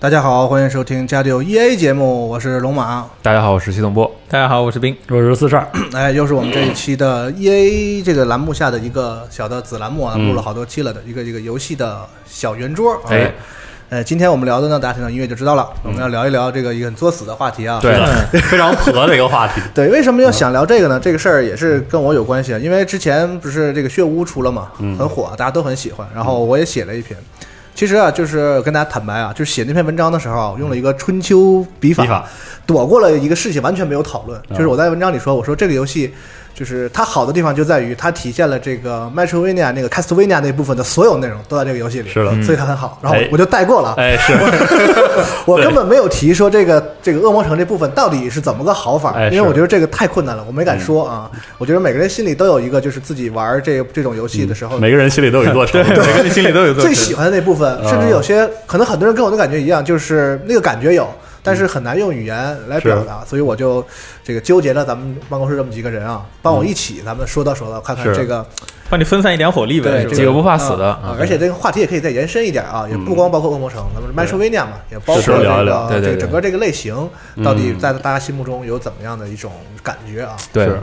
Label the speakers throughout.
Speaker 1: 大家好，欢迎收听《家里有 EA》节目，我是龙马。
Speaker 2: 大家好，我是系统波。
Speaker 3: 大家好，我是冰。
Speaker 4: 我是四十二，
Speaker 1: 哎，又是我们这一期的 EA 这个栏目下的一个小的子栏目
Speaker 2: 嗯
Speaker 1: 啊，录了好多期了的一个一个游戏的小圆桌。
Speaker 2: 哎，
Speaker 1: 呃，今天我们聊的呢，大家听到音乐就知道了，我们要聊一聊这个一个很作死的话题啊。
Speaker 2: 对，
Speaker 4: 非常婆的一个话 题。
Speaker 1: 对，为什么要想聊这个呢？这个事儿也是跟我有关系，啊因为之前不是这个《血污》出了嘛，
Speaker 4: 嗯
Speaker 1: 很火，大家都很喜欢，然后我也写了一篇。其实啊，就是跟大家坦白啊，就是写那篇文章的时候啊，我用了一个春秋笔法，
Speaker 4: 笔法啊
Speaker 1: 躲过了一个事情，完全没有讨论。就是我在文章里说，我说这个游戏。就是它好的地方就在于它体现了这个 Metrovania 那个 Castlevania 那部分的所有内容都在这个游戏里，
Speaker 4: 哎是的
Speaker 1: 所以它很好。然后
Speaker 4: 哎
Speaker 1: 我就带过了啊，
Speaker 4: 哎，是，
Speaker 1: 我根本没有提说这个这个恶魔城这部分到底是怎么个好法，
Speaker 4: 哎
Speaker 1: 因为我
Speaker 4: 是嗯
Speaker 1: 觉得这个太困难了，我没敢说啊。我觉得每个人心里都有一个，就是自己玩这这种游戏的时候。
Speaker 4: 每个人心里都有一座城。
Speaker 3: 每个人心里都有座
Speaker 1: 最喜欢的那部分，
Speaker 4: 啊
Speaker 1: 甚至有些可能很多人跟我的感觉一样，就是那个感觉有，但是很难用语言来表达，所以我就这个纠结了咱们办公室这么几个人啊，帮我一起咱们说道说道，看看
Speaker 4: 嗯是
Speaker 1: 这个
Speaker 3: 帮你分散一点火力呗。
Speaker 1: 对
Speaker 3: 是吧
Speaker 1: 这
Speaker 2: 几个不怕死的嗯
Speaker 1: 啊，而且这个话题也可以再延伸一点啊，也不光包括恶魔城，咱们 Metrovania 嘛，也包括
Speaker 4: 是
Speaker 1: 这
Speaker 4: 聊一
Speaker 1: 个
Speaker 4: 聊
Speaker 2: 对对
Speaker 1: 这个
Speaker 2: 对
Speaker 1: 整个这个类型到底在大家心目中有怎么样的一种感觉啊？
Speaker 2: 对
Speaker 4: 是，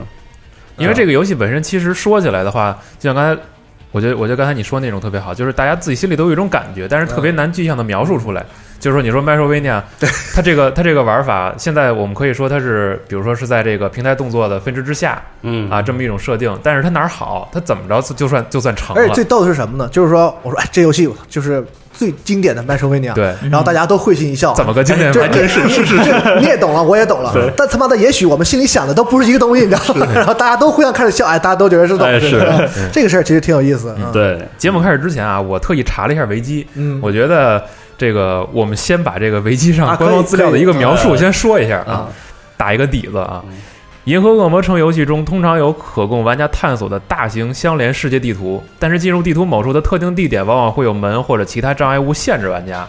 Speaker 2: 因为这个游戏本身其实说起来的话，就像刚才，我觉得我觉得刚才你说那种特别好，就是大家自己心里都有一种感觉，但是特别难具象的描述出
Speaker 4: 嗯
Speaker 2: 来。就是说，你说 Metrovania，它这个它这个玩法，现在我们可以说它是，比如说是在这个平台动作的分支之下
Speaker 4: 嗯
Speaker 2: 啊，这么一种设定。但是它哪儿好，它怎么着就算就算成
Speaker 4: 哎
Speaker 1: 而且
Speaker 2: 了
Speaker 1: 最。逗的是什么呢？就是说，我说哎，这游戏就是最经典的 Metrovania，
Speaker 2: 对
Speaker 1: 然
Speaker 2: 嗯
Speaker 1: 后大家都会心一笑，
Speaker 2: 怎么个经典
Speaker 1: 就是
Speaker 2: 还真
Speaker 1: 是是是， 你也懂了，我也懂了
Speaker 4: 对，
Speaker 1: 但他妈的，也许我们心里想的都不是一个东西，你知道 吗？然后大家都互相开始笑，哎，大家都觉得是懂
Speaker 4: 哎
Speaker 1: 的，
Speaker 4: 是
Speaker 1: 吧 这个事儿其实挺有意思，嗯，
Speaker 4: 对，
Speaker 2: 节目开始之前啊，我特意查了一下维基，
Speaker 1: 嗯
Speaker 2: 我觉得这个我们先把这个维基
Speaker 1: 啊
Speaker 2: 上官方资料的一个描
Speaker 4: 可以可嗯
Speaker 2: 述
Speaker 4: 以
Speaker 2: 先说一下
Speaker 1: 啊
Speaker 2: 啊，打一个底子啊。银河恶魔城游戏中通常有可供玩家探索的大型相连世界地图，但是进入地图某处的特定地点，往往会有门或者其他障碍物限制玩家。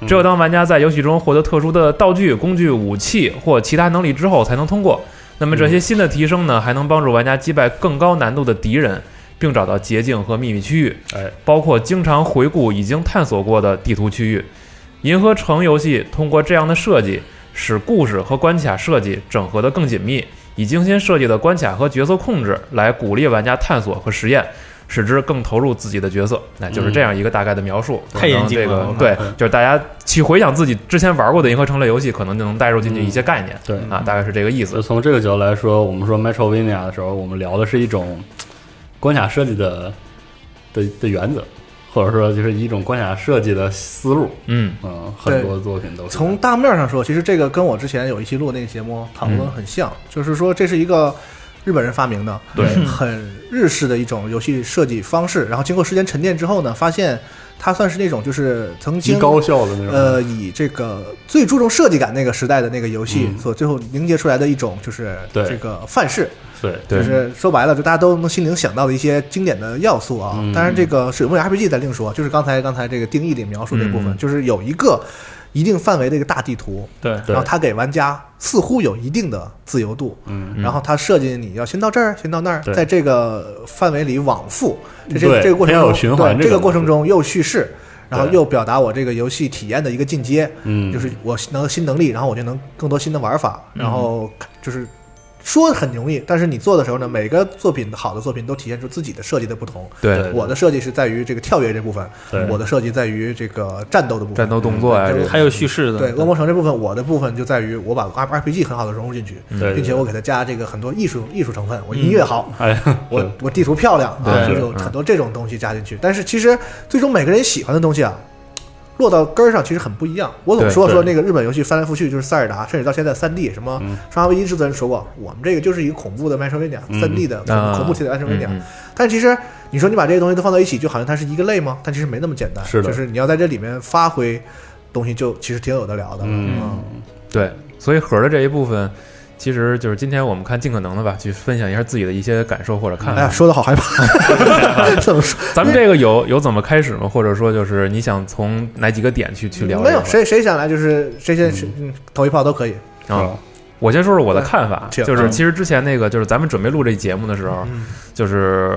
Speaker 4: 嗯
Speaker 2: 只有当玩家在游戏中获得特殊的道具、工具、武器或其他能力之后，才能通过。那么这
Speaker 4: 嗯
Speaker 2: 些新的提升呢，还能帮助玩家击败更高难度的敌人，并找到捷径和秘密区域，
Speaker 4: 哎，
Speaker 2: 包括经常回顾已经探索过的地图区域。银河城游戏通过这样的设计，使故事和关卡设计整合得更紧密，以精心设计的关卡和角色控制来鼓励玩家探索和实验。使之更投入自己的角色，那就是这样一个大概的描述。
Speaker 3: 太严谨
Speaker 2: 然后
Speaker 3: 了
Speaker 2: 这个对，就是大家去回想自己之前玩过的银河城类游戏，可能就能带入进去一些概念。
Speaker 4: 对
Speaker 2: 啊，大概是这个意思
Speaker 4: 所以。呃从这个角度来说，我们说 Metrovania 的时候，我们聊的是一种关卡设计的的的原则，或者说就是一种关卡设计的思路。
Speaker 2: 嗯，
Speaker 4: 嗯，很多作品都是
Speaker 1: 从大面上说，其实这个跟我之前有一期录那个节目讨
Speaker 4: 嗯
Speaker 1: 论很像，就是说这是一个日本人发明的，
Speaker 2: 对
Speaker 4: 嗯
Speaker 1: 很日式的一种游戏设计方式。然后经过时间沉淀之后呢，发现它算是那种就是曾
Speaker 4: 极
Speaker 1: 经
Speaker 4: 高效的那种。
Speaker 1: 呃，以这个最注重设计感那个时代的那个游戏
Speaker 4: 嗯
Speaker 1: 所最后凝结出来的一种就是
Speaker 4: 对
Speaker 1: 这个范式，
Speaker 4: 对，
Speaker 2: 对
Speaker 1: 就是说白了，就大家都能心灵想到的一些经典的要素啊。
Speaker 4: 嗯
Speaker 1: 当然，这个水墨 RPG 再另说，就是刚才刚才这个定义里描述这部分，
Speaker 2: 嗯
Speaker 1: 就是有一个一定范围的一个大地图，
Speaker 3: 对
Speaker 4: 对
Speaker 1: 然后它给玩家似乎有一定的自由度，
Speaker 4: 嗯，
Speaker 1: 然后它设计你要先到这儿，先到那儿，
Speaker 4: 对
Speaker 1: 在这个范围里往复，这这个
Speaker 4: 对
Speaker 1: 这个过程
Speaker 4: 它要
Speaker 1: 中
Speaker 4: 有循环
Speaker 1: 对
Speaker 4: 这
Speaker 1: 这
Speaker 4: 个
Speaker 1: 个过程中又叙事。然后
Speaker 4: 对
Speaker 1: 又表达我这个游戏体验的一个进阶，
Speaker 4: 嗯
Speaker 1: 就是我能新能力，然后我就能更多新的玩法，然
Speaker 4: 嗯
Speaker 1: 后就是说很容易，但是你做的时候呢，每个作品好的作品都体现出自己的设计的不同。
Speaker 2: 对
Speaker 4: 对，
Speaker 1: 我的设计是在于这个跳跃这部分
Speaker 4: 对，
Speaker 1: 我的设计在于这个战斗的部分，
Speaker 2: 战斗动作呀、啊
Speaker 1: 嗯
Speaker 2: 这
Speaker 3: 还有叙事的，
Speaker 1: 对恶魔城这部分，我的部分就在于我把 R RPG 很好的融入进去，
Speaker 4: 对
Speaker 1: 并且我给它加这个很多艺术艺术成分，我音乐好，
Speaker 4: 哎，
Speaker 1: 我我地图漂亮啊，
Speaker 2: 对
Speaker 1: 就是有
Speaker 4: 嗯
Speaker 1: 很多这种东西加进去。但是其实最终每个人喜欢的东西啊，落到根儿上其实很不一样。我总说
Speaker 4: 对
Speaker 1: 说那个日本游戏翻来覆去就是塞尔达，甚至到现在三 D 什么
Speaker 4: 嗯
Speaker 1: 《生化危机》制作人说过，我们这个就是一个恐怖的 Metroidvania，三
Speaker 4: 嗯
Speaker 1: D 的恐
Speaker 2: 啊
Speaker 1: 恐怖体的 Metroidvania
Speaker 2: 嗯嗯。
Speaker 1: 但其实你说你把这些东西都放到一起，就好像它是一个类吗？但其实没那么简单，
Speaker 4: 是的
Speaker 1: 就是你要在这里面发挥东西，就其实挺有的聊的。
Speaker 4: 嗯，
Speaker 2: 对，所以盒的这一部分，其实就是今天我们看尽可能的吧，去分享一下自己的一些感受或者看
Speaker 1: 哎
Speaker 2: 法。
Speaker 1: 呀，说的好害怕， 怎么说？
Speaker 2: 咱们这个有有怎么开始吗？或者说就是你想从哪几个点去去聊？
Speaker 1: 嗯没有，谁谁想来就是谁先谁嗯投一票都可以。
Speaker 4: 是
Speaker 2: 啊、
Speaker 4: 吧
Speaker 2: 我先说说我的看法，
Speaker 1: 请
Speaker 2: 就是
Speaker 1: 嗯
Speaker 2: 其实之前那个，就是咱们准备录这一节目的时候，就是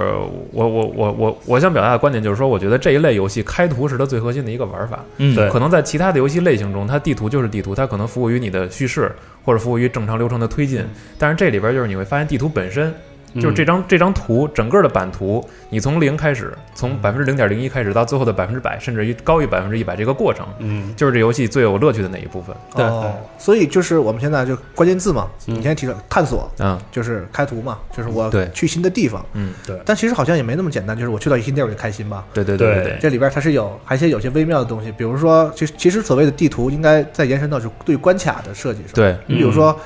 Speaker 2: 我我我我我想表达的观点就是说，我觉得这一类游戏开图是它最核心的一个玩法。
Speaker 3: 嗯，
Speaker 4: 对
Speaker 2: 可能在其他的游戏类型中，它地图就是地图，它可能服务于你的叙事或者服务于正常流程的推进。但是这里边就是你会发现，地图本身
Speaker 4: 嗯
Speaker 2: 就是这张、这张图整个的版图，你从零开始，从百分之零点零一开始到最后的百分之百，甚至于高于百分之一百这个过程，
Speaker 4: 嗯
Speaker 2: 就是这游戏最有乐趣的那一部分。
Speaker 3: 对
Speaker 1: 哦，所以就是我们现在就关键字嘛，
Speaker 4: 嗯
Speaker 1: 你现在提到探索
Speaker 2: 嗯，
Speaker 1: 就是开图嘛，就是我
Speaker 2: 对
Speaker 1: 去新的地方，
Speaker 2: 嗯，
Speaker 4: 对
Speaker 1: 但其实好像也没那么简单，就是我去到一个新地儿我就开心吧。
Speaker 2: 对对
Speaker 4: 对
Speaker 2: 对对
Speaker 1: 这里边它是有，还是有些微妙的东西，比如说，其实其实所谓的地图应该再延伸到就是对关卡的设计上。
Speaker 2: 对嗯
Speaker 1: 你比如说，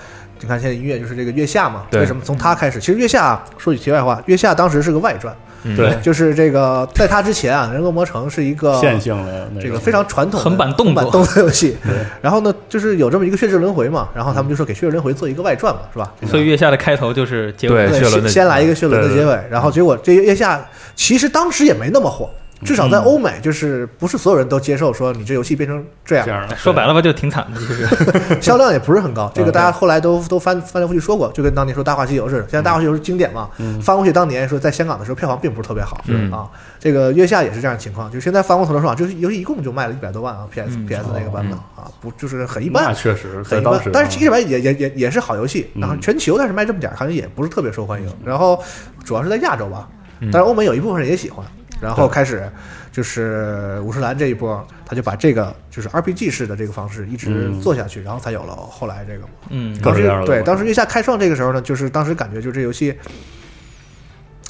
Speaker 1: 你看现在音乐就是这个月下嘛，
Speaker 2: 对
Speaker 1: 为什么从它开始？其实月下说句题外话，月下当时是个外传，
Speaker 2: 嗯
Speaker 4: 对
Speaker 1: 就是这个在它之前啊，人恶魔城是一个
Speaker 4: 线性的那
Speaker 1: 呃这个
Speaker 4: 种
Speaker 1: 非常传统的
Speaker 3: 横版
Speaker 1: 横
Speaker 3: 动作
Speaker 1: 版动作游戏。然后呢，就是有这么一个血之轮回嘛，然后他们就说给血之轮回做一个外传嘛，是吧？
Speaker 3: 所以月下的开头就是结
Speaker 2: 对
Speaker 3: 尾，
Speaker 2: 血轮
Speaker 1: 先
Speaker 2: 的
Speaker 1: 先来一个血轮的
Speaker 4: 对
Speaker 1: 结
Speaker 4: 对
Speaker 1: 尾，然后结果这月下其实当时也没那么火，至少在
Speaker 3: 嗯
Speaker 1: 欧美就是不是所有人都接受说你这游戏变成这样
Speaker 4: 这，样的，
Speaker 3: 说白了吧，就挺惨的，其实
Speaker 1: 销量也不是很
Speaker 2: 啊
Speaker 1: 高。这个
Speaker 4: 嗯
Speaker 1: 大家后来都都翻翻来覆去说过，就跟当年说《大话西游》似的。现在《大话西游》是经典嘛，翻过去当年说在香港的时候票房并不是特别好
Speaker 2: 嗯
Speaker 1: 啊。这个月下也是这样的情况，就是现在翻过头来说啊，就是游戏一共就卖了一百多万啊，PS
Speaker 3: 嗯
Speaker 1: PS 那个版本
Speaker 2: 哦
Speaker 1: 啊，不就是很一
Speaker 4: 那
Speaker 1: 般。
Speaker 4: 确实
Speaker 1: 很
Speaker 4: 在
Speaker 1: 一般
Speaker 4: 当时，，啊
Speaker 1: 但是一百也也也也是好游戏，
Speaker 4: 嗯
Speaker 1: 然后全球但是卖这么点儿，好像也不是特别受欢迎。然后主要是在亚洲吧，
Speaker 2: 嗯
Speaker 1: 但是欧美有一部分人也喜欢。然后开始就是五十岚这一波，他就把这个就是 RPG 式的这个方式一直
Speaker 4: 嗯
Speaker 1: 做下去，然后才有了后来这个嘛。
Speaker 3: 嗯，
Speaker 4: 各
Speaker 1: 当
Speaker 4: 种
Speaker 1: 时
Speaker 4: 各样的
Speaker 1: 对，
Speaker 4: 东西
Speaker 1: 当时月下开创这个时候呢，就是当时感觉就这游戏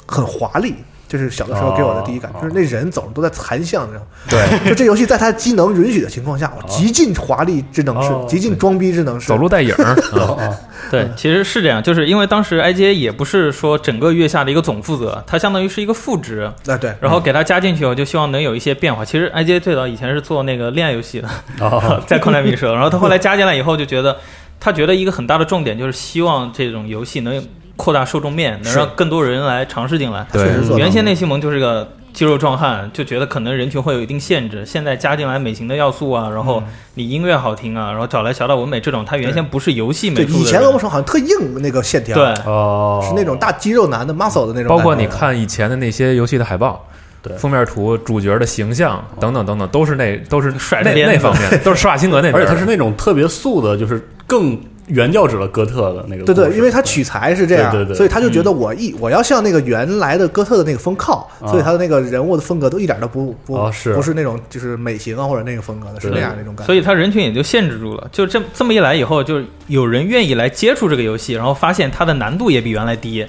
Speaker 1: 很华丽，就是小的时候给我的第一感，
Speaker 4: 哦
Speaker 1: 觉，就是那人走路都在残像上。
Speaker 4: 对，
Speaker 1: 就这游戏在它机能允许的情况下，我极尽华丽之能事，
Speaker 4: 哦
Speaker 1: 极尽装逼之能事，
Speaker 2: 走路带影儿，嗯
Speaker 3: 对，其实是这样，就是因为当时 IGA 也不是说整个月下的一个总负责，它相当于是一个副职，
Speaker 1: 啊对，
Speaker 3: 然后给它加进去，我就希望能有一些变化。其实 IGA 最早以前是做那个恋爱游戏的，
Speaker 4: 哦，
Speaker 3: 在昆莱米社，然后他后来加进来以后就觉得，他觉得一个很大的重点就是希望这种游戏能扩大受众面，能
Speaker 1: 是
Speaker 3: 让更多人来尝试进来。
Speaker 1: 确实做到了
Speaker 3: 原先内西蒙就是个肌肉壮汉，就觉得可能人群会有一定限制。现在加进来美型的要素啊，然后你音乐好听啊，然后找来小岛文美这种，他原先不是游戏
Speaker 1: 嗯
Speaker 3: 美
Speaker 1: 对
Speaker 3: 术的人，
Speaker 1: 以前恶魔城好像特硬那个线条，
Speaker 3: 对，
Speaker 4: 哦，
Speaker 1: 是那种大肌肉男的 muscle 的那种感觉，啊
Speaker 2: 包括你看以前的那些游戏的海报。
Speaker 4: 对
Speaker 2: 封面图、主角的形象等等等等，都是那都是
Speaker 3: 甩着
Speaker 2: 那
Speaker 3: 鞭子
Speaker 2: 那方面，都是施瓦辛格那边
Speaker 4: 而
Speaker 2: 儿
Speaker 4: 且
Speaker 2: 的。嗯
Speaker 4: 它是那种特别素的，就是更原教旨了哥特的那个
Speaker 1: 对
Speaker 4: 故事。
Speaker 1: 对，因为他取材是这样，
Speaker 4: 对对对嗯
Speaker 1: 所以他就觉得我一、我要向那个原来的哥特的那个风靠，
Speaker 4: 啊
Speaker 1: 所以他的那个人物的风格都一点都不不、
Speaker 4: 哦是
Speaker 1: 不是那种就是美型啊或者那个风格的，是
Speaker 4: 对
Speaker 1: 那样那种感觉。
Speaker 3: 所以他人群也就限制住了。就这这么一来以后，就是有人愿意来接触这个游戏，然后发现它的难度也比原来低。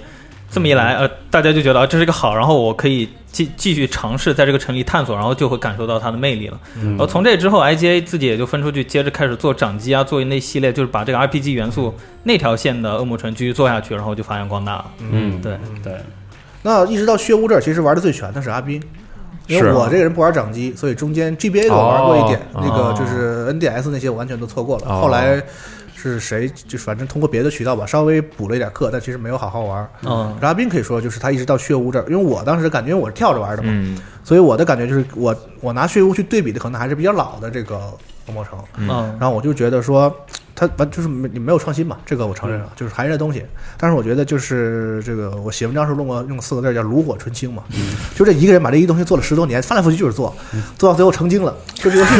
Speaker 3: 这么一来，
Speaker 1: 嗯
Speaker 3: 呃，大家就觉得啊，这是个好，然后我可以继继续尝试在这个城里探索，然后就会感受到它的魅力了。
Speaker 1: 嗯
Speaker 3: 然后从这之后，IGA 自己也就分出去，接着开始做掌机啊，做那系列，就是把这个 RPG 元素
Speaker 1: 嗯
Speaker 3: 那条线的恶魔城继续做下去，然后就发扬光大了。
Speaker 4: 嗯，
Speaker 3: 对，
Speaker 4: 对，
Speaker 1: 那一直到血污这儿，其实玩的最全的是阿斌，因为
Speaker 4: 啊
Speaker 2: 是
Speaker 1: 我这个人不玩掌机，所以中间 GBA 的我玩过一点，
Speaker 2: 哦
Speaker 1: 那个就是 NDS 那些我完全都错过了。
Speaker 2: 哦
Speaker 1: 后来是谁就是反正通过别的渠道吧，稍微补了一点课，但其实没有好好玩。
Speaker 3: 嗯，
Speaker 1: 阿斌可以说就是他一直到血污这儿，因为我当时感觉我是跳着玩的嘛，
Speaker 2: 嗯，
Speaker 1: 所以我的感觉就是我，我拿血屋去对比的，可能还是比较老的这个恶魔城。
Speaker 3: 嗯
Speaker 1: 然后我就觉得说，它完就是没没有创新嘛，这个我承认了，啊
Speaker 4: 嗯
Speaker 1: 就是还是那东西。但是我觉得就是这个，我写文章时候用过用四个字儿叫“炉火纯青”嘛，
Speaker 4: 嗯
Speaker 1: 就这一个人把这一东西做了十多年，翻来覆去就是做，做到最后成精了，就 这游戏，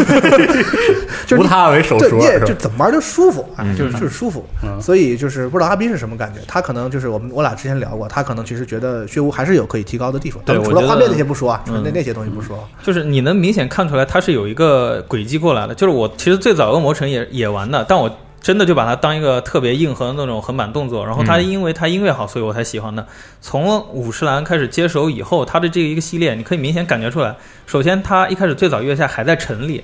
Speaker 1: 就是
Speaker 4: 无
Speaker 1: 你
Speaker 4: 他为首
Speaker 1: 对，
Speaker 4: 说，
Speaker 1: 你也
Speaker 4: 是
Speaker 1: 就
Speaker 4: 吧？
Speaker 1: 怎么玩都舒服，哎，
Speaker 2: 嗯
Speaker 1: 就是就是舒服。
Speaker 4: 嗯
Speaker 1: 所以就是不知道阿斌是什么感觉，他可能就是我们我俩之前聊过，他可能其实觉得血屋还是有可以提高的地方，
Speaker 3: 对
Speaker 1: 咱们除
Speaker 3: 我
Speaker 1: 了
Speaker 3: 觉得
Speaker 1: 画面那些不说啊，
Speaker 3: 嗯
Speaker 1: 那那些东西不说，
Speaker 3: 就是你能明显看出来，它是有一个轨迹过来的。就是我其实最早恶魔城也也玩的，但我真的就把它当一个特别硬核的那种横版动作。然后它
Speaker 2: 嗯
Speaker 3: 因为它音乐好，所以我才喜欢的。从五十岚开始接手以后，它的这一个系列，你可以明显感觉出来。首先，它一开始最早月下还在城里。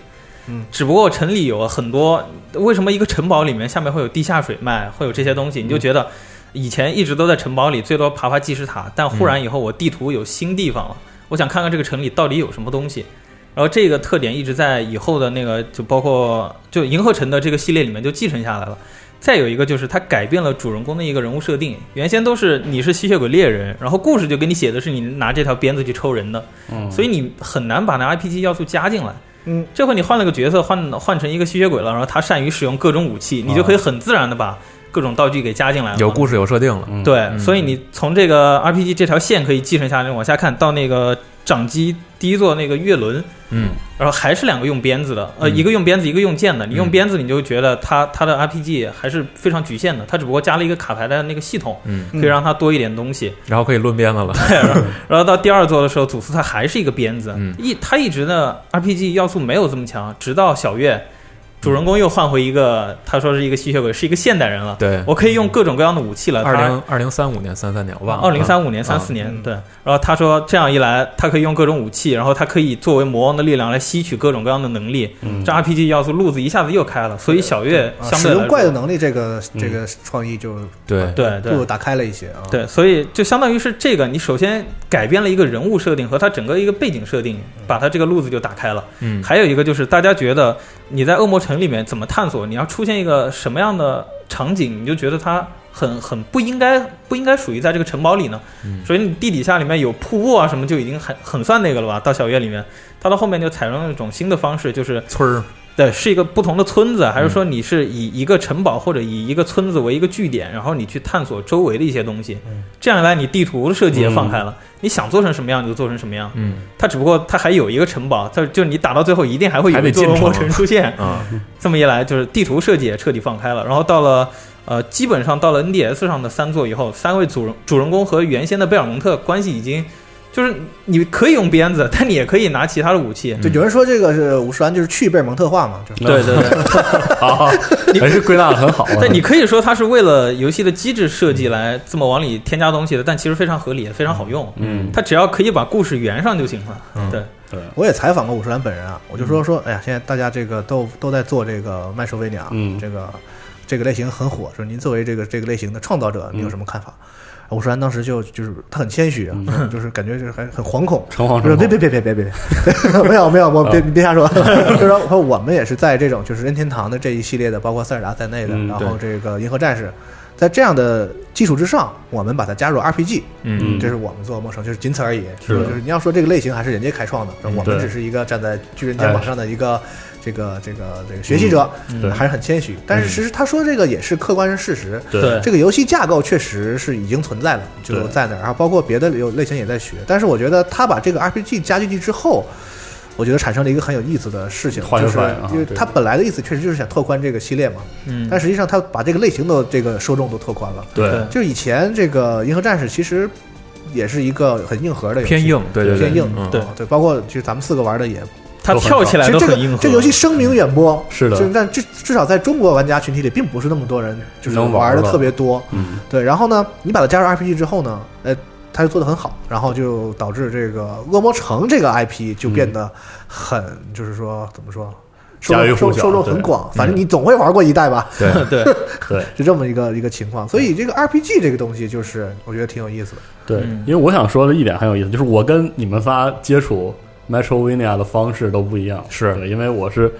Speaker 1: 嗯，
Speaker 3: 只不过城里有很多，为什么一个城堡里面下面会有地下水脉，会有这些东西？你就觉得以前一直都在城堡里，最多爬爬计时塔，但忽然以后我地图有新地方了，我想看看这个城里到底有什么东西。然后这个特点一直在以后的那个，就包括就银河城的这个系列里面就继承下来了。再有一个就是它改变了主人公的一个人物设定，原先都是你是吸血鬼猎人，然后故事就给你写的是你拿这条鞭子去抽人的，
Speaker 4: 嗯
Speaker 3: 所以你很难把那 RPG 要素加进来。
Speaker 1: 嗯，
Speaker 3: 这回你换了个角色，换换成一个吸血鬼了，然后他善于使用各种武器，你就可以很自然的把各种道具给加进来了嘛。
Speaker 2: 有故事有设定了，
Speaker 4: 嗯，
Speaker 3: 对，
Speaker 2: 嗯
Speaker 3: 所以你从这个 RPG 这条线可以继承下来，往下看到那个掌机第一座那个月轮，
Speaker 2: 嗯，
Speaker 3: 然后还是两个用鞭子的，呃，
Speaker 2: 嗯
Speaker 3: 一个用鞭子，一个用剑的。你用
Speaker 2: 嗯
Speaker 3: 鞭子，你就觉得它它的 RPG 还是非常局限的，它只不过加了一个卡牌的那个系统，
Speaker 2: 嗯，
Speaker 3: 可以让它多一点东西。
Speaker 2: 然后可以论鞭子了，
Speaker 3: 然后到第二座的时候，祖斯他还是一个鞭子
Speaker 2: 嗯，
Speaker 3: 一他一直呢 RPG 要素没有这么强，直到小月，主人公又换回一个，他说是一个吸血鬼，是一个现代人了，
Speaker 2: 对，
Speaker 3: 我可以用各种各样的武器了。
Speaker 2: 二
Speaker 3: 他
Speaker 2: 零二零三五年三三年我忘了，
Speaker 3: 二零三五年、
Speaker 2: 啊
Speaker 3: 三四年
Speaker 1: 嗯，
Speaker 3: 对。然后他说，这样一来，他可以用各种武器，然后他可以作为魔王的力量来吸取各种各样的能力。
Speaker 4: 嗯
Speaker 3: 这 RPG 要素路子一下子又开了，所以小月
Speaker 1: 啊
Speaker 3: 相
Speaker 1: 使
Speaker 3: 对来
Speaker 1: 用怪的
Speaker 3: 说，
Speaker 1: 能力这个
Speaker 4: 嗯
Speaker 1: 这个创意就
Speaker 2: 对
Speaker 3: 对
Speaker 1: 路
Speaker 3: 对
Speaker 1: 打开了一些啊。，
Speaker 3: 对，所以就相当于是这个，你首先改变了一个人物设定和他整个一个背景设定，把他这个路子就打开了。
Speaker 2: 嗯，
Speaker 3: 还有一个就是大家觉得你在恶魔城里面怎么探索，你要出现一个什么样的场景，你就觉得它很很不应该不应该属于在这个城堡里呢？
Speaker 2: 嗯
Speaker 3: 所以你地底下里面有瀑布啊什么，就已经很很算那个了吧？到小月里面，它到后面就采用了一种新的方式，就是
Speaker 2: 村儿，
Speaker 3: 对，是一个不同的村子，还是说你是以一个城堡或者以一个村子为一个据点，然后你去探索周围的一些东西
Speaker 1: 嗯？
Speaker 3: 这样一来，你地图设计也放开了，你想做成什么样你就做成什么样。
Speaker 2: 嗯
Speaker 3: 它只不过它还有一个城堡，它就你打到最后一定还会有
Speaker 2: 还得
Speaker 3: 一座
Speaker 2: 进城
Speaker 3: 魔城出现。
Speaker 2: 啊，
Speaker 3: 这么一来，就是地图设计也彻底放开了。然后到了呃，基本上到了 NDS 上的三座以后，三位主人主人公和原先的贝尔蒙特关系已经就是你可以用鞭子，但你也可以拿其他的武器。
Speaker 1: 就有人说这个是五十岚就是去贝尔蒙特化嘛，就是
Speaker 3: 对对对，
Speaker 4: 好，还是归纳的很好啊。
Speaker 3: 但你可以说它是为了游戏的机制设计来这么往里添加东西的，但其实非常合理，也非常好用。
Speaker 4: 嗯，
Speaker 3: 它只要可以把故事圆上就行了。
Speaker 2: 嗯
Speaker 3: 对，
Speaker 4: 对，
Speaker 1: 我也采访过五十岚本人啊，我就说说，哎呀，现在大家这个都都在做这个麦收维尼啊，
Speaker 4: 嗯
Speaker 1: 这个这个类型很火，说您作为这个这个类型的创造者，你有什么看法？五十岚当时就就是他很诚实啊，就是感觉就是还很惶恐，
Speaker 4: 诚惶
Speaker 1: 我说
Speaker 4: 诚
Speaker 1: 别
Speaker 4: 恐。
Speaker 1: 别别别别别，别没有没有，我
Speaker 4: 啊
Speaker 1: 别你别瞎说。 就是说说我们也是在这种就是任天堂的这一系列的，包括塞尔达在内的，
Speaker 4: 嗯
Speaker 1: 然后这个银河战士，在这样的基础之上，我们把它加入 RPG，
Speaker 2: 嗯
Speaker 1: 这是我们做陌生，就是仅此而已。
Speaker 4: 是的
Speaker 1: 就是你要说这个类型还是人家开创的，
Speaker 2: 嗯
Speaker 1: 我们
Speaker 4: 对哎
Speaker 1: 只是一个站在巨人肩膀上的一个。这个这个这个学习者、
Speaker 4: 嗯对
Speaker 1: 还是很谦虚，但是其实他说这个也是客观事实，
Speaker 3: 对
Speaker 1: 这个游戏架构确实是已经存在了，就
Speaker 4: 对
Speaker 1: 在那儿，然后包括别的有类型也在学，但是我觉得他把这个 RPG 加进去之后。我觉得产生了一个很有意思的事情，
Speaker 4: 化学
Speaker 1: 就是
Speaker 4: 反应啊
Speaker 1: 因为
Speaker 4: 对
Speaker 1: 他本来的意思确实就是想拓宽这个系列嘛，
Speaker 3: 嗯
Speaker 1: 但，实际上他把这个类型的这个受众都拓宽了。
Speaker 4: 对，
Speaker 1: 就是以前这个《银河战士》其实也是一个很硬核的游戏，
Speaker 2: 偏硬，对对对，
Speaker 1: 偏硬，
Speaker 2: 嗯
Speaker 3: 对
Speaker 1: 对，包括其实咱们四个玩的也
Speaker 3: 它跳起来
Speaker 1: 其实
Speaker 3: 都
Speaker 1: 这
Speaker 3: 很硬
Speaker 1: 个
Speaker 3: 核。
Speaker 1: 这个游戏声名远播，
Speaker 4: 是的
Speaker 1: 就但至至少在中国玩家群体里，并不是那么多人就是
Speaker 4: 能玩
Speaker 1: 的
Speaker 4: 吧
Speaker 1: 特别多。
Speaker 4: 嗯，
Speaker 1: 对，然后呢，你把它加入 RPG 之后呢，呃，它就做得很好，然后就导致这个恶魔城这个 IP 就变得很，就是说怎么说，受
Speaker 4: 家喻
Speaker 1: 众
Speaker 4: 户
Speaker 1: 受
Speaker 4: 晓
Speaker 1: 受众
Speaker 4: 对嗯
Speaker 1: 很广，反正你总会玩过一代吧，
Speaker 2: 对，
Speaker 3: 对，
Speaker 4: 对
Speaker 1: 就这么一个一个情况。所以这个 RPG 这个东西，就是我觉得挺有意思的。
Speaker 4: 对
Speaker 3: 嗯，
Speaker 4: 因为我想说的一点很有意思，就是我跟你们仨接触 Metrovania 的方式都不一样，
Speaker 2: 是
Speaker 4: 对因为我是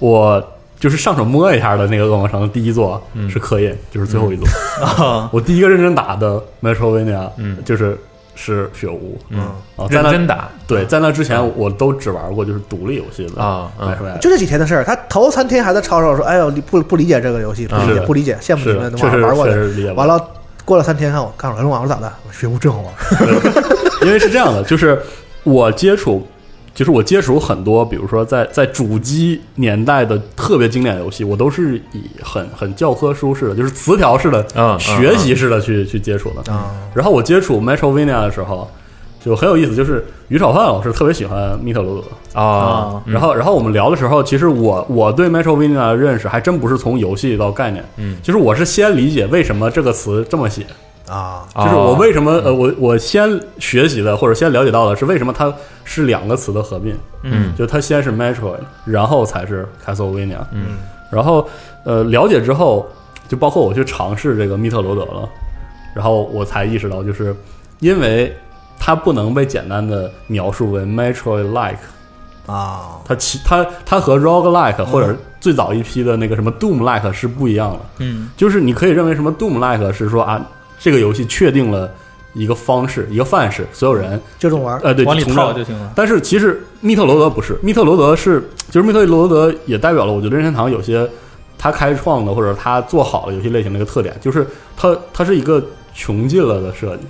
Speaker 4: 我就是上手摸一下的那个恶魔城的第一座
Speaker 2: 嗯
Speaker 4: 是刻印，就是最后一座，
Speaker 3: 啊，
Speaker 4: 我第一个认真打的 Metrovania，
Speaker 2: 嗯
Speaker 4: 就是是血屋
Speaker 2: 嗯，
Speaker 4: 啊，在
Speaker 2: 认
Speaker 4: 那
Speaker 2: 真打嗯
Speaker 4: 对，在那之前我都只玩过就是独立游戏的
Speaker 2: 啊，嗯
Speaker 4: Metrovania
Speaker 1: 就这几天的事儿，他头三天还在吵吵说：“哎呦，你不不理解这个游戏，不理
Speaker 4: 是
Speaker 1: 解，
Speaker 4: 的
Speaker 1: 不理解，羡慕
Speaker 4: 是
Speaker 1: 你们
Speaker 4: 确实
Speaker 1: 玩玩过
Speaker 4: 确
Speaker 1: 的。
Speaker 4: 实理解”不
Speaker 1: 完了，过了三天看我看我哎我说咋的？我说学无真好玩。
Speaker 4: 对因为是这样的，就是我接触，就是我接触很多，比如说在在主机年代的特别经典游戏，我都是以很很教科书式的，就是词条式的、
Speaker 2: 嗯嗯
Speaker 4: 学习式的去、去接触的。
Speaker 1: 啊
Speaker 4: 然后我接触 Metrovania 的时候，就很有意思，就是于炒饭老师特别喜欢密特罗德，
Speaker 2: 啊
Speaker 3: 啊，
Speaker 2: 嗯
Speaker 4: 然后，然后我们聊的时候，其实我我对 Metrovania 的认识还真不是从游戏到概念，
Speaker 2: 嗯
Speaker 4: 其实我是先理解为什么这个词这么写，
Speaker 1: 啊！
Speaker 4: 就是我为
Speaker 2: 哦
Speaker 4: 什么呃，我我先学习的或者先了解到的是为什么它是两个词的合并，
Speaker 2: 嗯
Speaker 4: 就它先是 Metroid，然后才是 Castlevania，
Speaker 2: 嗯
Speaker 4: 然后呃了解之后，就包括我去尝试这个密特罗德了，然后我才意识到，就是因为它不能被简单的描述为 Metroid-like，
Speaker 1: 啊，
Speaker 4: 它其它它和 Roguelike 或者
Speaker 1: 嗯
Speaker 4: 最早一批的那个什么 Doom-like 是不一样的，
Speaker 3: 嗯
Speaker 4: 就是你可以认为什么 Doom like 是说啊，这个游戏确定了一个方式，一个范式，所有人
Speaker 1: 就这么玩儿。
Speaker 4: 呃对
Speaker 3: 嗯往里
Speaker 4: 从
Speaker 3: 套
Speaker 4: 这
Speaker 3: 就行了。
Speaker 4: 但是其实密特罗德不是，密特罗德是就是密特罗德也代表了我觉得任天堂有些他开创的或者他做好了游戏类型的一个特点，就是它它是一个穷尽了的设计。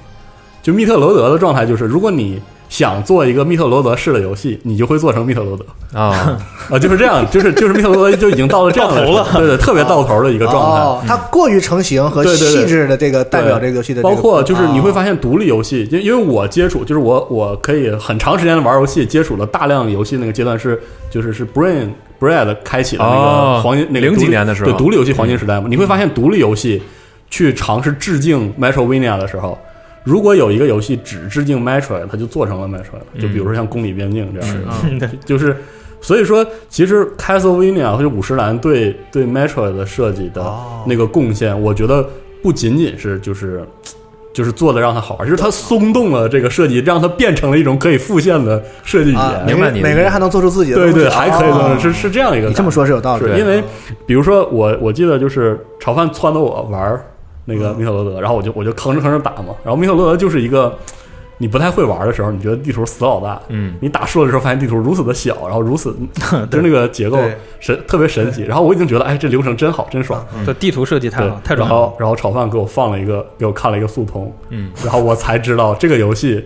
Speaker 4: 就密特罗德的状态就是，如果你想做一个密特罗德式的游戏，你就会做成密特罗德
Speaker 2: 啊，
Speaker 4: 啊，就是这样，就是就是密特罗德就已经到了这样的
Speaker 3: 到头了
Speaker 4: 对对，特别到头的一
Speaker 1: 一
Speaker 4: 个状态。嗯
Speaker 1: 哦，它过于成型和
Speaker 4: 对对对
Speaker 1: 细致的这个代表这个游戏的这
Speaker 4: 包
Speaker 1: 个，
Speaker 4: 括就是你会发现独立游戏，因、因为我接触就是我我可以很长时间的玩游戏，接触了大量游戏那个阶段是就是是 Brain Bread 开启的那
Speaker 2: 哦
Speaker 4: 个黄金、 那个
Speaker 2: 零几
Speaker 4: 独立
Speaker 2: 年的时候
Speaker 4: 对独立游戏黄金时代嘛，你会发现独立游戏去尝试致敬 Metrovania 的时候。如果有一个游戏只致敬 Metroid，它就做成了 Metroid，就比如说像《公里边境》这样的，
Speaker 3: 嗯对
Speaker 4: 就是所以说，其实 Castlevania 或者五十岚对对 Metroid 的设计的
Speaker 1: 哦
Speaker 4: 那个贡献，我觉得不仅仅是就是就是做的让它好玩，就是它松动了这个设计，让它变成了一种可以复现的设计语
Speaker 1: 啊，
Speaker 4: 言。
Speaker 2: 明白你的意思
Speaker 1: 每个人还能做出自己的
Speaker 4: 对
Speaker 1: 东西
Speaker 4: 对，还可以做
Speaker 1: 哦
Speaker 4: 成是是这样一个感觉。
Speaker 1: 你这么说是有
Speaker 3: 啊
Speaker 1: 道理的，
Speaker 4: 是因为，
Speaker 3: 嗯
Speaker 4: 比如说我我记得就是炒饭撺掇我玩儿那个
Speaker 1: 嗯
Speaker 4: 密特罗德，然后我就我就吭哧吭哧打嘛，然后密特罗德就是一个你不太会玩的时候，你觉得地图死老大，
Speaker 2: 嗯，
Speaker 4: 你打输了的时候发现地图如此的小，然后如 此就是那个结构
Speaker 1: 对
Speaker 4: 神特别神奇，然后我已经觉得哎这流程真好真爽，
Speaker 3: 这地图设计
Speaker 4: 嗯
Speaker 3: 太
Speaker 4: 对
Speaker 3: 好，太
Speaker 4: 然
Speaker 3: 爽了。
Speaker 4: 后然后炒饭给我放了一个给我看了一个速通，
Speaker 2: 嗯，
Speaker 4: 然后我才知道这个游戏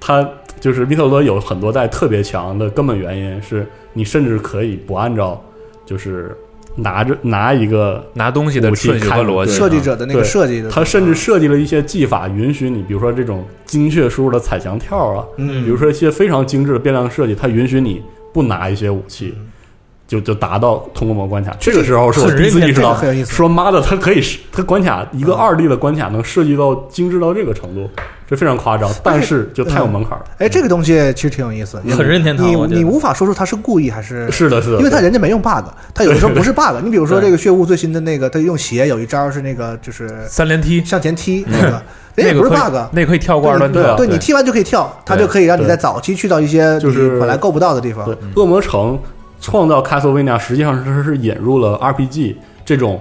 Speaker 4: 它就是密特罗德有很多代特别强的根本原因是你甚至可以不按照就是拿着拿一个
Speaker 2: 拿东西的顺序和逻辑，
Speaker 1: 设计者的那个
Speaker 4: 对
Speaker 1: 设计的，
Speaker 4: 它甚至设计了一些技法，允许你，比如说这种精确输入的踩墙跳啊，
Speaker 1: 嗯
Speaker 4: 比如说一些非常精致的变量设计，它允许你不拿一些武器，
Speaker 1: 嗯
Speaker 4: 就就达到通过某关卡。这个时候是我
Speaker 3: 很
Speaker 4: 第一次
Speaker 3: 认真
Speaker 4: 意识
Speaker 1: 这
Speaker 4: 到
Speaker 1: 个很有意，思
Speaker 4: 说妈的，它可以是它关卡一个二 D 的关卡能设计到精致到这个程度，这非常夸张，但是就太有门槛了。
Speaker 1: 哎，这个东西其实挺有意思，
Speaker 3: 很任天堂
Speaker 1: 你
Speaker 3: 我觉得
Speaker 1: 你无法说出他是故意还是
Speaker 4: 是的，是的，
Speaker 1: 因为他
Speaker 4: 对
Speaker 1: 人家没用 bug，他有的时候不是 bug。你比如说这个血雾最新的那个，他用鞋有一招是那个 就是
Speaker 2: 啊三连踢，
Speaker 1: 向前踢那
Speaker 4: 嗯
Speaker 1: 个，
Speaker 2: 那
Speaker 1: 人
Speaker 4: 哎
Speaker 1: 家
Speaker 2: 个
Speaker 1: 不是
Speaker 2: 可以
Speaker 1: bug。
Speaker 2: 那个可以跳过二段
Speaker 4: 对啊
Speaker 2: 跳，
Speaker 1: 对你踢完就可以跳，它就可以让你
Speaker 4: 对
Speaker 1: 在早期去到一些
Speaker 4: 就是
Speaker 1: 你本来够不到的地方。
Speaker 4: 对，恶魔城创造 Castlevania 实际上它是引入了 RPG 这种，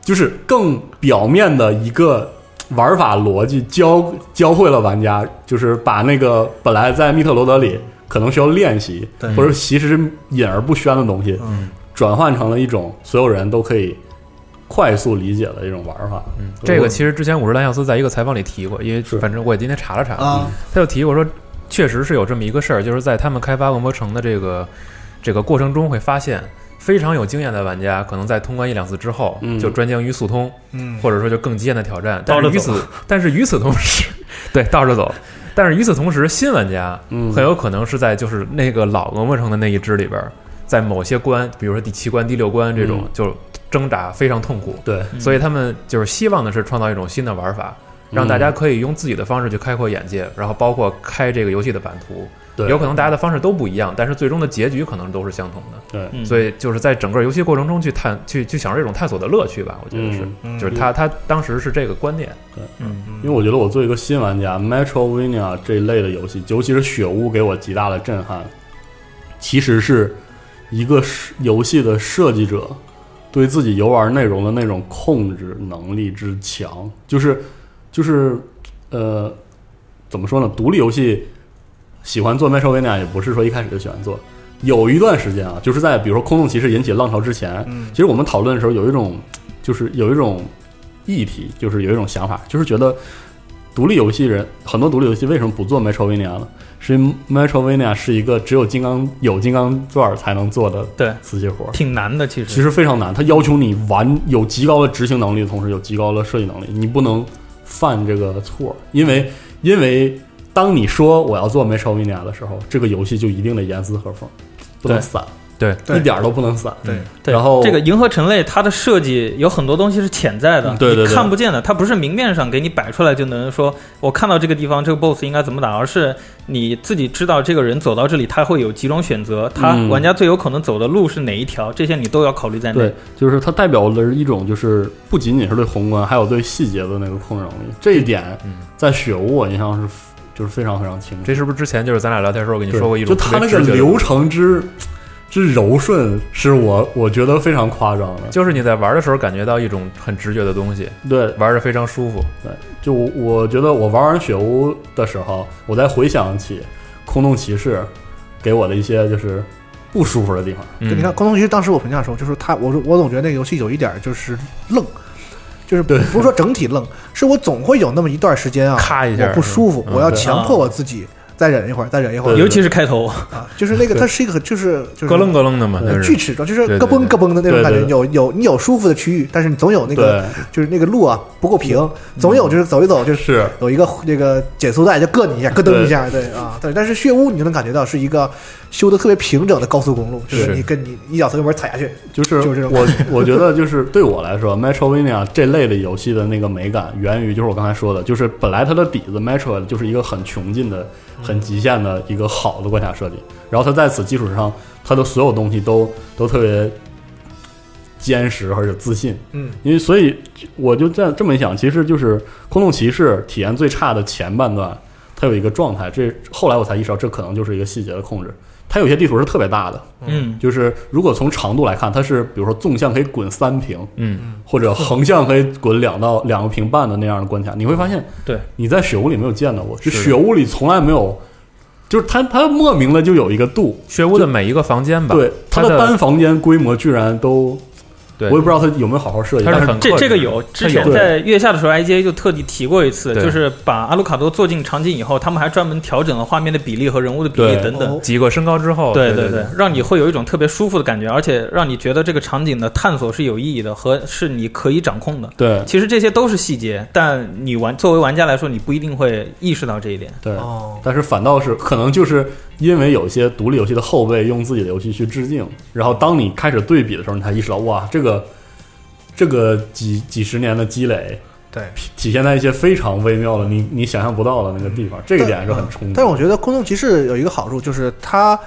Speaker 4: 就是更表面的一个玩法逻辑教教会了玩家，就是把那个本来在密特罗德里可能需要练习
Speaker 3: 对，
Speaker 4: 或者其实是隐而不宣的东西，
Speaker 1: 嗯
Speaker 4: 转换成了一种所有人都可以快速理解的一种玩法。嗯
Speaker 2: 这个其实之前五十岚耀司在一个采访里提过，因为
Speaker 4: 是
Speaker 2: 反正我也今天查了查，
Speaker 1: 啊，
Speaker 2: 他就提过说，确实是有这么一个事儿，就是在他们开发恶魔城的这个这个过程中，会发现非常有经验的玩家，可能在通关一两次之后，
Speaker 4: 嗯
Speaker 2: 就专精于速通，
Speaker 1: 嗯，
Speaker 2: 或者说就更激烈的挑战。但
Speaker 3: 倒着
Speaker 2: 是与
Speaker 3: 走
Speaker 2: 此，但是与此同时， 对，倒着走。但是与此同时，新玩家
Speaker 4: 嗯
Speaker 2: 很有可能是在就是那个老恶魔城的那一支里边儿，在某些关，比如说第七关、第六关这种
Speaker 4: 嗯，
Speaker 2: 就挣扎非常痛苦。
Speaker 4: 对，
Speaker 2: 所以他们就是希望的是创造一种新的玩法，让大家可以用自己的方式去开阔眼界，然后包括开这个游戏的版图。
Speaker 4: 对
Speaker 2: 有可能大家的方式都不一样，但是最终的结局可能都是相同的。
Speaker 4: 对，
Speaker 3: 嗯
Speaker 2: 所以就是在整个游戏过程中去探、去去享受这种探索的乐趣吧，我觉得是。
Speaker 4: 嗯
Speaker 1: 嗯
Speaker 2: 就是他他当时是这个观念，
Speaker 4: 因为我觉得我作为一个新玩家，Metrovania 这一类的游戏，尤其是雪屋，给我极大的震撼。其实是一个是游戏的设计者对自己游玩内容的那种控制能力之强，就是就是呃，怎么说呢？独立游戏喜欢做 Metrovania 也不是说一开始就喜欢做，有一段时间啊，就是在比如说《空洞骑士》引起浪潮之前，
Speaker 1: 嗯
Speaker 4: 其实我们讨论的时候有一种，就是有一种议题，就是有一种想法，就是觉得独立游戏人很多独立游戏为什么不做 Metrovania 了？是因为 Metrovania 是一个只有金刚有金刚钻才能做的
Speaker 3: 对，
Speaker 4: 瓷器活儿，
Speaker 3: 挺难的，其实。
Speaker 4: 其实非常难。它要求你完有极高的执行能力的同时，有极高的设计能力，你不能犯这个错儿，因为因为当你说我要做 Metrovania 的时候，这个游戏就一定得严丝合缝，不能
Speaker 3: 对
Speaker 4: 散，
Speaker 2: 对
Speaker 1: 对
Speaker 4: 一点儿都不能散。
Speaker 1: 对
Speaker 2: 嗯
Speaker 3: 对，
Speaker 4: 然后
Speaker 3: 这个银河城类它的设计有很多东西是潜在的，
Speaker 4: 嗯对对对
Speaker 3: 你看不见的，它不是明面上给你摆出来就能说我看到这个地方这个 BOSS 应该怎么打，而是你自己知道这个人走到这里他会有几种选择，他
Speaker 4: 嗯
Speaker 3: 玩家最有可能走的路是哪一条，这些你都要考虑在内
Speaker 4: 对。，就是它代表的是一种，就是不仅仅是对宏观，还有对细节的那个控制能力。这一点
Speaker 2: 嗯
Speaker 4: 在雪屋我印象是就是非常非常清楚。
Speaker 2: 这是不是之前就是咱俩聊天的时候我跟你
Speaker 4: 对
Speaker 2: 说过一
Speaker 4: 就
Speaker 2: 种特
Speaker 4: 它
Speaker 2: 别
Speaker 4: 那
Speaker 2: 直
Speaker 4: 个
Speaker 2: 觉的
Speaker 4: 流程之之柔顺，是我我觉得非常夸张的。
Speaker 2: 就是你在玩的时候感觉到一种很直觉的东西，
Speaker 4: 对，
Speaker 2: 玩着非常舒服。
Speaker 4: 就我我觉得我玩完雪屋的时候，我再回想起空洞骑士给我的一些就是不舒服的地方。
Speaker 2: 嗯
Speaker 1: 就你看，关东一当时我评价说，就是他，我说我总觉得那个游戏有一点就是愣，就是不是说整体愣，是我总会有那么一段时间啊，
Speaker 2: 咔一下
Speaker 1: 我不舒服，
Speaker 2: 嗯
Speaker 1: 我要
Speaker 4: 对
Speaker 1: 强迫我自己再忍一会儿，再忍一会
Speaker 4: 对
Speaker 1: 儿
Speaker 3: 尤其是开头，
Speaker 1: 啊，就是那个它是一个就是就是
Speaker 2: 咯楞咯楞的嘛，
Speaker 1: 呃
Speaker 2: 就
Speaker 1: 锯
Speaker 2: 是
Speaker 1: 齿状，就是
Speaker 2: 对对
Speaker 1: 咯嘣
Speaker 2: 对
Speaker 1: 咯嘣的那种感觉
Speaker 4: 对对，对
Speaker 1: 有有你有舒服的区域，但是你总有那个就是那个路啊不够平，
Speaker 2: 嗯
Speaker 1: 总有就是走一走就
Speaker 4: 对，
Speaker 1: 是。
Speaker 4: 是
Speaker 1: 有一个那个减速带就硌你一下，咯噔一下，对啊，对。但是血污你就能感觉到是一个修的特别平整的高速公路，就是
Speaker 2: 是
Speaker 1: 你跟你一脚油门踩下去，
Speaker 4: 就是
Speaker 1: 就是这种
Speaker 4: 我我觉得就是对我来说，Metrovania 这类的游戏的那个美感，源于就是我刚才说的，就是本来它的底子 Metro 就是一个很穷尽的、很极限的一个好的关卡设计，然后它在此基础上，它的所有东西都都特别坚实而且自信。
Speaker 1: 嗯，
Speaker 4: 因为所以我就这样这么一想，其实就是《空洞骑士》体验最差的前半段，它有一个状态，这后来我才意识到，这可能就是一个细节的控制。它有些地图是特别大的，
Speaker 3: 嗯，
Speaker 4: 就是如果从长度来看，它是比如说纵向可以滚三屏，
Speaker 2: 嗯，
Speaker 4: 或者横向可以滚两到两个屏半的那样的关卡，你会发现
Speaker 3: 对，
Speaker 4: 你在雪屋里没有见到过，就是
Speaker 2: 的
Speaker 4: 雪屋里从来没有，就是它它莫名的就有一个度，
Speaker 2: 学屋的每一个房间吧，
Speaker 4: 对它
Speaker 2: 它
Speaker 4: 的
Speaker 2: 的
Speaker 4: 单房间规模居然都，我
Speaker 2: 对
Speaker 4: 也不知道它有没有好好设计，
Speaker 2: 它
Speaker 4: 但
Speaker 2: 是
Speaker 4: 是
Speaker 2: 很
Speaker 3: 这
Speaker 2: 克制
Speaker 3: 这个
Speaker 2: 的
Speaker 3: 有，之
Speaker 2: 它有
Speaker 3: 前在月下的时候，IGA 就特地提过一次，
Speaker 2: 对
Speaker 3: 就是把阿鲁卡多做进场景以后，他们还专门调整了画面的比例和人物的比例
Speaker 4: 对
Speaker 3: 等等
Speaker 1: 哦。
Speaker 2: 几个身高之后，
Speaker 3: 对
Speaker 2: 对
Speaker 3: 对，让你会有一种特别舒服的感觉，而且让你觉得这个场景的探索是有意义的和是你可以掌控的。
Speaker 4: 对
Speaker 3: 其实这些都是细节，但你玩作为玩家来说，你不一定会意识到这一点。
Speaker 4: 对，
Speaker 1: 哦，
Speaker 4: 但是反倒是可能就是因为有一些独立游戏的后辈用自己的游戏去致敬，然后当你开始对比的时候，你才意识到哇，这个这个几几十年的积累，
Speaker 1: 对。
Speaker 4: 体体现在一些非常微妙的你你想象不到的那个地方，这个点是很冲击。
Speaker 1: 但嗯是我觉得空洞骑士有一个好处，就是它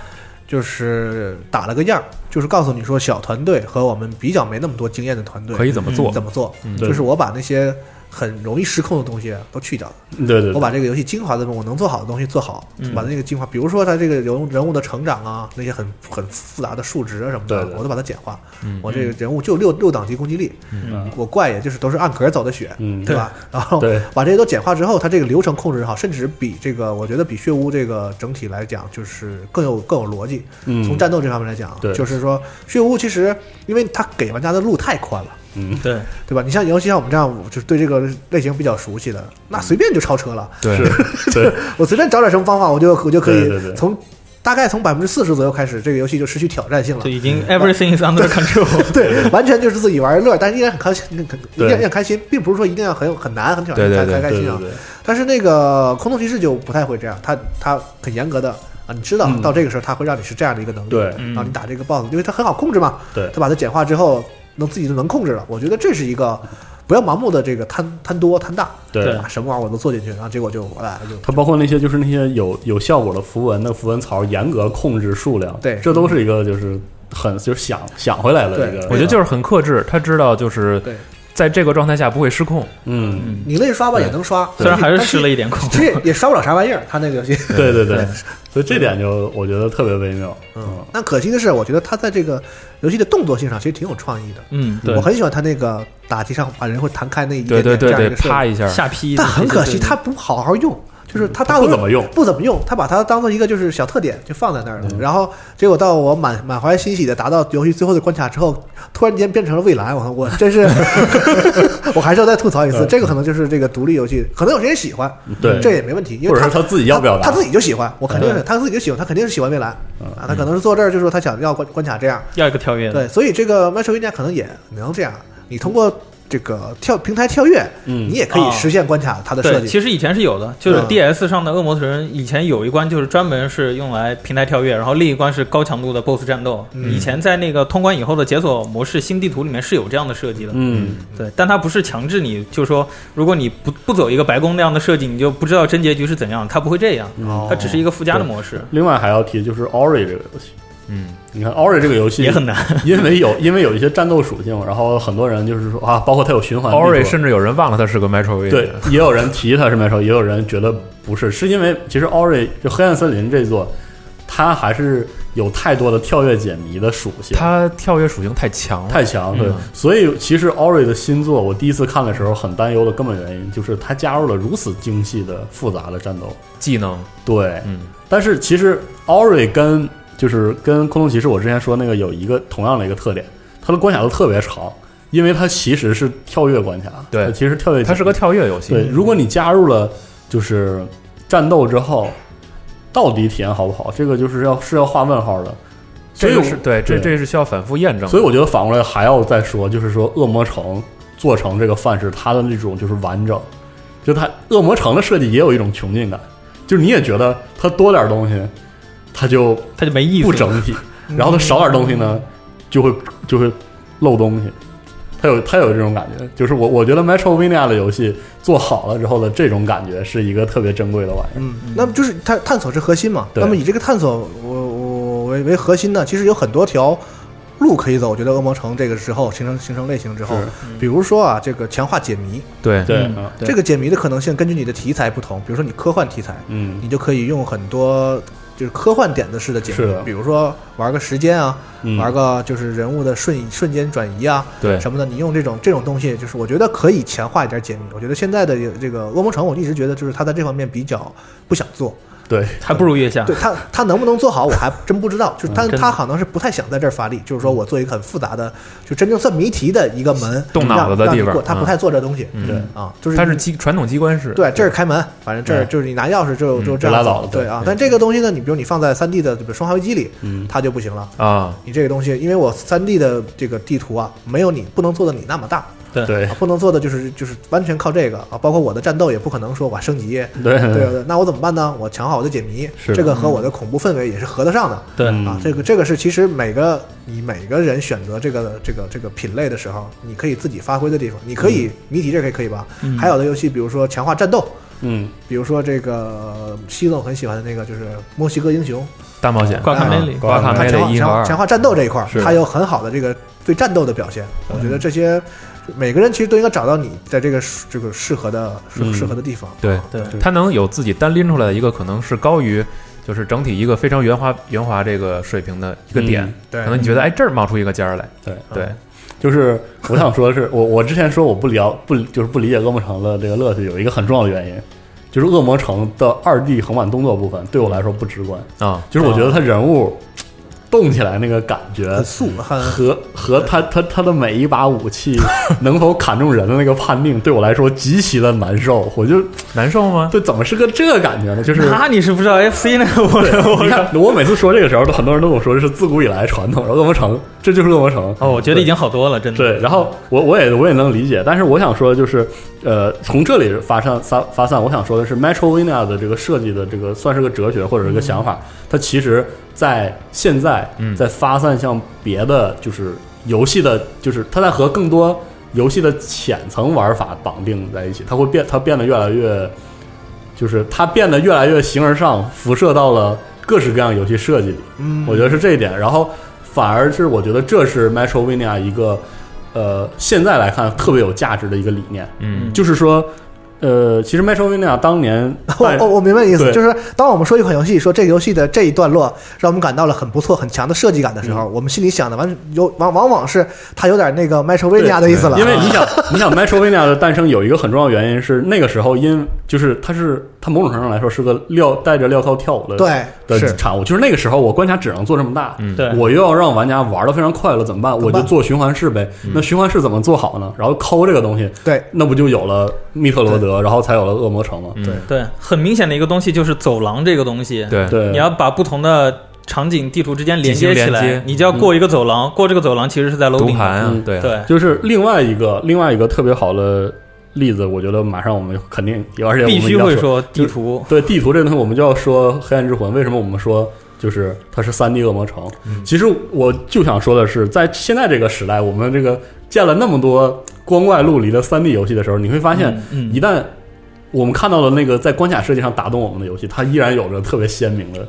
Speaker 1: 就是打了个样儿，就是告诉你说小团队和我们比较没那么多经验的团队
Speaker 2: 可以怎么做？
Speaker 1: 怎么做，
Speaker 2: 嗯
Speaker 4: 对
Speaker 1: 就是我把那些很容易失控的东西啊都去掉，
Speaker 4: 对对
Speaker 1: 我
Speaker 4: 对
Speaker 1: 把这个游戏精华的我能做好的东西做好，
Speaker 3: 嗯
Speaker 1: 把那个精华，比如说他这个人物人物的成长啊，那些很很复杂的数值啊什么的
Speaker 4: 对，对
Speaker 1: 我都把它简化。
Speaker 2: 嗯
Speaker 1: 我这个人物就六六档级攻击力，
Speaker 4: 嗯
Speaker 1: 我怪也就是都是按格走的血，
Speaker 4: 嗯
Speaker 1: 对吧？然后
Speaker 4: 对
Speaker 1: 把这些都简化之后，它这个流程控制好，甚至比这个我觉得比血污这个整体来讲就是更有更有逻辑。
Speaker 4: 嗯
Speaker 1: 从战斗这方面来讲，
Speaker 4: 对
Speaker 1: 就是说血污其实因为它给玩家的路太宽了。
Speaker 4: 嗯
Speaker 3: 对，
Speaker 1: 对吧？你像尤其像我们这样，就是对这个类型比较熟悉的，那
Speaker 4: 嗯
Speaker 1: 随便就超车了。
Speaker 2: 对
Speaker 4: 是对
Speaker 1: 我随便找点什么方法，我就我就可以
Speaker 4: 对对对
Speaker 1: 从大概从百分之四十左右开始，这个游戏就失去挑战性了
Speaker 3: 就。已经 everything is under control。
Speaker 1: 对，完全就是自己玩乐，但是依然很开心，很很依
Speaker 4: 对
Speaker 1: 然很开心，并不是说一定要很有很难很挑战
Speaker 2: 对
Speaker 1: 才
Speaker 2: 对
Speaker 1: 才
Speaker 2: 对
Speaker 1: 开
Speaker 4: 对
Speaker 1: 心
Speaker 4: 对
Speaker 1: 啊。
Speaker 4: 对，
Speaker 1: 但是那个空洞骑士就不太会这样，他他很严格的啊，你知道
Speaker 4: 嗯
Speaker 1: 到这个时候他会让你是这样的一个能力，
Speaker 4: 对
Speaker 3: 嗯
Speaker 1: 然后你打这个 BOSS，因为它很好控制嘛，
Speaker 4: 对
Speaker 1: 他把它简化之后，能自己就能控制了。我觉得这是一个不要盲目的这个贪贪多贪大，
Speaker 4: 对
Speaker 1: 啊，什么玩意儿我都做进去，然后结果就哎就
Speaker 4: 它包括那些就是那些有有效果的符文的符文槽，严格控制数量，
Speaker 1: 对
Speaker 4: 这都是一个就是很就是想想回来的
Speaker 1: 对
Speaker 4: 一个，
Speaker 2: 我觉得就是是很克制，他知道就是
Speaker 1: 对
Speaker 2: 在这个状态下不会失控，
Speaker 4: 嗯，
Speaker 1: 你累刷吧
Speaker 4: 对
Speaker 1: 也能刷，
Speaker 3: 虽然还是
Speaker 1: 但
Speaker 3: 失了一点控
Speaker 1: 其实也也刷不了啥玩意儿，他那个游戏。
Speaker 4: 对对 对
Speaker 1: 对，
Speaker 4: 所以这点就我觉得特别微妙，嗯
Speaker 1: 嗯，但可惜的是，我觉得他在这个游戏的动作性上其实挺有创意的。
Speaker 3: 嗯，
Speaker 4: 对
Speaker 1: 我很喜欢他那个打击上把人会弹开那一
Speaker 2: 对
Speaker 1: 点
Speaker 2: 对
Speaker 1: 点这
Speaker 2: 对
Speaker 1: 样一
Speaker 2: 对，
Speaker 1: 个设计
Speaker 2: 啪一下，
Speaker 3: 下劈。
Speaker 1: 但很可惜
Speaker 3: 对
Speaker 1: 他不好好用，就是他大
Speaker 4: 嗯不
Speaker 1: 部
Speaker 4: 怎
Speaker 1: 分
Speaker 4: 么用，嗯
Speaker 1: 不怎么用，他把它当做一个就是小特点就放在那儿了。然后结果到我满满怀欣喜的达到游戏最后的关卡之后，突然间变成了蔚蓝，我我真 是，我还是要再吐槽一次，这个可能就是这个独立游戏，可能有些人喜欢，
Speaker 4: 对
Speaker 1: 这也没问题，因
Speaker 4: 或
Speaker 1: 为
Speaker 4: 者
Speaker 1: 他
Speaker 4: 是他自己要表达
Speaker 1: 他，自己就喜欢，我肯定是
Speaker 4: 对嗯
Speaker 1: 他自己就喜欢，他肯定是喜欢蔚蓝啊，他可能是坐这儿就说他想要关关卡这样，
Speaker 3: 要一个跳跃的。
Speaker 1: 对，所以这个 Metro 可能也能这样，你通过这个跳平台跳跃，
Speaker 4: 嗯
Speaker 1: 你也可以
Speaker 3: 啊
Speaker 1: 实现关卡它的设
Speaker 3: 对，
Speaker 1: 计。
Speaker 3: 其实以前是有的，就是
Speaker 1: 嗯
Speaker 3: DS 上的《恶魔城》以前有一关就是专门是用来平台跳跃，然后另一关是高强度的 BOSS 战斗。
Speaker 4: 嗯
Speaker 3: 以前在那个通关以后的解锁模式新地图里面是有这样的设计的，
Speaker 4: 嗯，
Speaker 3: 对，但它不是强制你，就是说如果你不不走一个白宫那样的设计，你就不知道真结局是怎样，它不会这样，
Speaker 4: 嗯
Speaker 1: 哦
Speaker 3: 它只是一个附加的模式，
Speaker 4: 另外还要提就是 Ori 这个游戏，
Speaker 2: 嗯，
Speaker 4: 你看 Ori 这个游戏
Speaker 3: 也很，难。
Speaker 4: 因为有因为有一些战斗属性，然后很多人就是说啊，包括它有循环地图。
Speaker 2: ，Ori 甚至有人忘了他是个 Metro
Speaker 4: 对
Speaker 2: Vania，，
Speaker 4: 也有人提它是 Metro，也有人觉得不是，是因为其实 Ori 就黑暗森林这座，它还是有太多的跳跃解谜的属性，
Speaker 2: 他跳跃属性太强了，
Speaker 4: 太强，对，
Speaker 2: 嗯
Speaker 4: 所以其实 Ori 的新作，我第一次看的时候很担忧的根本原因就是它加入了如此精细的复杂的战斗，
Speaker 2: 技能，
Speaker 4: 对，
Speaker 2: 嗯
Speaker 4: 但是其实 Ori 跟就是跟《空洞骑士》我之前说那个有一个同样的一个特点，它的关卡都特别长，因为它其实是跳跃关卡，
Speaker 2: 对
Speaker 4: 它其实跳跃
Speaker 2: 它是个跳跃游
Speaker 4: 对
Speaker 2: 戏，，
Speaker 4: 如果你加入了就是战斗之后，到底体验好不好，这个就是要是要画问号的。所以
Speaker 2: 这
Speaker 4: 我
Speaker 2: 个是对，这
Speaker 4: 对
Speaker 2: 这是需要反复验证的。
Speaker 4: 所以我觉得反过来还要再说，就是说恶魔城做成这个范式，它的那种就是完整，就它恶魔城的设计也有一种穷尽感，就是你也觉得它多点东西，它就
Speaker 3: 它就没意思。
Speaker 4: 不，整体，然后它少点东西呢，就会就会漏东西。它有它有这种感觉，就是我我觉得 Metrovania 的游戏做好了之后的这种感觉是一个特别珍贵的玩意儿。
Speaker 1: 嗯，那么就是探探索是核心嘛？
Speaker 4: 对
Speaker 1: 那么以这个探索我我为为核心呢，其实有很多条路可以走。我觉得恶魔城这个之后形成形成类型之后
Speaker 4: 是，
Speaker 1: 比如说啊，这个强化解谜，
Speaker 2: 对
Speaker 4: 对，
Speaker 3: 嗯
Speaker 4: 嗯
Speaker 1: 这个解谜的可能性根据你的题材不同，比如说你科幻题材，
Speaker 4: 嗯，
Speaker 1: 你就可以用很多就是科幻点子式的解
Speaker 4: 是
Speaker 1: 谜
Speaker 4: 的，
Speaker 1: 比如说玩个时间啊，
Speaker 4: 嗯
Speaker 1: 玩个就是人物的瞬瞬间转移啊，
Speaker 2: 对
Speaker 1: 什么的，你用这种这种东西，就是我觉得可以强化一点解谜。我觉得现在的这个恶魔城，我一直觉得就是他在这方面比较不想做，
Speaker 4: 对，
Speaker 3: 还不如月
Speaker 2: 啊
Speaker 3: 下。
Speaker 1: 对他他能不能做好，我还真不知
Speaker 2: 嗯
Speaker 1: 道。就是他
Speaker 3: 真的
Speaker 1: 他可能是不太想在这儿发力，就是说我做一个很复杂的，就真正算谜题的一个门，
Speaker 2: 嗯动脑子
Speaker 1: 让
Speaker 2: 的
Speaker 1: 让你
Speaker 2: 地方
Speaker 1: 过他不太做这东西
Speaker 2: 嗯
Speaker 4: 对
Speaker 1: 啊，就是
Speaker 2: 它是机传统机关式，
Speaker 1: 对，这是开门，反正这儿
Speaker 4: 嗯
Speaker 1: 就是你拿钥匙就
Speaker 2: 嗯
Speaker 1: 就这
Speaker 4: 就拉
Speaker 1: 样
Speaker 4: 倒
Speaker 1: 走
Speaker 4: 了，
Speaker 1: 对
Speaker 4: 对
Speaker 1: 啊
Speaker 4: 嗯。
Speaker 1: 但这个东西呢，你比如你放在三 D 的比如双号机里，
Speaker 4: 嗯
Speaker 1: 它就不行了。
Speaker 2: 啊，
Speaker 1: 你这个东西，因为我三 D 的这个地图啊，没有你不能做的你那么大
Speaker 4: 对
Speaker 1: 啊，不能做的就是就是完全靠这个啊，包括我的战斗也不可能说我升级，
Speaker 4: 对
Speaker 1: 对对对，那我怎么办呢？我强化我的解谜，
Speaker 4: 嗯是的
Speaker 1: 这个和我的恐怖氛围也是合得上的。
Speaker 3: 对
Speaker 4: 嗯
Speaker 1: 啊，这个这个是其实每个你每个人选择这个这个这个品类的时候，你可以自己发挥的地方，你可以谜题这个可以吧？
Speaker 3: 嗯
Speaker 1: 还有的游戏，比如说强化战斗，
Speaker 4: 嗯
Speaker 1: 比如说这个西总很喜欢的那个就是墨西哥英雄，
Speaker 2: 大冒险，
Speaker 3: 挂
Speaker 1: 卡
Speaker 3: 看
Speaker 1: 梅
Speaker 3: 梅
Speaker 1: 里
Speaker 3: 里，
Speaker 2: 瓜卡
Speaker 1: 它
Speaker 2: 梅
Speaker 1: 强化
Speaker 2: 雷一
Speaker 1: 强
Speaker 2: 和
Speaker 1: 化强
Speaker 2: 二，
Speaker 1: 化战斗这一块儿，
Speaker 2: 是嗯
Speaker 1: 它有很好的这个对战斗的表现。我觉得这些每个人其实都应该找到你在这个这个适合的适
Speaker 4: 嗯
Speaker 1: 适合的地方。
Speaker 2: 对，
Speaker 3: 对，
Speaker 2: 它能有自己单拎出来的一个，可能是高于就是整体一个非常圆滑圆滑这个水平的一个点，
Speaker 4: 嗯
Speaker 1: 对
Speaker 2: 可能你觉得哎这儿冒出一个尖儿来，
Speaker 4: 对，
Speaker 2: 对，
Speaker 4: 就是我想说的是，我我之前说我不了不就是不理解恶魔城的这个乐趣，有一个很重要的原因，就是恶魔城的二 D 横版动作部分对我来说不直观，
Speaker 2: 啊，
Speaker 4: 就是嗯我觉得他人物动起来那个感觉
Speaker 1: 很素
Speaker 2: 嗯
Speaker 1: 很
Speaker 4: 和和他他他的每一把武器能否砍中人的那个判定，对我来说极其的难受。我就
Speaker 2: 难受吗？
Speaker 4: 对怎么是个这个感觉呢？就是
Speaker 3: 那你是不知道 FC 那个我
Speaker 4: 你
Speaker 3: 我
Speaker 4: 看，我每次说这个时候，都很多人都跟我说这是自古以来传统，然后恶魔城，这就是恶魔城。
Speaker 3: 哦，我觉得已经好多了，真的。
Speaker 4: 对，然后我我也我也能理解，但是我想说的就是，呃，从这里发散发发散，我想说的是，Metrovania 的这个设计的这个算是个哲学或者是
Speaker 3: 嗯
Speaker 4: 个想法，它其实在现在
Speaker 2: 嗯
Speaker 4: 在发散向别的就是游戏的，就是它在和更多游戏的浅层玩法绑定在一起，它会变，它变得越来越，就是它变得越来越形而上，辐射到了各式各样的游戏设计里。
Speaker 1: 嗯，
Speaker 4: 我觉得是这一点。然后反而是我觉得这是 Metrovania 一个呃现在来看特别有价值的一个理念，
Speaker 2: 嗯，
Speaker 4: 就是说呃，其实 Metrovania 当年
Speaker 1: 我哦我我明白你意思，
Speaker 4: 对
Speaker 1: 就是当我们说一款游戏，说这个游戏的这一段落让我们感到了很不错、很强的设计感的时候，
Speaker 2: 嗯
Speaker 1: 我们心里想的完有往往往是它有点那个 Metrovania 的意思了，
Speaker 4: 因为你想，你想 Metrovania 的诞生有一个很重要的原因是那个时候因就是它是它某种程度上来说是个镣带着镣铐跳舞的
Speaker 1: 对
Speaker 4: 的
Speaker 1: 是
Speaker 4: 产物，就是那个时候我关卡只能做这么大，
Speaker 2: 嗯
Speaker 3: 对
Speaker 4: 我又要让玩家玩的非常快乐，怎么办？
Speaker 1: 么
Speaker 4: 我
Speaker 1: 办
Speaker 4: 就做循环式呗。那循环式怎么做好呢？然后抠这个东西，
Speaker 1: 对
Speaker 4: 那不就有了密特罗德，然后才有了恶魔城吗？
Speaker 2: 嗯
Speaker 1: 对
Speaker 3: 对，很明显的一个东西就是走廊这个东西。，
Speaker 2: 对
Speaker 4: 对，
Speaker 3: 你要把不同的场景地图之间连接起
Speaker 2: 进行
Speaker 3: 来
Speaker 2: 连接，
Speaker 3: 你就要过一个走廊，过这个走廊其实是在
Speaker 2: 读
Speaker 3: loading 的。
Speaker 2: 盘啊
Speaker 4: 嗯，
Speaker 2: 对啊，
Speaker 3: 对，
Speaker 4: 就是另外一个另外一个特别好的例子，我觉得马上我们肯定，而且我们
Speaker 3: 必须
Speaker 4: 一定
Speaker 3: 会
Speaker 4: 要说
Speaker 3: 说地图。
Speaker 4: 对地图这个东西，我们就要说《黑暗之魂》。为什么我们说就是它是三 D 恶魔城？其实我就想说的是，在现在这个时代，我们这个建了那么多光怪陆离的三 D 游戏的时候，你会发现，
Speaker 3: 嗯嗯
Speaker 4: 一旦我们看到了那个在关卡设计上打动我们的游戏，它依然有着特别鲜明的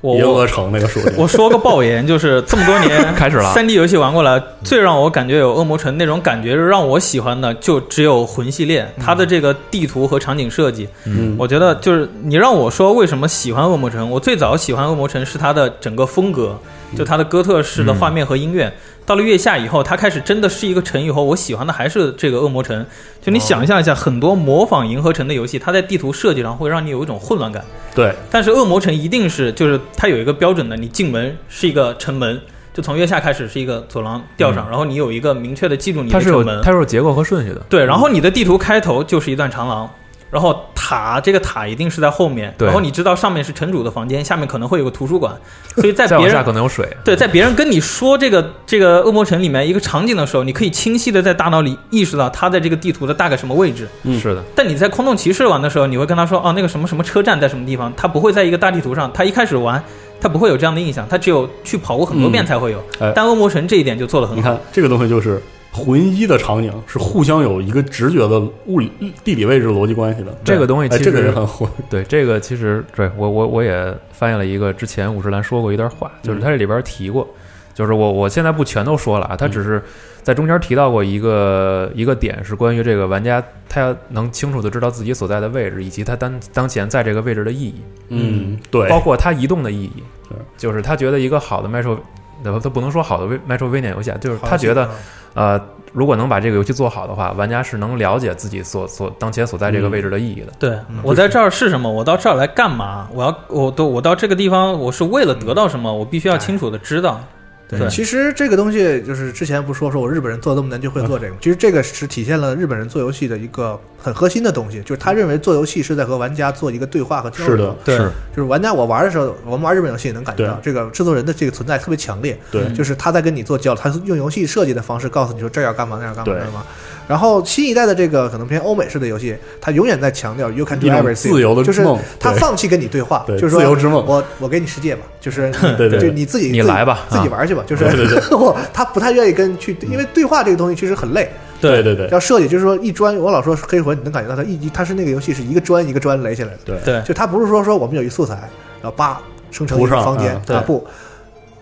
Speaker 3: 我
Speaker 4: 银
Speaker 3: 我
Speaker 4: 河城那个属性。
Speaker 3: 我说个爆言，就是这么多年
Speaker 2: 开始了
Speaker 3: 三 D 游戏玩过来，最让我感觉有恶魔城那种感觉，让我喜欢的就只有魂系列，它的这个地图和场景设计，
Speaker 4: 嗯，
Speaker 3: 我觉得就是你让我说为什么喜欢恶魔城，我最早喜欢恶魔城是它的整个风格，
Speaker 2: 嗯
Speaker 3: 就它的哥特式的画面和音乐。到了月下以后，它开始真的是一个城以后，我喜欢的还是这个恶魔城。就你想象一下，很多模仿银河城的游戏，它在地图设计上会让你有一种混乱感。
Speaker 4: 对，
Speaker 3: 但是恶魔城一定是就是它有一个标准的，你进门是一个城门，就从月下开始是一个走廊吊上，然后你有一个明确的记住你
Speaker 2: 它
Speaker 3: 的
Speaker 2: 是
Speaker 3: 城
Speaker 2: 有
Speaker 3: 门
Speaker 2: 嗯它。是有结构和顺序的，
Speaker 3: 对，然后你的地图开头就是一段长廊，然后塔这个塔一定是在后面，
Speaker 2: 对
Speaker 3: 然后你知道上面是城主的房间，下面可能会有个图书馆，所以 在
Speaker 2: 再往
Speaker 3: 别人
Speaker 2: 下可能有水。
Speaker 3: 对，在别人跟你说这个这个恶魔城里面一个场景的时候，你可以清晰的在大脑里意识到它在这个地图的大概什么位置。
Speaker 4: 嗯
Speaker 2: 是的，
Speaker 3: 但你在空洞骑士玩的时候，你会跟他说哦，那个什么什么车站在什么地方，他不会在一个大地图上。他一开始玩，他不会有这样的印象，他只有去跑过很
Speaker 2: 嗯
Speaker 3: 多遍才会有。
Speaker 4: 哎
Speaker 3: 但恶魔城这一点就做得很
Speaker 4: 你
Speaker 3: 好。
Speaker 4: 看这个东西就是魂一的场景是互相有一个直觉的物理地理位置逻辑关系的。
Speaker 2: 这个东西
Speaker 4: 哎，
Speaker 2: 其
Speaker 4: 这个
Speaker 2: 实
Speaker 4: 也很混。
Speaker 2: 对这个其实对我我我也翻译了一个之前五十岚说过一段话，就是他这里边提过，就是我我现在不全都说了啊，他只是在中间提到过一个一个点是关于这个玩家他要能清楚的知道自己所在的位置，以及他当当前在这个位置的意义，
Speaker 4: 嗯，对，
Speaker 2: 包括它移动的意义
Speaker 4: 是，
Speaker 2: 就是他觉得一个好的 Metro，呃他不能说好的 Metro v a n i a 游戏，啊，就是他觉得呃，如果能把这个游戏做好的话，玩家是能了解自己所所当前所在这个位置的意义的。
Speaker 3: 对
Speaker 1: 嗯
Speaker 3: 我在这儿是什么？我到这儿来干嘛？我要我都我到这个地方，我是为了得到什么？我必
Speaker 1: 哎
Speaker 3: 须要清楚的知道。对
Speaker 1: 其实这个东西就是之前不是说说我日本人做这么难就会 做这个吗，其实这个是体现了日本人做游戏的一个很核心的东西，就是他认为做游戏是在和玩家做一个对话和交流。
Speaker 4: 是的，
Speaker 3: 对，
Speaker 1: 就是玩家我玩的时候，我们玩日本游戏也能感觉到
Speaker 4: 对嗯
Speaker 1: 这个制作人的这个存在特别强烈，
Speaker 4: 对，
Speaker 1: 就是他在跟你做交流，他是用游戏设计的方式告诉你说这儿要干嘛，那儿要干嘛，
Speaker 4: 对
Speaker 1: 那儿要干嘛。然后新一代的这个可能偏欧美式的游戏，它永远在强调 you can do
Speaker 4: 一种
Speaker 1: everything，
Speaker 4: 自由的
Speaker 1: 就是
Speaker 4: 梦
Speaker 1: 他
Speaker 4: 对
Speaker 1: 放弃跟你对话，
Speaker 4: 对
Speaker 1: 就是说
Speaker 4: 自由之梦
Speaker 1: 我我给你世界吧， 就是你
Speaker 4: 对对
Speaker 1: 就
Speaker 4: 对
Speaker 1: 你自己
Speaker 2: 你
Speaker 1: 自己
Speaker 2: 来吧
Speaker 1: 自己
Speaker 2: 啊
Speaker 1: 玩去吧，就是
Speaker 4: 对对
Speaker 1: 我他不太愿意跟去，因为对话这个东西其实很累，
Speaker 4: 对对对
Speaker 1: 要设计就是说一砖，我老说黑魂，你能感觉到它一它是那个游戏是一个砖一个砖垒起来的。
Speaker 4: 对
Speaker 3: 对
Speaker 1: 就它不是说说我们有一素材，然后叭生成一
Speaker 4: 涂
Speaker 1: 个
Speaker 4: 上
Speaker 1: 房间
Speaker 4: 啊，
Speaker 3: 对
Speaker 1: 啊不，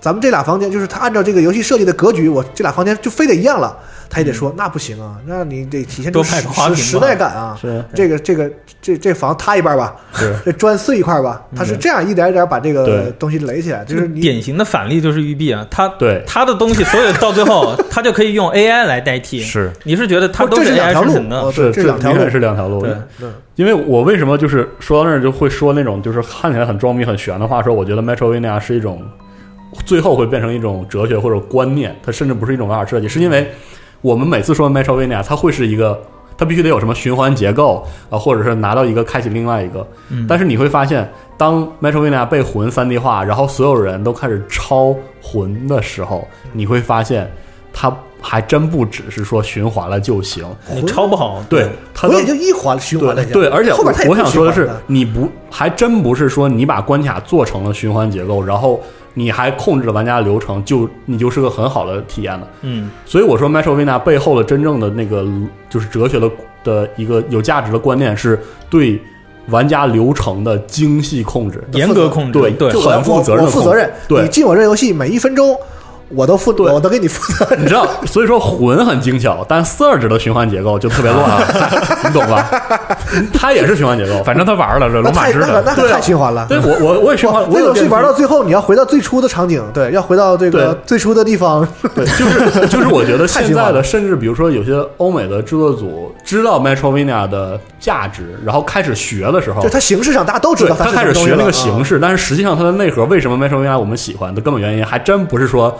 Speaker 1: 咱们这俩房间就是它按照这个游戏设计的格局，我这俩房间就非得一样了，他也得说、那不行啊，那你得体现出
Speaker 3: 多派
Speaker 1: 时
Speaker 3: 个花瓶
Speaker 1: 时
Speaker 3: 吧
Speaker 1: 时代感啊。
Speaker 4: 是
Speaker 1: 这个这个这这房塌一半吧，
Speaker 4: 是
Speaker 1: 这砖碎一块吧，它是这样一点一点把这个
Speaker 4: 对
Speaker 1: 东西垒起来，就
Speaker 3: 这
Speaker 1: 是
Speaker 3: 个
Speaker 1: 你
Speaker 3: 典型的反例就是育碧啊，他
Speaker 4: 对
Speaker 3: 他的东西所有到最后，他就可以用 AI 来代替。
Speaker 2: 是
Speaker 3: 你是觉得他
Speaker 1: 不
Speaker 3: 都
Speaker 1: 这
Speaker 3: 是
Speaker 1: 是两
Speaker 3: AI
Speaker 1: 条
Speaker 3: 生
Speaker 1: 路
Speaker 3: 成，的嗯
Speaker 1: 哦？
Speaker 4: 是
Speaker 1: 对这是两条
Speaker 4: 永
Speaker 1: 路
Speaker 4: 远，是两条路
Speaker 3: 对。
Speaker 1: 对
Speaker 4: 因为我为什么就是说到那儿就会说那种就是看起来很装逼很玄的话，说我觉得 Metrovania 是一种最后会变成一种哲学或者观念，它甚至不是一种玩法设计，是因为我们每次说 Metrovania，它会是一个它必须得有什么循环结构啊，或者是拿到一个开启另外一个。
Speaker 3: 嗯
Speaker 4: 但是你会发现，当 Metrovania 被魂三 D 化，然后所有人都开始抄魂的时候，你会发现它还真不只是说循环了就行。
Speaker 3: 你抄不好。
Speaker 4: 对，它
Speaker 1: 我
Speaker 4: 都
Speaker 1: 也就一环循环了一
Speaker 4: 对
Speaker 1: 下，
Speaker 4: 对，而且
Speaker 1: 后边它也
Speaker 4: 我
Speaker 1: 不
Speaker 4: 想说的
Speaker 1: 循
Speaker 4: 是
Speaker 1: 环，
Speaker 4: 你不还真不是说你把关卡做成了循环结构，然后你还控制了玩家流程，就你就是个很好的体验了。
Speaker 3: 嗯，
Speaker 4: 所以我说 Metrovina 背后的真正的那个就是哲学的的一个有价值的观念是对玩家流程的精细控制。
Speaker 3: 严格控制。
Speaker 4: 对
Speaker 3: 对
Speaker 1: 就，我
Speaker 4: 很负责任
Speaker 1: 我
Speaker 4: 的
Speaker 1: 负
Speaker 4: 控
Speaker 1: 责任。
Speaker 4: 对
Speaker 1: 你进我这游戏每一分钟，我都负，
Speaker 4: 对嗯
Speaker 1: 我都给你负责任。
Speaker 4: 你知道，所以说魂很精巧，但 Surge 的循环结构就特别乱 了，你懂吧？它也是循环结构，
Speaker 2: 反正他玩了，这
Speaker 1: 那
Speaker 2: 龙马
Speaker 1: 太
Speaker 2: 知
Speaker 1: 那
Speaker 2: 道
Speaker 1: 个。那
Speaker 4: 对
Speaker 1: 个
Speaker 4: 啊
Speaker 1: 太循环了。
Speaker 4: 对我我我也循环
Speaker 1: 哇，
Speaker 4: 我
Speaker 1: 这
Speaker 4: 有
Speaker 1: 游戏
Speaker 4: 电
Speaker 1: 玩
Speaker 4: 梯
Speaker 1: 到最后，你要回到最初的场景，对，要回到这个
Speaker 4: 对
Speaker 1: 最初的地方。
Speaker 4: 对，就是就是，我觉得
Speaker 1: 太
Speaker 4: 现
Speaker 1: 循环
Speaker 4: 在
Speaker 1: 了
Speaker 4: 的，甚至比如说有些欧美的制作组知道 Metrovania 的价值，然后开始学的时候
Speaker 1: 就，它形式上大家都知
Speaker 4: 对
Speaker 1: 道
Speaker 4: 他
Speaker 1: 是
Speaker 4: 开始
Speaker 1: 什么东西
Speaker 4: 学那
Speaker 1: 了
Speaker 4: 个形
Speaker 1: 啊
Speaker 4: 式，但是实际上它的内核，为什么 Metrovania 我们喜欢的根本原因，还真不是说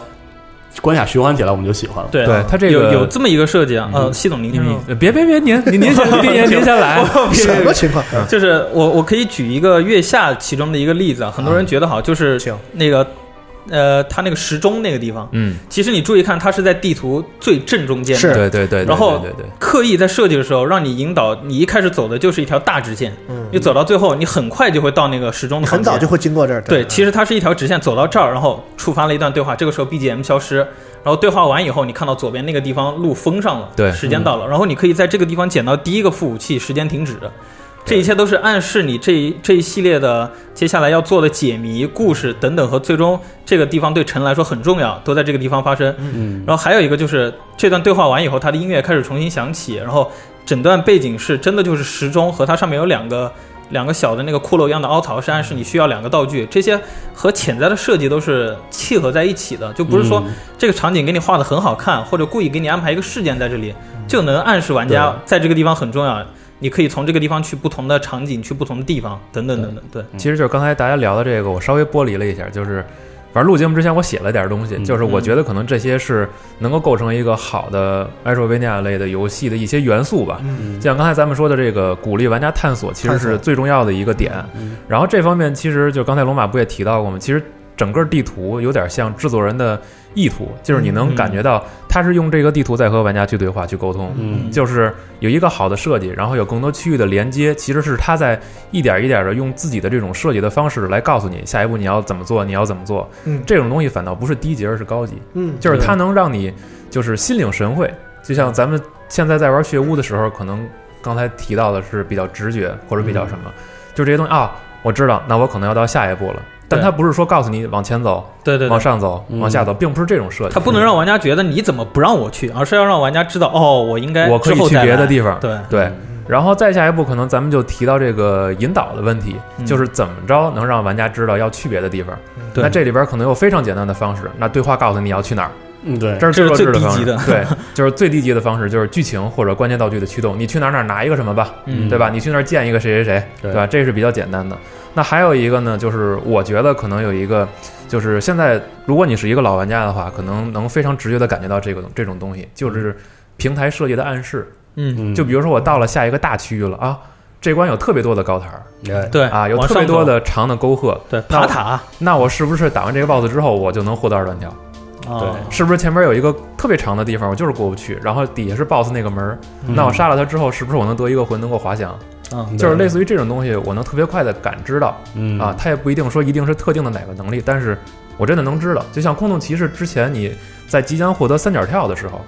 Speaker 4: 关卡循环起来我们就喜欢了。
Speaker 3: 对
Speaker 2: 对它这个
Speaker 3: 有有这么一个设计啊。
Speaker 1: 嗯
Speaker 3: 呃，系统您
Speaker 2: 你
Speaker 3: 听 说过
Speaker 2: 你别别别，您您您先别您您先来，
Speaker 1: 啊什么情况？
Speaker 3: 就是我我可以举一个月下其中的一个例子啊，很多人觉得好，就是
Speaker 1: 嗯请
Speaker 3: 那个呃，它那个时钟那个地方，
Speaker 2: 嗯，
Speaker 3: 其实你注意看，它是在地图最正中间的。
Speaker 1: 是
Speaker 2: 对对对，对
Speaker 3: 然后
Speaker 2: 对对对，
Speaker 3: 刻意在设计的时候，让你引导你一开始走的就是一条大直线，
Speaker 1: 嗯
Speaker 3: 你走到最后，你很快就会到那个时钟的
Speaker 1: 很
Speaker 3: 房间
Speaker 1: 早就会经过这儿。
Speaker 3: 对，其实它是一条直线，走到这儿，然后触发了一段对话。这个时候 BGM 消失，然后对话完以后，你看到左边那个地方路封上了，
Speaker 2: 对
Speaker 3: 时间到了，然后你可以在这个地方捡到第一个副武器，时间停止。这一切都是暗示你这一这一系列的接下来要做的解谜、故事等等，和最终这个地方对陈来说很重要，都在这个地方发生。
Speaker 4: 嗯，
Speaker 3: 然后还有一个就是这段对话完以后，它的音乐开始重新响起，然后整段背景是真的就是时钟和它上面有两个两个小的那个骷髅一样的凹槽，是暗示你需要两个道具。这些和潜在的设计都是契合在一起的，就不是说
Speaker 4: 嗯
Speaker 3: 这个场景给你画的很好看，或者故意给你安排一个事件在这里，就能暗示玩家
Speaker 4: 对
Speaker 3: 在这个地方很重要。你可以从这个地方去不同的场景，去不同的地方，等等等等。对，
Speaker 1: 嗯
Speaker 2: 其实就是刚才大家聊的这个，我稍微剥离了一下，就是反正录节目之前我写了点东西，
Speaker 4: 嗯
Speaker 2: 就是我觉得可能这些是能够构成一个好的 Metroidvania 类的游戏的一些元素吧。
Speaker 1: 嗯，
Speaker 2: 就像刚才咱们说的，这个鼓励玩家探索其实
Speaker 1: 探
Speaker 2: 是
Speaker 1: 索
Speaker 2: 最重要的一个点。
Speaker 4: 嗯
Speaker 2: 然后这方面其实就刚才龙马不也提到过吗？其实整个地图有点像制作人的意图，就是你能
Speaker 3: 嗯
Speaker 2: 感觉到他是用这个地图在和玩家去对话、去沟通。
Speaker 4: 嗯
Speaker 2: 就是有一个好的设计，然后有更多区域的连接，其实是他在一点一点的用自己的这种设计的方式来告诉你下一步你要怎么做，你要怎么做。
Speaker 1: 嗯
Speaker 2: 这种东西反倒不是低级，而是高级，
Speaker 1: 嗯，
Speaker 2: 就是
Speaker 3: 对
Speaker 2: 它能让你就是心领神会。就像咱们现在在玩血屋的时候，可能刚才提到的是比较直觉或者比较什么，
Speaker 3: 嗯
Speaker 2: 就这些东西啊，我知道，那我可能要到下一步了。但
Speaker 3: 对
Speaker 2: 它不是说告诉你往前走、
Speaker 3: 对对对
Speaker 2: 往。上走、
Speaker 4: 嗯
Speaker 2: 往下走，并不是这种设计。
Speaker 3: 他不能让玩家觉得你怎么不让我去，而是要让玩家知道哦，我应该
Speaker 2: 我可以
Speaker 3: 之后
Speaker 2: 去
Speaker 3: 再
Speaker 2: 别的
Speaker 3: 来
Speaker 2: 地方。
Speaker 3: 对，
Speaker 2: 对，然后再下一步，可能咱们就提到这个引导的问题，
Speaker 3: 嗯
Speaker 2: 就是怎么着能让玩家知道要去别的地方。
Speaker 3: 对
Speaker 2: 那这里边可能有非常简单的方式，那对话告诉你要去哪儿，
Speaker 4: 嗯，对，
Speaker 2: 这是
Speaker 3: 这是
Speaker 2: 弱智
Speaker 3: 最
Speaker 2: 方式
Speaker 3: 低级的
Speaker 2: 对，就是最低级的方式，就是剧情或者关键道具的驱动，你去哪儿哪儿拿一个什么吧，
Speaker 3: 嗯
Speaker 2: 对吧？你去那儿见一个谁谁谁，
Speaker 4: 对
Speaker 2: 对吧？这是比较简单的。那还有一个呢，就是我觉得可能有一个，就是现在如果你是一个老玩家的话，可能能非常直觉的感觉到这个这种东西，就是平台设计的暗示。
Speaker 3: 嗯，
Speaker 4: 嗯，
Speaker 2: 就比如说我到了下一个大区域了啊，这关有特别多的高台儿
Speaker 4: 哎
Speaker 3: 对
Speaker 2: 啊，有
Speaker 3: 往
Speaker 2: 特别
Speaker 3: 上
Speaker 2: 多
Speaker 3: 走
Speaker 2: 的长的沟壑，
Speaker 3: 对
Speaker 2: 那
Speaker 3: 爬塔，
Speaker 2: 那我是不是打完这个 BOSS 之后，我就能获得二段跳？
Speaker 3: 哦
Speaker 2: 是不是前面有一个特别长的地方，我就是过不去，然后底下是 BOSS 那个门儿，
Speaker 4: 嗯
Speaker 2: 那我杀了他之后，是不是我能得一个魂，能够滑翔？
Speaker 3: 嗯，
Speaker 2: 就是类似于这种东西，我能特别快的感知到
Speaker 4: 嗯
Speaker 2: 啊，，它也不一定说一定是特定的哪个能力，但是我真的能知道，就像空洞骑士之前你在即将获得三角跳的时候。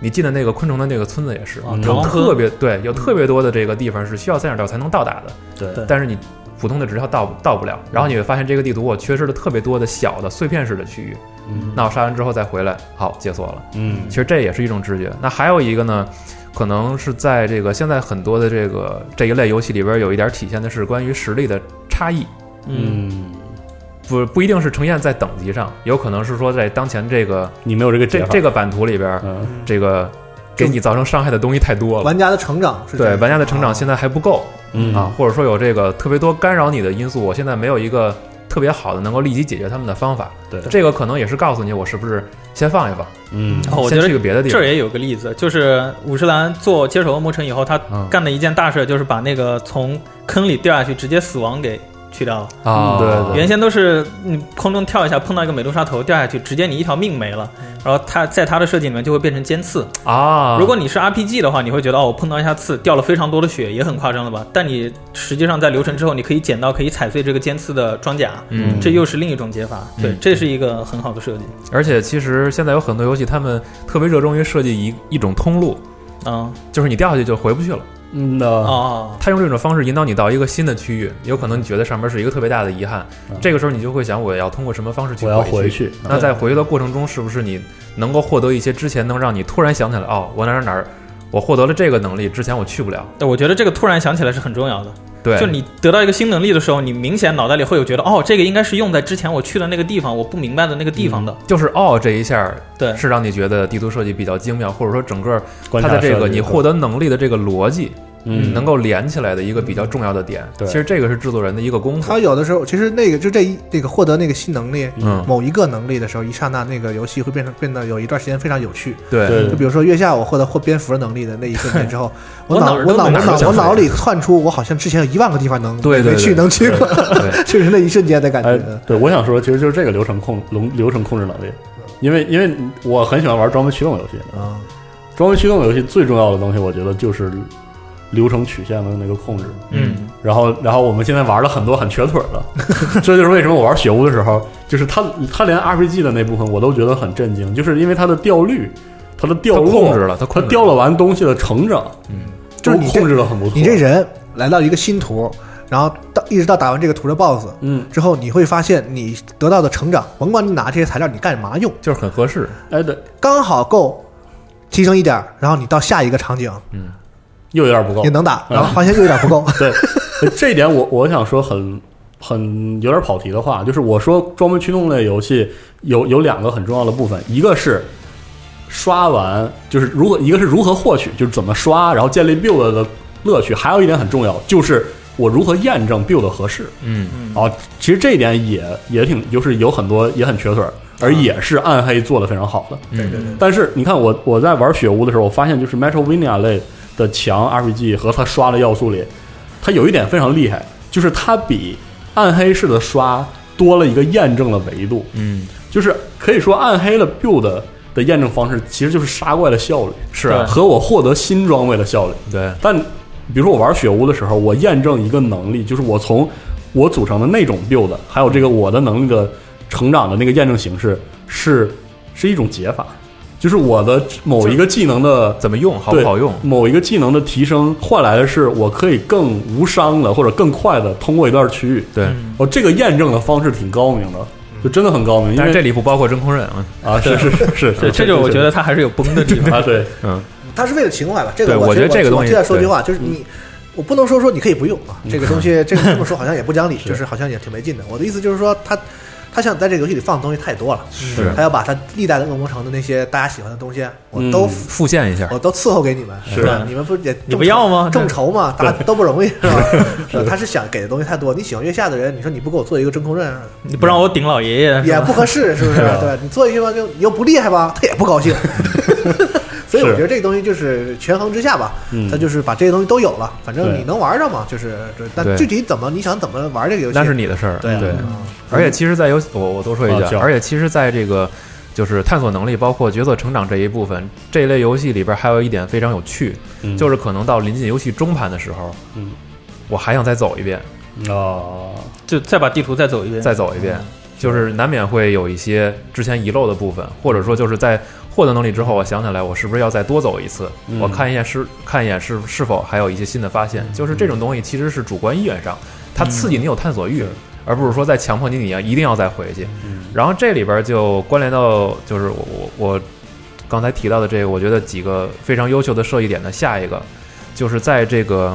Speaker 2: 你进的那个昆虫的那个村子也是，
Speaker 3: 啊
Speaker 4: 嗯
Speaker 3: 螳
Speaker 2: 有
Speaker 3: 螂
Speaker 2: 特
Speaker 3: 科
Speaker 2: 别对，有特别多的这个地方是需要三角跳才能到达的，
Speaker 4: 对
Speaker 3: 对
Speaker 2: 但是你普通的直跳到不到不了。然后你会发现这个地图我缺失了特别多的小的碎片式的区域，
Speaker 4: 嗯
Speaker 2: 那我杀完之后再回来，好解锁了。
Speaker 4: 嗯
Speaker 2: 其实这也是一种直觉。那还有一个呢，可能是在这个现在很多的这个这一类游戏里边有一点体现的是关于实力的差异，
Speaker 3: 嗯，
Speaker 4: 嗯，
Speaker 2: 不不一定是呈现在等级上，有可能是说在当前这个
Speaker 4: 你没有这个
Speaker 2: 这
Speaker 4: 解法
Speaker 2: 这个版图里边，
Speaker 4: 嗯
Speaker 2: 这个给你造成伤害的东西太多了。
Speaker 1: 玩家的啊成长是这
Speaker 2: 对
Speaker 1: 样
Speaker 2: 玩家的成长现在还不够，
Speaker 4: 嗯
Speaker 2: 啊，或者说有这个特别多干扰你的因素，我现在没有一个特别好的能够立即解决他们的方法。
Speaker 4: 对
Speaker 2: 这个可能也是告诉你，我是不是先放一放，
Speaker 4: 嗯
Speaker 3: 哦我觉
Speaker 2: 先
Speaker 3: 得
Speaker 2: 去个别的地
Speaker 3: 这
Speaker 2: 方
Speaker 3: 儿。也有个例子，就是五十岚做接手恶魔城以后，他
Speaker 2: 嗯
Speaker 3: 干的一件大事就是把那个从坑里掉下去直接死亡给去掉了。
Speaker 2: 啊，
Speaker 4: 嗯对
Speaker 3: 原先都是你空中跳一下碰到一个美杜莎头掉下去，直接你一条命没了。然后他在他的设计里面就会变成尖刺。
Speaker 2: 嗯啊，
Speaker 3: 如果你是 RPG 的话，你会觉得哦，我碰到一下刺掉了非常多的血，也很夸张了吧？但你实际上在流程之后，你可以捡到可以踩碎这个尖刺的装甲。
Speaker 2: 嗯，
Speaker 3: 这又是另一种解法，对
Speaker 2: 嗯，
Speaker 3: 这是一个很好的设计。
Speaker 2: 而且其实现在有很多游戏，他们特别热衷于设计一一种通路，
Speaker 3: 嗯，
Speaker 2: 就是你掉下去就回不去了。
Speaker 4: 嗯那
Speaker 3: 哦，
Speaker 2: 他用这种方式引导你到一个新的区域，有可能你觉得上面是一个特别大的遗憾
Speaker 4: 嗯，
Speaker 2: 这个时候你就会想，我要通过什么方式去
Speaker 4: 我要
Speaker 2: 回
Speaker 4: 回？去，
Speaker 2: 那在回去的过程中，是不是你能够获得一些之前能让你突然想起来，哦，我哪儿哪儿，我获得了这个能力，之前我去不了。
Speaker 3: 对我觉得这个突然想起来是很重要的。
Speaker 2: 对，
Speaker 3: 就你得到一个新能力的时候，你明显脑袋里会有觉得，哦，这个应该是用在之前我去的那个地方，我不明白的那个地方的。嗯
Speaker 2: 就是哦，这一下
Speaker 3: 对，
Speaker 2: 是让你觉得地图设计比较精妙，或者说整个
Speaker 4: 观
Speaker 2: 它
Speaker 4: 察
Speaker 2: 的这
Speaker 4: 设
Speaker 2: 个
Speaker 4: 计
Speaker 2: 你获得能力的这个逻辑，
Speaker 4: 嗯
Speaker 2: 能够连起来的一个比较重要的点。
Speaker 4: 对
Speaker 2: 其实这个是制作人的一个功夫。
Speaker 1: 他有的时候其实那个就这一那个获得那个新能力。
Speaker 2: 嗯，
Speaker 1: 某一个能力的时候，一刹那那个游戏会变成变得有一段时间非常有趣。
Speaker 2: 对
Speaker 4: 对
Speaker 1: 就比如说月下我获得或蝙蝠的能力的那一瞬间之后，我
Speaker 3: 我
Speaker 1: 脑
Speaker 3: 哪儿
Speaker 1: 我
Speaker 3: 都
Speaker 1: 脑我
Speaker 3: 能
Speaker 1: 脑
Speaker 2: 想
Speaker 1: 我
Speaker 2: 起来
Speaker 1: 脑里窜出我好像之前有一万个地方能
Speaker 2: 对对
Speaker 1: 没
Speaker 2: 对
Speaker 1: 去能去过，
Speaker 2: 对，
Speaker 1: 就是那一瞬间的感
Speaker 4: 哎
Speaker 1: 觉。，
Speaker 4: 对，我想说，其实就是这个流程控流流程控制能力，因为因为我很喜欢玩装备驱动游戏，
Speaker 1: 啊，
Speaker 4: 装备驱动游戏最重要的东西，我觉得就是流程曲线的那个控制。
Speaker 2: 嗯，
Speaker 4: 然后，然后我们现在玩了很多很瘸腿儿的， 这就是为什么我玩血屋的时候，就是他他连 RPG 的那部分我都觉得很震惊，就是因为它的掉率，它的掉
Speaker 2: 他
Speaker 4: 落，
Speaker 2: 控制了，他
Speaker 4: 它
Speaker 2: 控制
Speaker 4: 掉了完东西的成长，
Speaker 2: 嗯，
Speaker 1: 就是
Speaker 4: 都
Speaker 1: 你这
Speaker 4: 控制的很不错。
Speaker 1: 你这人来到一个新图，然后到一直到打完这个图的 BOSS
Speaker 4: 嗯，
Speaker 1: 之后，你会发现你得到的成长，甭管你拿这些材料你干嘛用，
Speaker 2: 就是很合适。
Speaker 4: 哎，对，
Speaker 1: 刚好够提升一点儿，然后你到下一个场景
Speaker 2: 嗯，
Speaker 4: 又有点不够
Speaker 1: 也，能打，
Speaker 4: 嗯
Speaker 1: 然后发现又有点不够，
Speaker 4: 对，这一点我我想说很很有点跑题的话，就是我说装备驱动类游戏有有两个很重要的部分，一个是刷完，就是如何一个是如何获取，就是怎么刷，然后建立 build 的乐趣，还有一点很重要，就是我如何验证 build 的合适。
Speaker 2: 嗯，
Speaker 4: 啊，其实这一点也也挺，就是有很多也很缺损儿，而也是暗黑做的非常好的。
Speaker 3: 嗯
Speaker 1: 对对对，
Speaker 4: 但是你看我我在玩雪屋的时候，我发现就是 Metrovania 类的强 RPG 和它刷的要素里，它有一点非常厉害，就是它比暗黑式的刷多了一个验证的维度，
Speaker 2: 嗯，
Speaker 4: 就是可以说暗黑的 build 的验证方式其实就是杀怪的效率
Speaker 2: 是啊，
Speaker 4: 和我获得新装备的效率。
Speaker 2: 对，
Speaker 4: 但比如说我玩雪屋的时候，我验证一个能力，就是我从我组成的那种 build，还有这个我的能力的成长的那个验证形式是是一种解法，就是我的某一个技能的
Speaker 2: 怎么用好不好用？
Speaker 4: 某一个技能的提升换来的是我可以更无伤的或者更快的通过一段区域。
Speaker 2: 对，
Speaker 3: 嗯
Speaker 4: 哦，这个验证的方式挺高明的，就真的很高明。因
Speaker 2: 但是这
Speaker 4: 为
Speaker 2: 里不包括真空刃啊。
Speaker 4: 啊，是是是是，
Speaker 3: 对，这就是我觉得它还是有崩的地方。
Speaker 4: 啊， 对，
Speaker 2: 嗯，
Speaker 1: 他是为了情怀吧？这
Speaker 2: 对
Speaker 1: 个
Speaker 2: 我觉
Speaker 1: 觉
Speaker 2: 得这个东
Speaker 1: 我
Speaker 2: 西
Speaker 1: 现在说句话，就是你，我不能说说你可以不用啊，这个东西，这个这么说好像也不讲理，就是好像也挺没劲的。我的意思就是说，他他想在这个游戏里放的东西太多了，
Speaker 2: 是
Speaker 1: 他要把他历代的恶魔城的那些大家喜欢的东西，我都
Speaker 4: 嗯
Speaker 2: 复现一下
Speaker 1: 我，都伺候给你们，
Speaker 4: 是
Speaker 1: 吧？你们不也
Speaker 3: 你不要吗
Speaker 1: 众筹嘛，大家都不容易，是吧？是吧他是想给的东西太多。你喜欢月下的人，你说你不给我做一个真空刃，啊
Speaker 3: 你不让我顶老爷爷是
Speaker 1: 也
Speaker 3: 吧
Speaker 1: 不合适，是不是？对你做一个吧，就你又不厉害吧，他也不高兴。所以我觉得这个东西就是权衡之下吧
Speaker 4: 嗯，
Speaker 1: 他就是把这些东西都有了，反正
Speaker 4: 对
Speaker 1: 你能玩上嘛，就是对但
Speaker 2: 对
Speaker 1: 具体怎么你想怎么玩这个游戏，
Speaker 2: 那是你的事儿。
Speaker 1: 对啊
Speaker 2: 对，
Speaker 1: 嗯
Speaker 2: 而且其实，在游戏，我我多说一
Speaker 4: 啊
Speaker 2: 句
Speaker 4: 叫
Speaker 2: 啊，而且其实，在这个就是探索能力，包括角色成长这一部分，这一类游戏里边还有一点非常有趣，
Speaker 4: 嗯
Speaker 2: 就是可能到临近游戏中盘的时候，
Speaker 4: 嗯
Speaker 2: 我还想再走一遍，
Speaker 4: 啊，
Speaker 3: 就再把地图再走一遍，
Speaker 2: 再走一遍，就是难免会有一些之前遗漏的部分，或者说就是在获得能力之后，我想起来我是不是要再多走一次，
Speaker 4: 嗯
Speaker 2: 我看一眼是看一眼是是否还有一些新的发现，就是这种东西其实是主观意愿上，它刺
Speaker 4: 嗯
Speaker 2: 激你有探索欲。而不是说再强迫你，你要一定要再回去。
Speaker 4: 嗯
Speaker 2: 然后这里边就关联到，就是我我我刚才提到的这个，我觉得几个非常优秀的设计点的下一个，就是在这个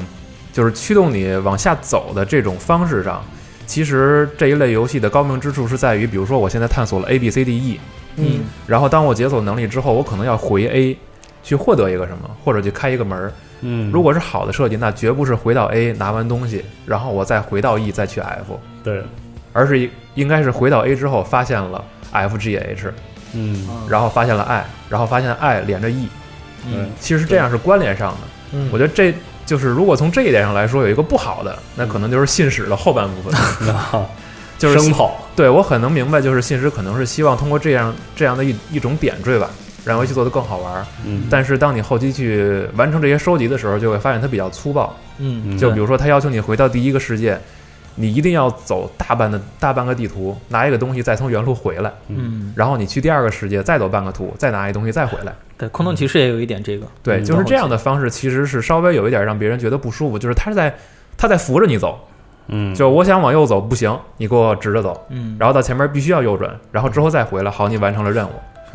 Speaker 2: 就是驱动你往下走的这种方式上，其实这一类游戏的高明之处是在于，比如说我现在探索了 A B C D E，
Speaker 3: 嗯，
Speaker 2: 然后当我解锁能力之后，我可能要回 A 去获得一个什么，或者去开一个门儿。
Speaker 4: 嗯，
Speaker 2: 如果是好的设计，那绝不是回到 A 拿完东西，然后我再回到 E 再去 F，
Speaker 4: 对，
Speaker 2: 而是一应该是回到 A 之后发现了 F G H，
Speaker 4: 嗯，
Speaker 2: 然后发现了 I，然后发现 I 连着 E，
Speaker 4: 对。
Speaker 2: 其实这样是关联上的。
Speaker 1: 嗯
Speaker 2: 我觉得这就是如果从这一点上来说，有一个不好的，那可能就是信使的后半部分，
Speaker 4: 啊，
Speaker 2: 就是
Speaker 4: 生跑，
Speaker 2: 对我很能明白，就是信使可能是希望通过这样这样的一一种点缀吧，让游戏做得更好玩儿。
Speaker 4: 嗯
Speaker 2: 但是当你后期去完成这些收集的时候，就会发现它比较粗暴。
Speaker 3: 嗯，
Speaker 2: 就比如说，它要求你回到第一个世界，你一定要走大半的大半个地图，拿一个东西再从原路回来，
Speaker 3: 嗯，
Speaker 2: 然后你去第二个世界再走半个图，再拿一东西再回来。
Speaker 3: 对，空洞骑士也有一点这个，
Speaker 2: 对，
Speaker 4: 嗯
Speaker 2: 就是这样的方式，其实是稍微有一点让别人觉得不舒服，就是他是在他在扶着你走，
Speaker 4: 嗯，
Speaker 2: 就我想往右走不行，你给我直着走，
Speaker 3: 嗯，
Speaker 2: 然后到前面必须要右转，然后之后再回来，好，你完成了任务。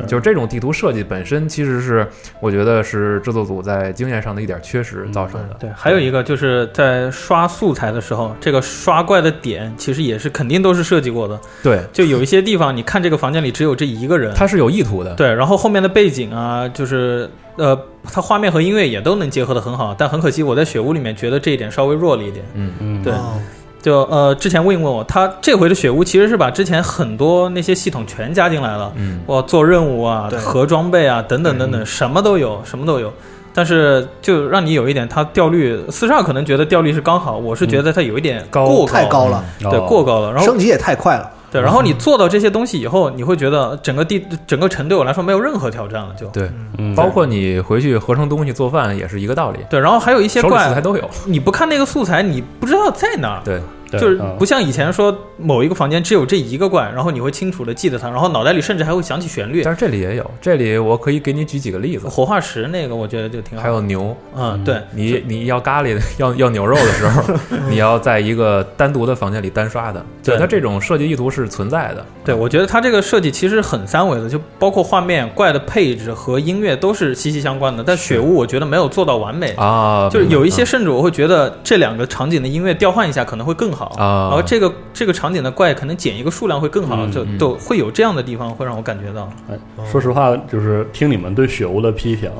Speaker 2: 就是这种地图设计本身，其实是我觉得是制作组在经验上的一点缺失造成的。
Speaker 3: 对，还有一个就是在刷素材的时候，这个刷怪的点其实也是肯定都是设计过的。
Speaker 2: 对，
Speaker 3: 就有一些地方，你看这个房间里只有这一个人，
Speaker 2: 它是有意图的。
Speaker 3: 对，然后后面的背景啊，就是呃，它画面和音乐也都能结合的很好，但很可惜我在雪屋里面觉得这一点稍微弱了一点。
Speaker 2: 嗯，
Speaker 4: 嗯
Speaker 3: 对
Speaker 1: 哦
Speaker 3: 就呃，之前问一问我，他这回的雪屋其实是把之前很多那些系统全加进来了，
Speaker 2: 嗯，
Speaker 3: 哇，做任务啊
Speaker 1: 对、
Speaker 3: 核装备啊等等等等，什么都有，什么都有。但是就让你有一点，它掉率四十二可能觉得掉率是刚好，我是觉得它有一点
Speaker 2: 高
Speaker 3: 过
Speaker 1: 太高
Speaker 3: 了，
Speaker 1: 了，
Speaker 4: 哦
Speaker 3: 对，过高了。然后
Speaker 1: 升级也太快了，
Speaker 3: 对，然后你做到这些东西以后，你会觉得整个地整个城对我来说没有任何挑战了，就
Speaker 2: 对，
Speaker 4: 嗯
Speaker 2: 包括你回去合成东西做饭也是一个道理，
Speaker 3: 对。然后还有一些
Speaker 2: 手里素材
Speaker 3: 怪，
Speaker 2: 都有。
Speaker 3: 你不看那个素材，你不知道在哪儿，
Speaker 2: 对，嗯
Speaker 4: 对
Speaker 3: 就是
Speaker 4: 啊
Speaker 3: 不像以前说某一个房间只有这一个怪，然后你会清楚的记得它，然后脑袋里甚至还会想起旋律。
Speaker 2: 但是这里也有，这里我可以给你举几个例子，
Speaker 3: 活化石那个我觉得就挺好。
Speaker 2: 还有牛，
Speaker 3: 嗯，对，
Speaker 2: 你你要咖喱的，要 要牛肉的时候， 你要在一个单独的房间里单刷的，
Speaker 3: 对
Speaker 2: 就它这种设计意图是存在的。
Speaker 3: 对，我觉得它这个设计其实很三维的，就包括画面、怪的配置和音乐都是息息相关的。但雪屋我觉得没有做到完美，
Speaker 2: 啊，
Speaker 3: 就是有一些
Speaker 2: 嗯
Speaker 3: 甚至我会觉得这两个场景的音乐调换一下可能会更好
Speaker 2: 啊
Speaker 3: 然后这个这个场景的怪可能减一个数量会更好，
Speaker 4: 嗯
Speaker 3: 就都会有这样的地方会让我感觉
Speaker 2: 啊
Speaker 3: 到。
Speaker 4: 哎，说实话，就是听你们对雪屋的批评，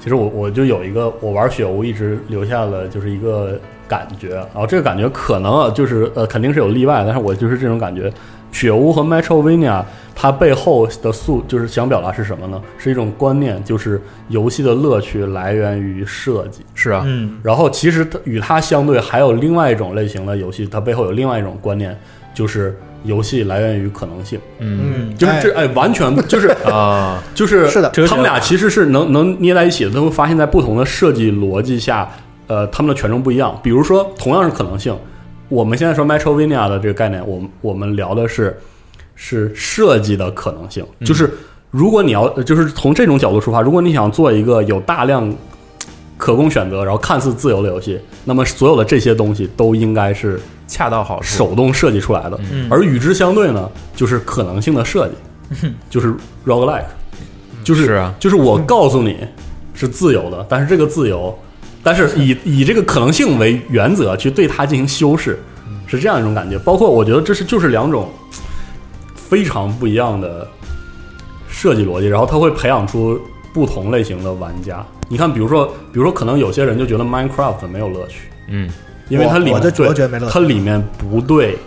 Speaker 4: 其实我我就有一个，我玩雪屋一直留下了就是一个感觉，然后这个感觉可能啊，就是呃肯定是有例外，但是我就是这种感觉。雪屋和 Metrovania 它背后的诉就是想表达是什么呢？是一种观念，就是游戏的乐趣来源于设计。
Speaker 2: 是啊，
Speaker 3: 嗯，
Speaker 4: 然后其实它与它相对还有另外一种类型的游戏，它背后有另外一种观念，就是游戏来源于可能性。
Speaker 2: 嗯
Speaker 3: 嗯，
Speaker 4: 就是这哎，完全就是
Speaker 2: 啊，
Speaker 4: 就是
Speaker 1: 是的
Speaker 3: 哲学
Speaker 4: 他们俩其实是能能捏在一起的，都会发现在不同的设计逻辑下，呃，他们的权重不一样。比如说，同样是可能性，我们现在说 Metrovania 的这个概念，我们我们聊的是是设计的可能性，
Speaker 3: 嗯
Speaker 4: 就是如果你要就是从这种角度出发，如果你想做一个有大量可供选择，然后看似自由的游戏，那么所有的这些东西都应该是
Speaker 2: 恰到好处。
Speaker 4: 手动设计出来的，
Speaker 3: 嗯
Speaker 4: 而与之相对呢，就是可能性的设计， 就是 roguelike，就是
Speaker 2: 是啊
Speaker 4: 就是我告诉你是自由的，但是这个自由，但是以以这个可能性为原则去对它进行修饰，是这样一种感觉。包括我觉得这是就是两种非常不一样的设计逻辑，然后它会培养出不同类型的玩家。你看，比如说，比如说，可能有些人就觉得 Minecraft 没有乐趣，
Speaker 2: 嗯
Speaker 4: 因为它里
Speaker 1: 我
Speaker 4: 面
Speaker 1: 我就
Speaker 4: 对
Speaker 1: 我觉得没乐趣
Speaker 4: 它里面不对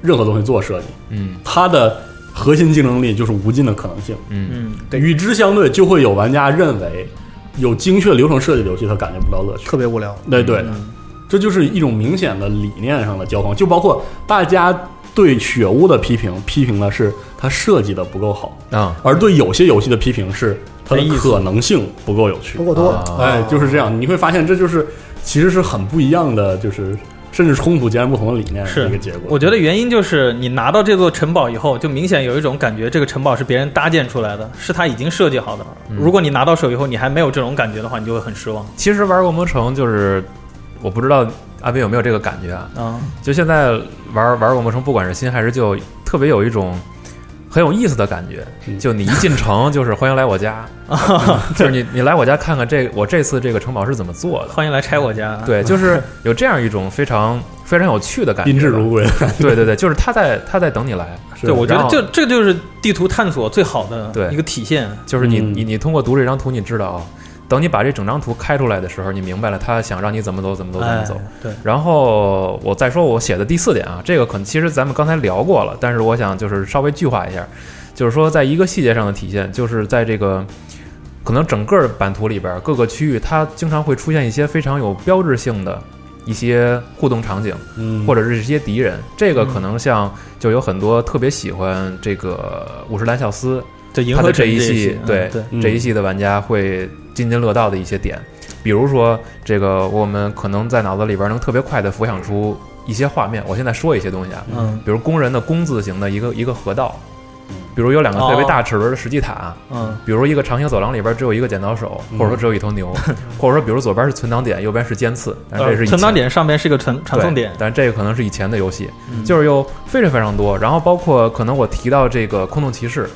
Speaker 4: 任何东西做设计，
Speaker 2: 嗯
Speaker 4: 它的核心竞争力就是无尽的可能性。
Speaker 2: 嗯
Speaker 3: 嗯，
Speaker 4: 与之相对，就会有玩家认为有精确流程设计的游戏，他感觉不到乐趣。
Speaker 1: 特别无聊。
Speaker 4: 对对的，
Speaker 1: 嗯
Speaker 4: 这就是一种明显的理念上的交锋，就包括大家对雪屋的批评，批评的是它设计的不够好，
Speaker 2: 啊，
Speaker 4: 而对有些游戏的批评是它的
Speaker 3: 没意思
Speaker 4: 可能性不够有趣
Speaker 1: 不。过多，
Speaker 3: 哦
Speaker 2: 啊
Speaker 4: 哎，就是这样，你会发现这就是其实是很不一样的，就是甚至冲突截然不同的理念
Speaker 3: 是
Speaker 4: 一个结果。
Speaker 3: 我觉得原因就是你拿到这座城堡以后，就明显有一种感觉，这个城堡是别人搭建出来的，是他已经设计好的。
Speaker 2: 嗯
Speaker 3: 如果你拿到手以后你还没有这种感觉的话，你就会很失望
Speaker 2: 其实玩《恶魔城》就是，我不知道阿斌有没有这个感觉啊？
Speaker 3: 啊。
Speaker 2: 就现在玩玩《恶魔城》，不管是新还是旧，特别有一种很有意思的感觉。
Speaker 4: 嗯
Speaker 2: 就你一进城，就是欢迎来我 家，嗯就是你你来我家看看这我这次这个城堡是怎么做的。
Speaker 3: 欢迎来拆我家。，啊
Speaker 2: 对，就是有这样一种非常非常有趣的感觉吧，
Speaker 4: 宾至如归，
Speaker 2: 对对对，就是他在他在等你来，
Speaker 4: 是
Speaker 3: 对，我觉
Speaker 2: 然
Speaker 3: 得
Speaker 2: 后
Speaker 3: 就这就是地图探索最好的
Speaker 2: 对
Speaker 3: 一个体现。
Speaker 2: 就是你、
Speaker 4: 嗯
Speaker 2: 你你通过读这张图，你知道啊，等你把这整张图开出来的时候，你明白了他想让你怎么走怎么走怎么
Speaker 3: 哎
Speaker 2: 走。，
Speaker 3: 对，
Speaker 2: 然后我再说我写的第四点啊，这个可能其实咱们刚才聊过了，但是我想就是稍微具化一下，就是说在一个细节上的体现，就是在这个可能整个版图里边各个区域，它经常会出现一些非常有标志性的一些互动场景，
Speaker 4: 嗯
Speaker 2: 或者是一些敌人。这个可能像就有很多特别喜欢这个五十岚孝司
Speaker 3: 对，银
Speaker 2: 他
Speaker 3: 河
Speaker 2: 的这
Speaker 3: 城
Speaker 2: 一
Speaker 3: 这
Speaker 2: 系，
Speaker 3: 嗯
Speaker 2: 对
Speaker 3: 对，
Speaker 4: 嗯
Speaker 2: 这一系的玩家会津津乐道的一些点，比如说这个我们可能在脑子里边能特别快的浮想出一些画面。我现在说一些东西啊，
Speaker 3: 嗯
Speaker 2: 比如工人的工字形的一个一个河道
Speaker 4: 嗯，
Speaker 2: 比如有两个特别
Speaker 3: 哦
Speaker 2: 大齿轮的石祭塔。
Speaker 3: 嗯
Speaker 2: 比如说一个长形走廊里边只有一个剪刀手，
Speaker 4: 嗯
Speaker 2: 或者说只有一头 牛，或者说比如左边是存档点，右边是尖刺，但是这是
Speaker 3: 呃
Speaker 2: 以
Speaker 3: 存档
Speaker 2: 前
Speaker 3: 点上面是个传传送点嗯
Speaker 2: 对，但这个可能是以前的游戏，就是有非常非常多。然后包括可能我提到这个空洞骑士，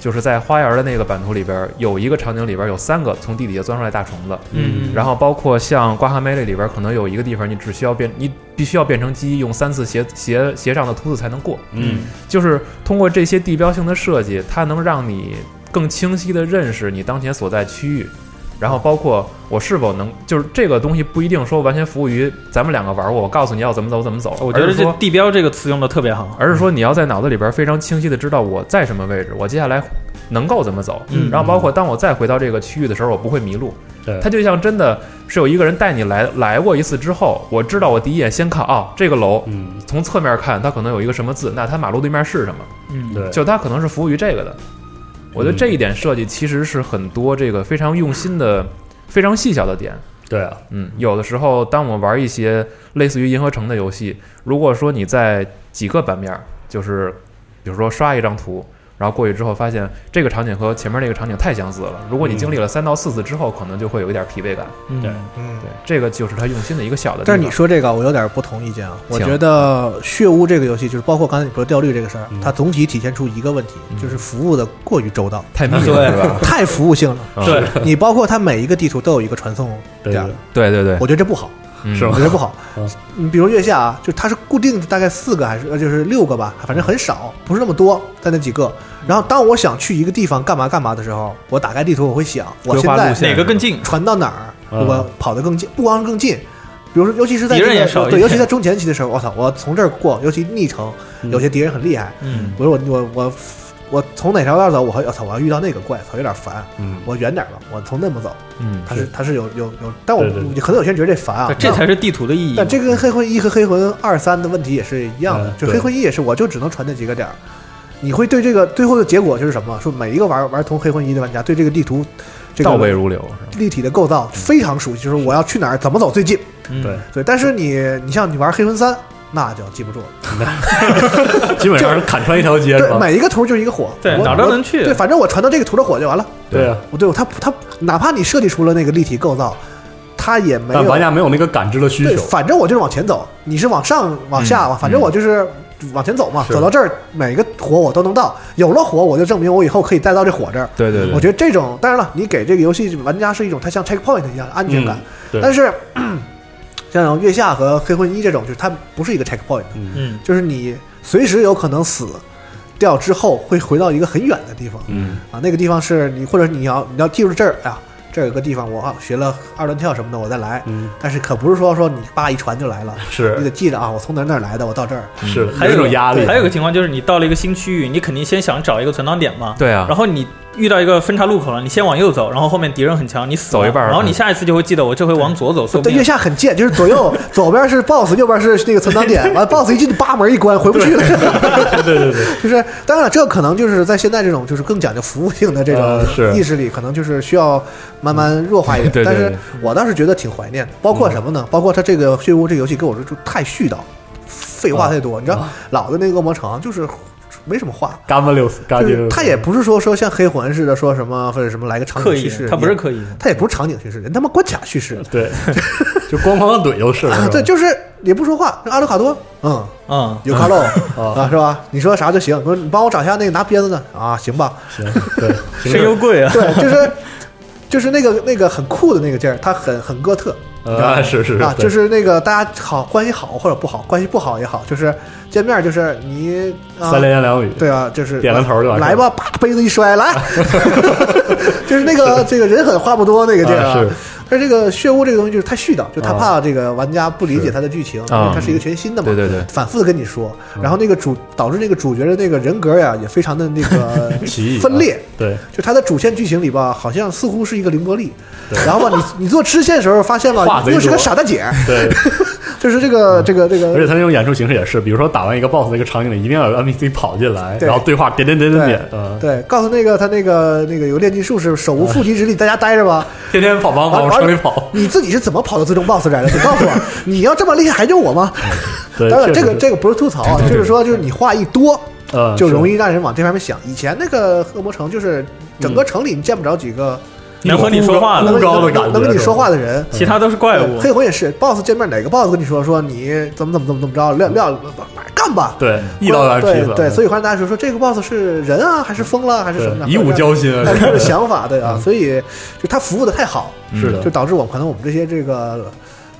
Speaker 2: 就是在花园的那个版图里边，有一个场景里边有三个从地底下钻出来大虫子。
Speaker 3: 嗯，
Speaker 2: 然后包括像瓜哈梅利里边，可能有一个地方你只需要变，你必须要变成鸡，用三次斜斜斜上的突刺才能过。
Speaker 4: 嗯
Speaker 2: 就是通过这些地标性的设计，它能让你更清晰地认识你当前所在区域，然后包括我是否能，就是这个东西不一定说完全服务于咱们两个玩过，我告诉你要怎么走怎么走，
Speaker 3: 我觉
Speaker 2: 而
Speaker 3: 得
Speaker 2: 是
Speaker 3: 这
Speaker 2: 说。
Speaker 3: 地标这个词用的特别好。
Speaker 2: 而是
Speaker 4: 嗯
Speaker 2: 说，你要在脑子里边非常清晰地知道我在什么位置，我接下来能够怎么走。
Speaker 3: 嗯
Speaker 2: 然后包括当我再回到这个区域的时候，我不会迷路。
Speaker 4: 对
Speaker 2: 它就像真的是有一个人带你来来过一次之后，我知道我第一眼先看啊、这个楼，
Speaker 4: 嗯
Speaker 2: 从侧面看它可能有一个什么字，那它马路对面是什么？
Speaker 3: 嗯，
Speaker 4: 对，嗯
Speaker 2: 就它可能是服务于这个的。我觉得这一点设计其实是很多这个非常用心的、非常细小的点。
Speaker 4: 对啊，
Speaker 2: 嗯，有的时候当我们玩一些类似于《银河城》的游戏，如果说你在几个版面儿，就是比如说刷一张图，然后过去之后发现这个场景和前面那个场景太相似了。如果你经历了三到四次之后，可能就会有一点疲惫感。
Speaker 3: 嗯
Speaker 4: 对
Speaker 1: 嗯
Speaker 2: 对，，这个就是他用心的一个小的地方。
Speaker 1: 但是你说这个，我有点不同意见啊。我
Speaker 2: 请
Speaker 1: 觉得《血污》这个游戏，就是包括刚才你说掉率这个事儿
Speaker 4: 嗯，
Speaker 1: 它总体体现出一个问题，就是服务的过于周到，
Speaker 2: 太密
Speaker 3: 对
Speaker 2: 了，是吧？
Speaker 1: 太服务性了。
Speaker 2: 嗯
Speaker 3: 对，
Speaker 1: 你包括它每一个地图都有一个传送
Speaker 4: 对
Speaker 1: 点儿，
Speaker 2: 对对对，
Speaker 1: 我觉得这不好，
Speaker 2: 嗯
Speaker 4: 是
Speaker 1: 我
Speaker 4: 吧
Speaker 1: 觉得不好
Speaker 4: 嗯。
Speaker 1: 你比如月下啊，就它是固定大概四个还是呃就是六个吧，反正很少，不是那么多，但那几个。然后当我想去一个地方干嘛干嘛的时候，我打开地图，我会想，我
Speaker 2: 规
Speaker 1: 现
Speaker 2: 划
Speaker 1: 在
Speaker 2: 路线
Speaker 3: 哪个更近？
Speaker 1: 传到哪儿，
Speaker 4: 嗯
Speaker 1: 我跑得更近，不光是更近，比如说，尤其是在
Speaker 3: 敌人
Speaker 1: 这个
Speaker 3: 也少一
Speaker 1: 对，
Speaker 3: 点
Speaker 1: 尤其在中前期的时候，我操，我从这儿过，尤其逆城，
Speaker 4: 嗯
Speaker 1: 有些敌人很厉害，
Speaker 3: 嗯，
Speaker 1: 比如我我我我从哪条道走，我还我操，我要遇到那个怪，操，有点烦，
Speaker 4: 嗯，
Speaker 1: 我远点儿吧，我从那么走，
Speaker 2: 嗯，
Speaker 1: 它是它是有有有，但我
Speaker 4: 对对对
Speaker 1: 可能有些人觉得这烦啊，
Speaker 3: 这
Speaker 1: 但
Speaker 3: 才是地图的意义。
Speaker 1: 但这个跟黑魂一和黑魂二三的问题也是一样的
Speaker 4: 嗯，
Speaker 1: 就
Speaker 4: 对
Speaker 1: 黑魂一也是，我就只能传那几个点儿。你会对这个最后的结果就是什么？说每一个玩玩通黑魂一的玩家对这个地图，这个
Speaker 2: 倒背如流，是吧？
Speaker 1: 立体的构造非常
Speaker 4: 嗯
Speaker 1: 熟悉，就是我要去哪儿，怎么走最近。
Speaker 3: 嗯
Speaker 4: 对，
Speaker 1: 对，但是你你像你玩黑魂三，那就记不住了。
Speaker 4: 基本上是砍穿一条街是
Speaker 1: 对，
Speaker 4: 吧？
Speaker 1: 每一个图就是一个火，
Speaker 3: 对
Speaker 1: 我
Speaker 3: 哪儿都能去
Speaker 1: 我对，反正我传到这个图的火就完了。
Speaker 4: 对啊，
Speaker 1: 不对，它它哪怕你设计出了那个立体构造，它也没
Speaker 4: 但玩
Speaker 1: 有。
Speaker 4: 家没有那个感知的需
Speaker 1: 对，
Speaker 4: 求，嗯
Speaker 1: 反正我就是往前走，你是往上往下嘛，反正我就是。往前走嘛，
Speaker 4: 是
Speaker 1: 走到这儿，每个火我都能到。有了火，我就证明我以后可以再到这火这儿。
Speaker 2: 对对对，
Speaker 1: 我觉得这种，当然了，你给这个游戏玩家是一种它像 checkpoint 一样的安全感
Speaker 4: 嗯。对
Speaker 1: 但是像月下和黑魂一这种，就是它不是一个 checkpoint，
Speaker 4: 嗯
Speaker 3: 嗯，
Speaker 1: 就是你随时有可能死掉之后会回到一个很远的地方
Speaker 4: 嗯，
Speaker 1: 啊，那个地方是你或者你要你要记住这儿，哎呀，这儿有个地方我啊学了二段跳什么的，我再来。
Speaker 4: 嗯
Speaker 1: 但是可不是说说你叭一传就来了，你
Speaker 4: 是
Speaker 1: 得记着啊，我从哪儿哪儿来的，我到这儿。
Speaker 4: 是，
Speaker 3: 嗯还
Speaker 4: 有
Speaker 3: 有
Speaker 4: 一种压力，
Speaker 3: 还有一
Speaker 1: 嗯
Speaker 3: 个情况就是，你到了一个新区域，你肯定先想找一个存档点嘛。
Speaker 2: 对啊
Speaker 3: 然后你遇到一个分岔路口了，你先往右走，然后后面敌人很强，你死了
Speaker 2: 走一半儿
Speaker 3: 然后你下一次就会记得我这回往左走，说
Speaker 1: 嗯
Speaker 3: 不
Speaker 1: 对，
Speaker 3: 定
Speaker 1: 月下很贱，就是左 右左边是 BOSS，右边是那个存档点，完 BOSS 一进去叭门一关，回不去了。
Speaker 4: 对对 对，
Speaker 1: 就是当然了，这可能就是在现在这种就是更讲究服务性的这
Speaker 4: 呃是
Speaker 1: 种意识里，可能就是需要慢慢弱化一点。
Speaker 2: 啊嗯对对
Speaker 1: 但
Speaker 2: 对嗯
Speaker 1: 是我倒是觉得挺怀念的，包括什么呢？包括它这个《血污》这个游戏给我就太絮叨，废
Speaker 2: 啊
Speaker 1: 话太多。你知道，老的那个恶魔城就是没什么话。
Speaker 4: 嘎巴六斯，嘎
Speaker 1: 就
Speaker 4: 巴六
Speaker 1: 是
Speaker 4: 斯
Speaker 1: 他也不是说说像黑魂似的说什么或者什么来个场
Speaker 3: 刻
Speaker 1: 景
Speaker 3: 意
Speaker 1: 叙事，，
Speaker 3: 他不是刻意。
Speaker 1: 他也不是场景叙事，人他妈关卡叙事，
Speaker 4: 对， 就光光的怼就是了，是吧
Speaker 1: 啊对，就是也不说话。阿鲁卡多，嗯，
Speaker 3: 嗯，
Speaker 1: 有卡喽啊，是吧？你说啥就行。说你帮我找一下那个拿鞭子的啊，行吧？
Speaker 4: 行，对，行
Speaker 3: 声优贵 啊，
Speaker 1: 对，就是就是那个那个很酷的那个劲儿，他很很哥特
Speaker 4: 啊，是是
Speaker 1: 啊，
Speaker 4: 对
Speaker 1: 就是那个大家好关系好或者不好，关系不好也好，就是见面就是你啊
Speaker 4: 三。言两语，
Speaker 1: 对啊，就是
Speaker 4: 点了头就完事儿
Speaker 1: 来吧，啪杯子一摔， 来，就是那个这个人狠话不多那个劲儿
Speaker 4: 啊是。
Speaker 1: 但是这个血污这个东西就是太絮叨，就他
Speaker 4: 啊
Speaker 1: 怕这个玩家不理解他的剧情，
Speaker 2: 是
Speaker 1: 因为它是一个全新的嘛，
Speaker 2: 对对对
Speaker 1: 反复的跟你说，
Speaker 4: 嗯
Speaker 1: 然后那个主导致那个主角的那个人格呀也非常的那个
Speaker 4: 奇异
Speaker 1: 分裂，
Speaker 4: 啊对，
Speaker 1: 就它的主线剧情里吧，好像似乎是一个凌波丽，然后吧，你你做支线的时候发现
Speaker 4: 话
Speaker 1: 吧，
Speaker 4: 贼
Speaker 1: 又是个
Speaker 4: 多
Speaker 1: 傻大姐，
Speaker 4: 对，
Speaker 1: 就是这个这个这
Speaker 4: 而且
Speaker 1: 个，
Speaker 4: 他那种演出形式也是，比如说打完一个 BOSS 那个场景里，一定要有 NPC 跑进来，
Speaker 1: 对
Speaker 4: 然后对话点点点点点，嗯，
Speaker 1: 对，告诉那个他那个那个有个炼金术士手无缚鸡之力，在家待着 吧，
Speaker 4: 天天跑跑跑往
Speaker 1: 完
Speaker 4: 城
Speaker 1: 了
Speaker 4: 里跑，
Speaker 1: 你自己是怎么跑到最终 BOSS 来的？你告 诉我，你要这么厉害还用我吗？
Speaker 4: 对，
Speaker 1: 当然，
Speaker 4: 确实
Speaker 1: 这个
Speaker 4: 是
Speaker 1: 这个不是吐槽啊，
Speaker 2: 对对对
Speaker 1: 就是说，就是你话一多，
Speaker 4: 嗯
Speaker 1: 就容
Speaker 4: 易
Speaker 1: 易让人往这方面想。以前那个恶魔城就是整个城里你见不着几个
Speaker 3: 能和你说话
Speaker 1: 能跟
Speaker 4: 孤嗯高
Speaker 1: 能
Speaker 4: 的
Speaker 3: 的，
Speaker 4: 感觉
Speaker 1: 能能跟你
Speaker 4: 是吧
Speaker 1: 说话的人。
Speaker 3: 其他都是怪
Speaker 1: 对。
Speaker 3: 物
Speaker 1: 黑魂也是，BOSS 见面哪个 BOSS 跟你说说你怎么怎么怎么怎么着，撂撂干吧，
Speaker 4: 对嗯一刀两劈
Speaker 1: 对
Speaker 4: 死，嗯
Speaker 1: 对，所以欢迎大家说说这个 boss 是人啊，还是疯了，还是什么的？
Speaker 4: 以武 交心啊，
Speaker 1: 大家的想法对啊，所以就他服务的太好，
Speaker 4: 是的
Speaker 1: 就导致我们可能我们这些这个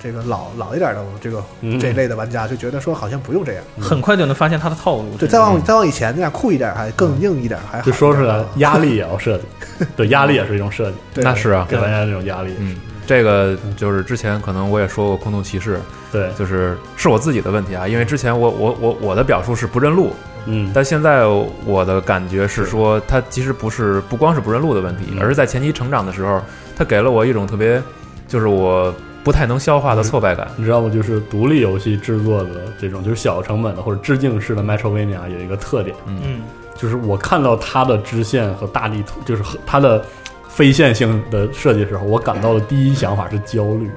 Speaker 1: 这个老老一点的我们这个
Speaker 4: 嗯
Speaker 1: 这一类的玩家就觉得说好像不用这样，
Speaker 2: 嗯
Speaker 3: 很快就能发现他的套路。
Speaker 1: 对，再往再往以前那样酷一点，还更硬一点，还好
Speaker 4: 就说出
Speaker 1: 嗯
Speaker 4: 来压力也要设计， 对，压力也是一种设计，
Speaker 1: 对
Speaker 2: 那是啊
Speaker 4: 给玩家这种压力，
Speaker 2: 嗯，这个就是之前可能我也说过空洞骑士，
Speaker 4: 对，
Speaker 2: 就是是我自己的问题啊，因为之前我我我我的表述是不认路，
Speaker 4: 嗯，
Speaker 2: 但现在我的感觉是说，它其实不是不光是不认路的问题，
Speaker 4: 嗯
Speaker 2: 而是在前期成长的时候，它给了我一种特别，就是我不太能消化的挫败感。
Speaker 4: 你知道吗？就是独立游戏制作的这种，就是小成本的或者致敬式的 Metrovania 有一个特点，
Speaker 3: 嗯，
Speaker 4: 就是我看到它的支线和大地图，就是和它的非线性的设计的时候，我感到的第一想法是焦虑，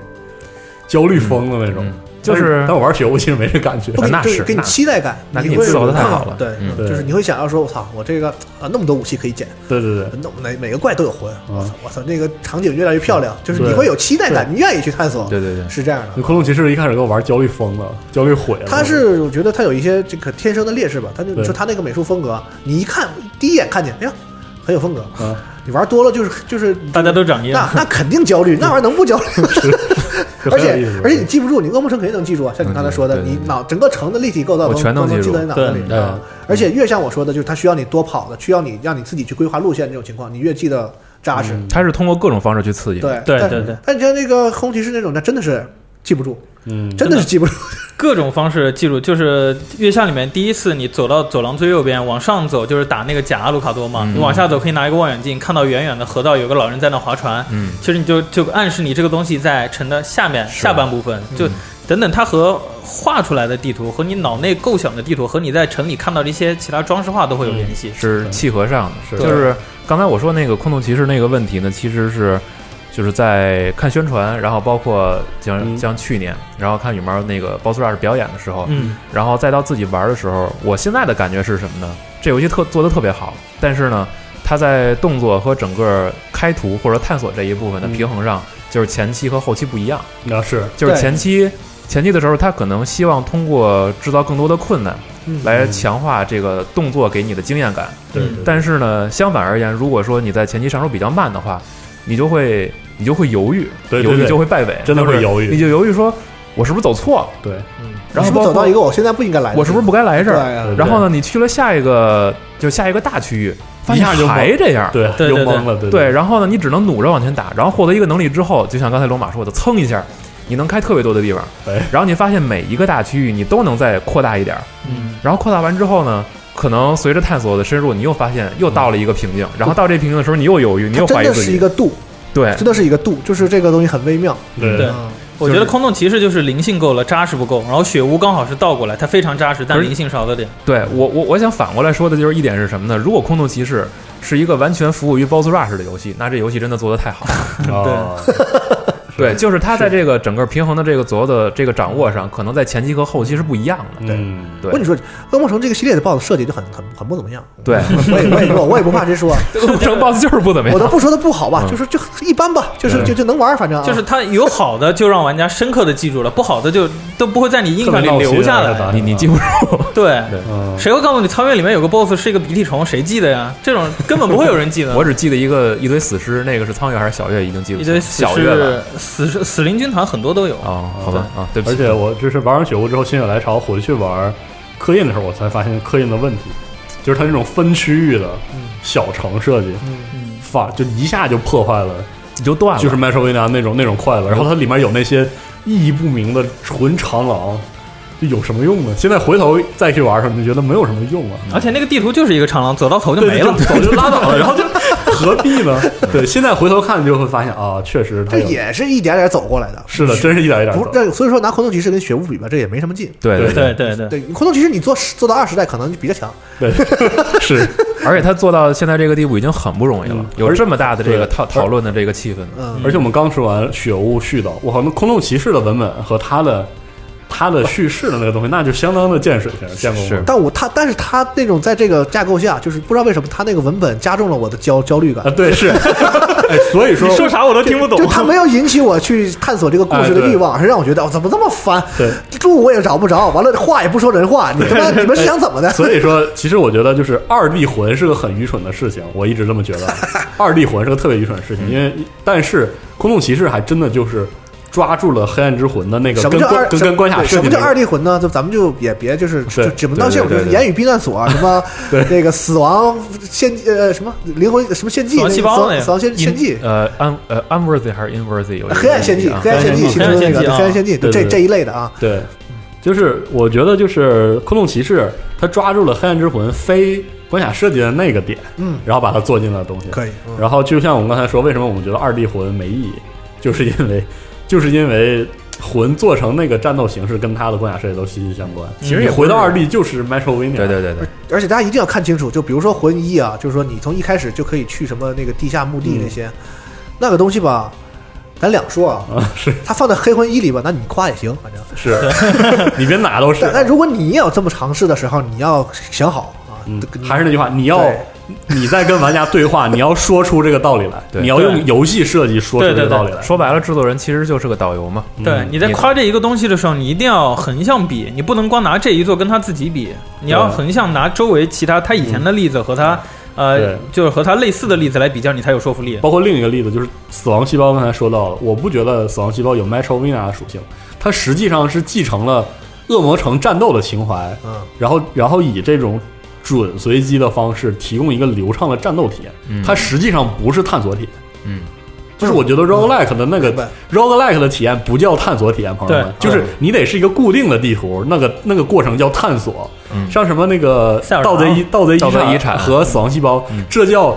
Speaker 4: 焦虑疯了那种。
Speaker 2: 嗯就是
Speaker 4: 但但我玩雪屋其实没这感觉
Speaker 1: 不。给你
Speaker 2: 那
Speaker 1: 就是
Speaker 2: 是
Speaker 1: 给你
Speaker 2: 那
Speaker 1: 期待感，
Speaker 2: 那给
Speaker 1: 会
Speaker 2: 你自由得太好了
Speaker 1: 对，
Speaker 2: 嗯
Speaker 1: 就是你会想要说，我操，我这个啊那么多武器可以捡，
Speaker 4: 对对对，
Speaker 1: 那每每个怪都有魂，
Speaker 4: 嗯
Speaker 1: 我操，我操，那个场景越来越漂亮，就是你
Speaker 4: 对
Speaker 1: 会有期待感，你愿意去探索，
Speaker 2: 对对对
Speaker 1: 是这样的
Speaker 4: 那。空洞骑士一开始给我玩焦虑疯了，焦虑毁了。
Speaker 1: 他是我觉得他有一些这个天生的劣势吧，他就你
Speaker 4: 对
Speaker 1: 说他那个美术风格，你一看第一眼看见，哎呀，很有风格，
Speaker 4: 嗯
Speaker 1: 你玩多了就是就是
Speaker 3: 嗯大家都长一样
Speaker 1: 那。那肯定焦虑，那玩意儿能不焦虑吗？
Speaker 4: 就
Speaker 1: 而
Speaker 4: 很有
Speaker 1: 且
Speaker 4: 意思
Speaker 1: 而且你记不住，你噩梦城肯定能记住啊，像你刚才说的，
Speaker 2: 嗯对对
Speaker 1: 你
Speaker 2: 对
Speaker 1: 脑整个城的立体构造
Speaker 2: 我
Speaker 1: 都
Speaker 2: 全能
Speaker 1: 都能
Speaker 2: 记
Speaker 1: 记
Speaker 2: 住
Speaker 1: 在你脑子里
Speaker 4: 对
Speaker 1: 啊。而且越像我说的，就是它需要你多跑的，需要你让你自己去规划路线这种情况，你越记得扎实。
Speaker 2: 它是通过各种方式去刺激。
Speaker 1: 对
Speaker 3: 对
Speaker 1: 但
Speaker 3: 对对，
Speaker 1: 但你像那个红骑士那种，那真的是记不住，
Speaker 4: 嗯，
Speaker 1: 真的是记不住。
Speaker 3: 各种方式记住，就是月下里面第一次你走到走廊最右边，往上走就是打那个假阿鲁卡多嘛，
Speaker 2: 嗯
Speaker 3: 你往下走可以拿一个望远镜看到远远的河道有个老人在那划船，
Speaker 2: 嗯，
Speaker 3: 其实你就就暗示你这个东西在城的下面
Speaker 2: 是
Speaker 3: 下半部分，就等等它和画出来的地图和你脑内构想的地图和你在城里看到的一些其他装饰画都会有联系。
Speaker 2: 嗯是契合上的。
Speaker 4: 是
Speaker 2: 就是刚才我说那个空洞骑士那个问题呢，其实是就是在看宣传，然后包括像
Speaker 4: 嗯
Speaker 2: 像去年，然后看羽毛那个 Boss Rush 表演的时候，
Speaker 3: 嗯，
Speaker 2: 然后再到自己玩的时候，我现在的感觉是什么呢？这游戏特做的特别好，但是呢，它在动作和整个开图或者探索这一部分的
Speaker 4: 嗯
Speaker 2: 平衡上，就是前期和后期不一样。
Speaker 4: 那啊是
Speaker 2: 就是
Speaker 1: 对
Speaker 2: 前期前期的时候，他可能希望通过制造更多的困难
Speaker 1: 嗯
Speaker 2: 来强化这个动作给你的经验感。
Speaker 4: 对
Speaker 3: 嗯，
Speaker 4: 对
Speaker 2: 但是呢，相反而言，如果说你在前期上手比较慢的话，你就会你就会犹豫，
Speaker 4: 对对
Speaker 2: 犹豫
Speaker 4: 对
Speaker 2: 就会败北，
Speaker 4: 真的会
Speaker 2: 就是
Speaker 4: 犹豫
Speaker 2: 你就犹豫说，我是不是走错了？
Speaker 4: 对
Speaker 2: 然
Speaker 1: 你
Speaker 2: 后
Speaker 1: 是不是
Speaker 2: 包
Speaker 1: 走
Speaker 2: 括
Speaker 1: 到一个我现在不应该来的地方，
Speaker 2: 我是不是不该来这儿？
Speaker 1: 对啊
Speaker 4: 对
Speaker 2: 然后呢，你去了下一个就下一个大区域，发现
Speaker 4: 一下就懵
Speaker 2: 还这样。
Speaker 1: 啊
Speaker 4: 对
Speaker 3: 对
Speaker 4: 又
Speaker 3: 对对
Speaker 4: 懵了，对
Speaker 2: 对，然后呢，你只能努着往前打，然后获得一个能力之后，就像刚才龙马说的，蹭一下，你能开特别多的地方
Speaker 4: 哎，
Speaker 2: 然后你发现每一个大区域你都能再扩大一点儿，
Speaker 3: 嗯，
Speaker 2: 然后扩大完之后呢，可能随着探索的深入，你又发现又到了一个瓶颈，然后到这瓶颈的时候，你又犹豫，
Speaker 1: 嗯
Speaker 2: 你
Speaker 1: 它
Speaker 2: 又
Speaker 1: 真
Speaker 2: 怀疑
Speaker 1: 的
Speaker 2: 自
Speaker 1: 是一
Speaker 2: 己，哎
Speaker 1: 个度，
Speaker 2: 对
Speaker 1: 真的是一个度，就是这个东西很微妙。
Speaker 4: 对
Speaker 3: 对
Speaker 1: 嗯
Speaker 3: 我觉得空洞骑士就是灵性够了，扎实不够，然后雪屋刚好是倒过来，它非常扎实，但
Speaker 2: 而
Speaker 3: 灵性少了点。
Speaker 2: 对，我我我想反过来说的就是一点是什么呢？如果空洞骑士是一个完全服务于 Boss Rush 的游戏，那这游戏真的做得 太好了。
Speaker 4: 哦
Speaker 2: 对，就是它在这个整个平衡的这个左右的这个掌握上，可能在前期和后期是不一样的。
Speaker 4: 嗯，
Speaker 2: 对
Speaker 1: 我跟你说，恶魔城这个系列的 BOSS 设计就很很很不怎么样。嗯
Speaker 2: 对，
Speaker 1: 我也我也我也不怕谁说，
Speaker 2: 工程 boss 就是不怎么
Speaker 1: 我都
Speaker 2: 样。
Speaker 1: 不说它不好吧，
Speaker 2: 嗯
Speaker 1: 就是就一般吧，就是
Speaker 4: 对
Speaker 1: 就就能玩，反正啊
Speaker 3: 就是它有好的就让玩家深刻的记住了，不好的就都不会在你印象里留下
Speaker 4: 特别闹心啊
Speaker 3: 来。
Speaker 2: 你你记不住，
Speaker 3: 对，
Speaker 2: 对
Speaker 4: 嗯
Speaker 3: 谁会告诉你草原里面有个 BOSS 是一个鼻涕虫？谁记得呀？这种根本不会有人记得。
Speaker 2: 我只记得一个一堆死尸，那个是苍月还是小月，已经记不
Speaker 3: 一
Speaker 2: 清
Speaker 3: 堆死
Speaker 2: 小月吧。
Speaker 3: 士、死士死灵军团很多都有。
Speaker 2: 哦，好吧，啊，对不
Speaker 4: 而
Speaker 2: 起，
Speaker 4: 且我就是玩完雪屋之后，心血来潮回去玩刻印的时候，我才发现刻印的问题，就是它那种分区域的小城设计，发就一下就破坏了，
Speaker 2: 你就断了。
Speaker 4: 就是《麦手维南》那种那种快乐。然后它里面有那些意义不明的纯长廊，就有什么用呢？现在回头再去玩的时候，你就觉得没有什么用啊。
Speaker 3: 而且那个地图就是一个长廊，走到头就
Speaker 4: 对，
Speaker 3: 嗯没了
Speaker 4: 就。早就拉倒了，然后就何必呢？对，现在回头看就会发现啊，确实它
Speaker 1: 这
Speaker 4: 有
Speaker 1: 也是一点点走过来的。嗯
Speaker 4: 是的，真是一点一点
Speaker 1: 不
Speaker 4: 走，
Speaker 1: 这所以说拿空洞骑士跟雪雾比吧，这也没什么劲。
Speaker 2: 对
Speaker 4: 对
Speaker 3: 对对对，
Speaker 1: 对，空洞骑士你做十做到二十代可能比较强，
Speaker 4: 对， 是。
Speaker 2: 而且他做到现在这个地步已经很不容易了
Speaker 4: 嗯，
Speaker 2: 有
Speaker 4: 而
Speaker 2: 这么大的这个
Speaker 4: 对
Speaker 2: 讨
Speaker 4: 而
Speaker 2: 讨论的这个气氛。
Speaker 1: 嗯，
Speaker 4: 而且我们刚说完雪雾絮叨，我靠，那空洞骑士的文本和他的他的叙事的那个东西，那就相当的见水平，见过
Speaker 2: 是
Speaker 4: 吗？
Speaker 1: 但我他但是他那种在这个架构下，就是不知道为什么他那个文本加重了我的焦焦虑感
Speaker 4: 啊，，对，是。 哎，所以说，
Speaker 3: 你说啥我都听不懂
Speaker 1: 就。他没有引起我去探索这个故事的欲望，是让我觉得我哦怎么这么烦，
Speaker 4: 哎对
Speaker 1: 住我也找不着，完了话也不说人话，你他妈你们是想怎么的？
Speaker 4: 哎所以说，其实我觉得就是二 D 魂是个很愚蠢的事情，我一直这么觉 得。二 D 魂是个特别愚蠢的事情，因为
Speaker 1: 嗯
Speaker 4: 但是空洞骑士还真的就是抓住了黑暗之魂的那个
Speaker 1: 什么
Speaker 4: 跟
Speaker 1: 叫二
Speaker 4: 关跟跟关卡
Speaker 1: 对
Speaker 4: 设
Speaker 1: 什
Speaker 4: 计
Speaker 1: 么
Speaker 4: 的
Speaker 1: 叫
Speaker 4: 那
Speaker 1: 二
Speaker 4: 个。
Speaker 1: D 魂呢？就咱们就也别就是
Speaker 4: 对
Speaker 1: 就指名道姓，
Speaker 2: 对
Speaker 1: 就
Speaker 2: 对
Speaker 1: 是言语避难 所啊什么那个死亡献呃什么灵魂什么献祭
Speaker 3: 死亡细胞
Speaker 1: 死亡
Speaker 3: 那个
Speaker 1: 死亡献献祭
Speaker 2: 呃安呃 unworthy 还是 inworthy 有一个啊
Speaker 1: 黑暗献祭
Speaker 2: 问题
Speaker 1: 黑暗献祭
Speaker 4: 黑暗
Speaker 1: 其中那
Speaker 3: 献
Speaker 1: 个
Speaker 3: 祭
Speaker 1: 对
Speaker 3: 啊
Speaker 1: 黑暗献祭
Speaker 4: 对
Speaker 1: 这
Speaker 4: 对对
Speaker 1: 这一类的啊，
Speaker 4: 对，就是我觉得就是空洞骑士，他抓住了黑暗之魂非关卡设计的那个点，
Speaker 1: 嗯，
Speaker 4: 然后把它做进了东西。
Speaker 1: 可以，嗯
Speaker 4: 然后就像我们刚才说，为什么我们觉得二 D 魂没意义，就是因为就是因为魂做成那个战斗形式跟它的关卡设计都息息相关。
Speaker 2: 其实也
Speaker 4: 你回到
Speaker 2: 不是
Speaker 4: 二 D 就是 Metrovania，
Speaker 2: 对对对对，
Speaker 1: 而且大家一定要看清楚，就比如说魂一啊，就是说你从一开始就可以去什么那个地下墓地那些，那个东西吧，咱两说啊，是它放在黑魂一里吧，那你夸也行，反正。
Speaker 4: 是 你别哪都是啊
Speaker 1: 但。但如果你也有这么尝试的时候，你要想好啊
Speaker 4: 嗯，
Speaker 1: 这个
Speaker 4: 还是那句话，你要
Speaker 1: 对
Speaker 4: 你在跟玩家对话，你要说出这个道理来，
Speaker 2: 对
Speaker 4: 你要用游戏设计说出
Speaker 3: 对
Speaker 4: 这
Speaker 3: 对
Speaker 4: 个
Speaker 3: 对
Speaker 4: 道理来。
Speaker 2: 说白了，制作人其实就是个导游嘛。
Speaker 4: 嗯
Speaker 3: 对，你在
Speaker 2: 你
Speaker 3: 夸这一个东西的时候，你一定要横向比，你不能光拿这一座跟他自己比，你要
Speaker 4: 对
Speaker 3: 横向拿周围其他他以前的例子和他、呃
Speaker 4: 嗯对，
Speaker 3: 就是和他类似的例子来比较，你才有说服力。
Speaker 4: 包括另一个例子就是死亡细胞，刚才说到了，我不觉得死亡细胞有 Metrovina 的属性，它实际上是继承了恶魔城战斗的情怀，
Speaker 1: 嗯，
Speaker 4: 然后然后以这种准随机的方式提供一个流畅的战斗体验，
Speaker 2: 嗯
Speaker 4: 它实际上不是探索体验。
Speaker 2: 嗯，
Speaker 4: 就是我觉得 roguelike 的那
Speaker 1: 明白
Speaker 4: 个 roguelike 的体验不叫探索体验，朋友们，
Speaker 3: 对
Speaker 2: 嗯
Speaker 4: 就是你得是一个固定的地图，那个那个过程叫探索。
Speaker 2: 嗯
Speaker 4: 像什么那个
Speaker 3: 塞尔达
Speaker 4: 盗贼遗盗贼
Speaker 2: 盗贼
Speaker 4: 遗
Speaker 2: 遗产
Speaker 4: 和死亡细胞
Speaker 2: 嗯，
Speaker 4: 这叫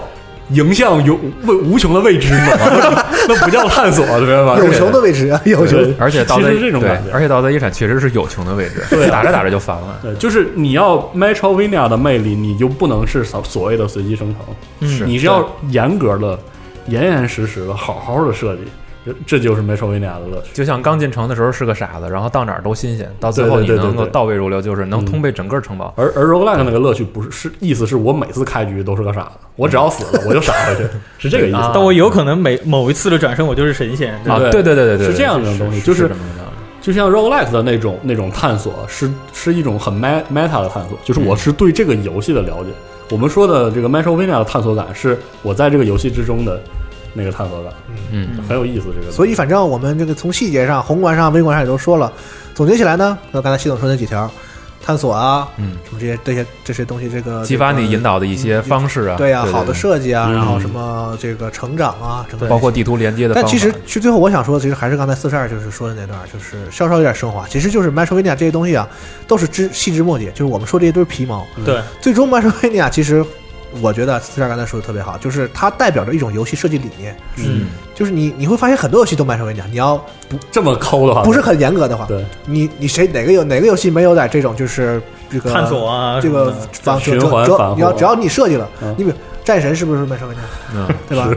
Speaker 4: 迎向永未无穷的未知，你懂吗 那不叫探索，对吧？
Speaker 1: 有穷的位置，啊有穷
Speaker 4: 对
Speaker 2: 而且盗
Speaker 4: 其
Speaker 2: 贼
Speaker 4: 实是这种
Speaker 2: 对
Speaker 4: 感觉
Speaker 2: 而且盗贼遗产确实是有穷的位置，
Speaker 4: 对啊
Speaker 2: 打着打着就烦了。
Speaker 4: 对，呃就是你要 Metrovania 的魅力，你就不能是所所谓的随机生成，
Speaker 2: 是
Speaker 3: 嗯，
Speaker 4: 你是要严格的、严严实实的、好好的设计，这这就是 Metrovania 的乐趣。
Speaker 2: 就像刚进城的时候是个傻子，然后到哪儿都新鲜，到最
Speaker 4: 对
Speaker 2: 后
Speaker 4: 对
Speaker 2: 你
Speaker 4: 对对
Speaker 2: 能够
Speaker 4: 对
Speaker 2: 倒背如流，就是能
Speaker 4: 嗯
Speaker 2: 通背整个城堡。
Speaker 4: 而而 roguelike 那个乐趣不是是意思是我每次开局都是个傻子，我只要死了我就傻回去，嗯是这个意思。
Speaker 2: 啊
Speaker 3: 但我有可能每某一次的转身，我就是神仙。
Speaker 4: 啊
Speaker 2: 啊，
Speaker 4: 对
Speaker 2: 对对对对对，
Speaker 4: 是这样的东西就是
Speaker 2: 这么个道理
Speaker 4: 就像 roguelike 的那种那种探索，是是一种很 me- meta 的探索，就是我是对这个游戏的了解。我们说的这个 metrovania 的探索感，是我在这个游戏之中的那个探索感，
Speaker 2: 嗯，
Speaker 3: 嗯
Speaker 4: 很有意思。这个
Speaker 1: 所以，反正我们这个从细节上、宏观上、微观上也都说了。总结起来呢，那刚才系统说那几条，探索啊，
Speaker 2: 嗯，
Speaker 1: 什么这些这些这些东西，这个
Speaker 2: 激发你引
Speaker 1: 导，
Speaker 2: 导的一些方式
Speaker 1: 嗯
Speaker 2: 啊，
Speaker 1: 对呀、
Speaker 2: 呀，
Speaker 1: 好的设计啊，
Speaker 4: 嗯
Speaker 1: 然后什么这个成长啊，整个
Speaker 2: 包括地图连接的方
Speaker 1: 但
Speaker 2: 法。
Speaker 1: 其实，其实最后我想说的，其实还是刚才四十二就是说的那段，就是稍稍有点升华。其实就是 Metrovania 这些东西啊，都是枝细枝末节，就是我们说这些都是皮毛。
Speaker 3: 对，
Speaker 1: 最终 Metrovania 其实，我觉得四十二刚才说的特别好，就是它代表着一种游戏设计理念。
Speaker 3: 嗯，
Speaker 1: 就是你你会发现很多游戏都 Metrovania，你要
Speaker 4: 这么抠的话，
Speaker 1: 不是很严格的话，
Speaker 4: 对
Speaker 1: 你你谁哪个有哪个游戏没有点这种就是这个
Speaker 3: 探索啊，
Speaker 1: 这个
Speaker 3: 什么的
Speaker 1: 方
Speaker 4: 循环
Speaker 1: 只
Speaker 4: 反
Speaker 1: 要
Speaker 4: 复
Speaker 1: 只要只要你设计了
Speaker 4: 嗯，
Speaker 1: 你比如战神是不是 Metrovania？
Speaker 2: 嗯，
Speaker 1: 对吧？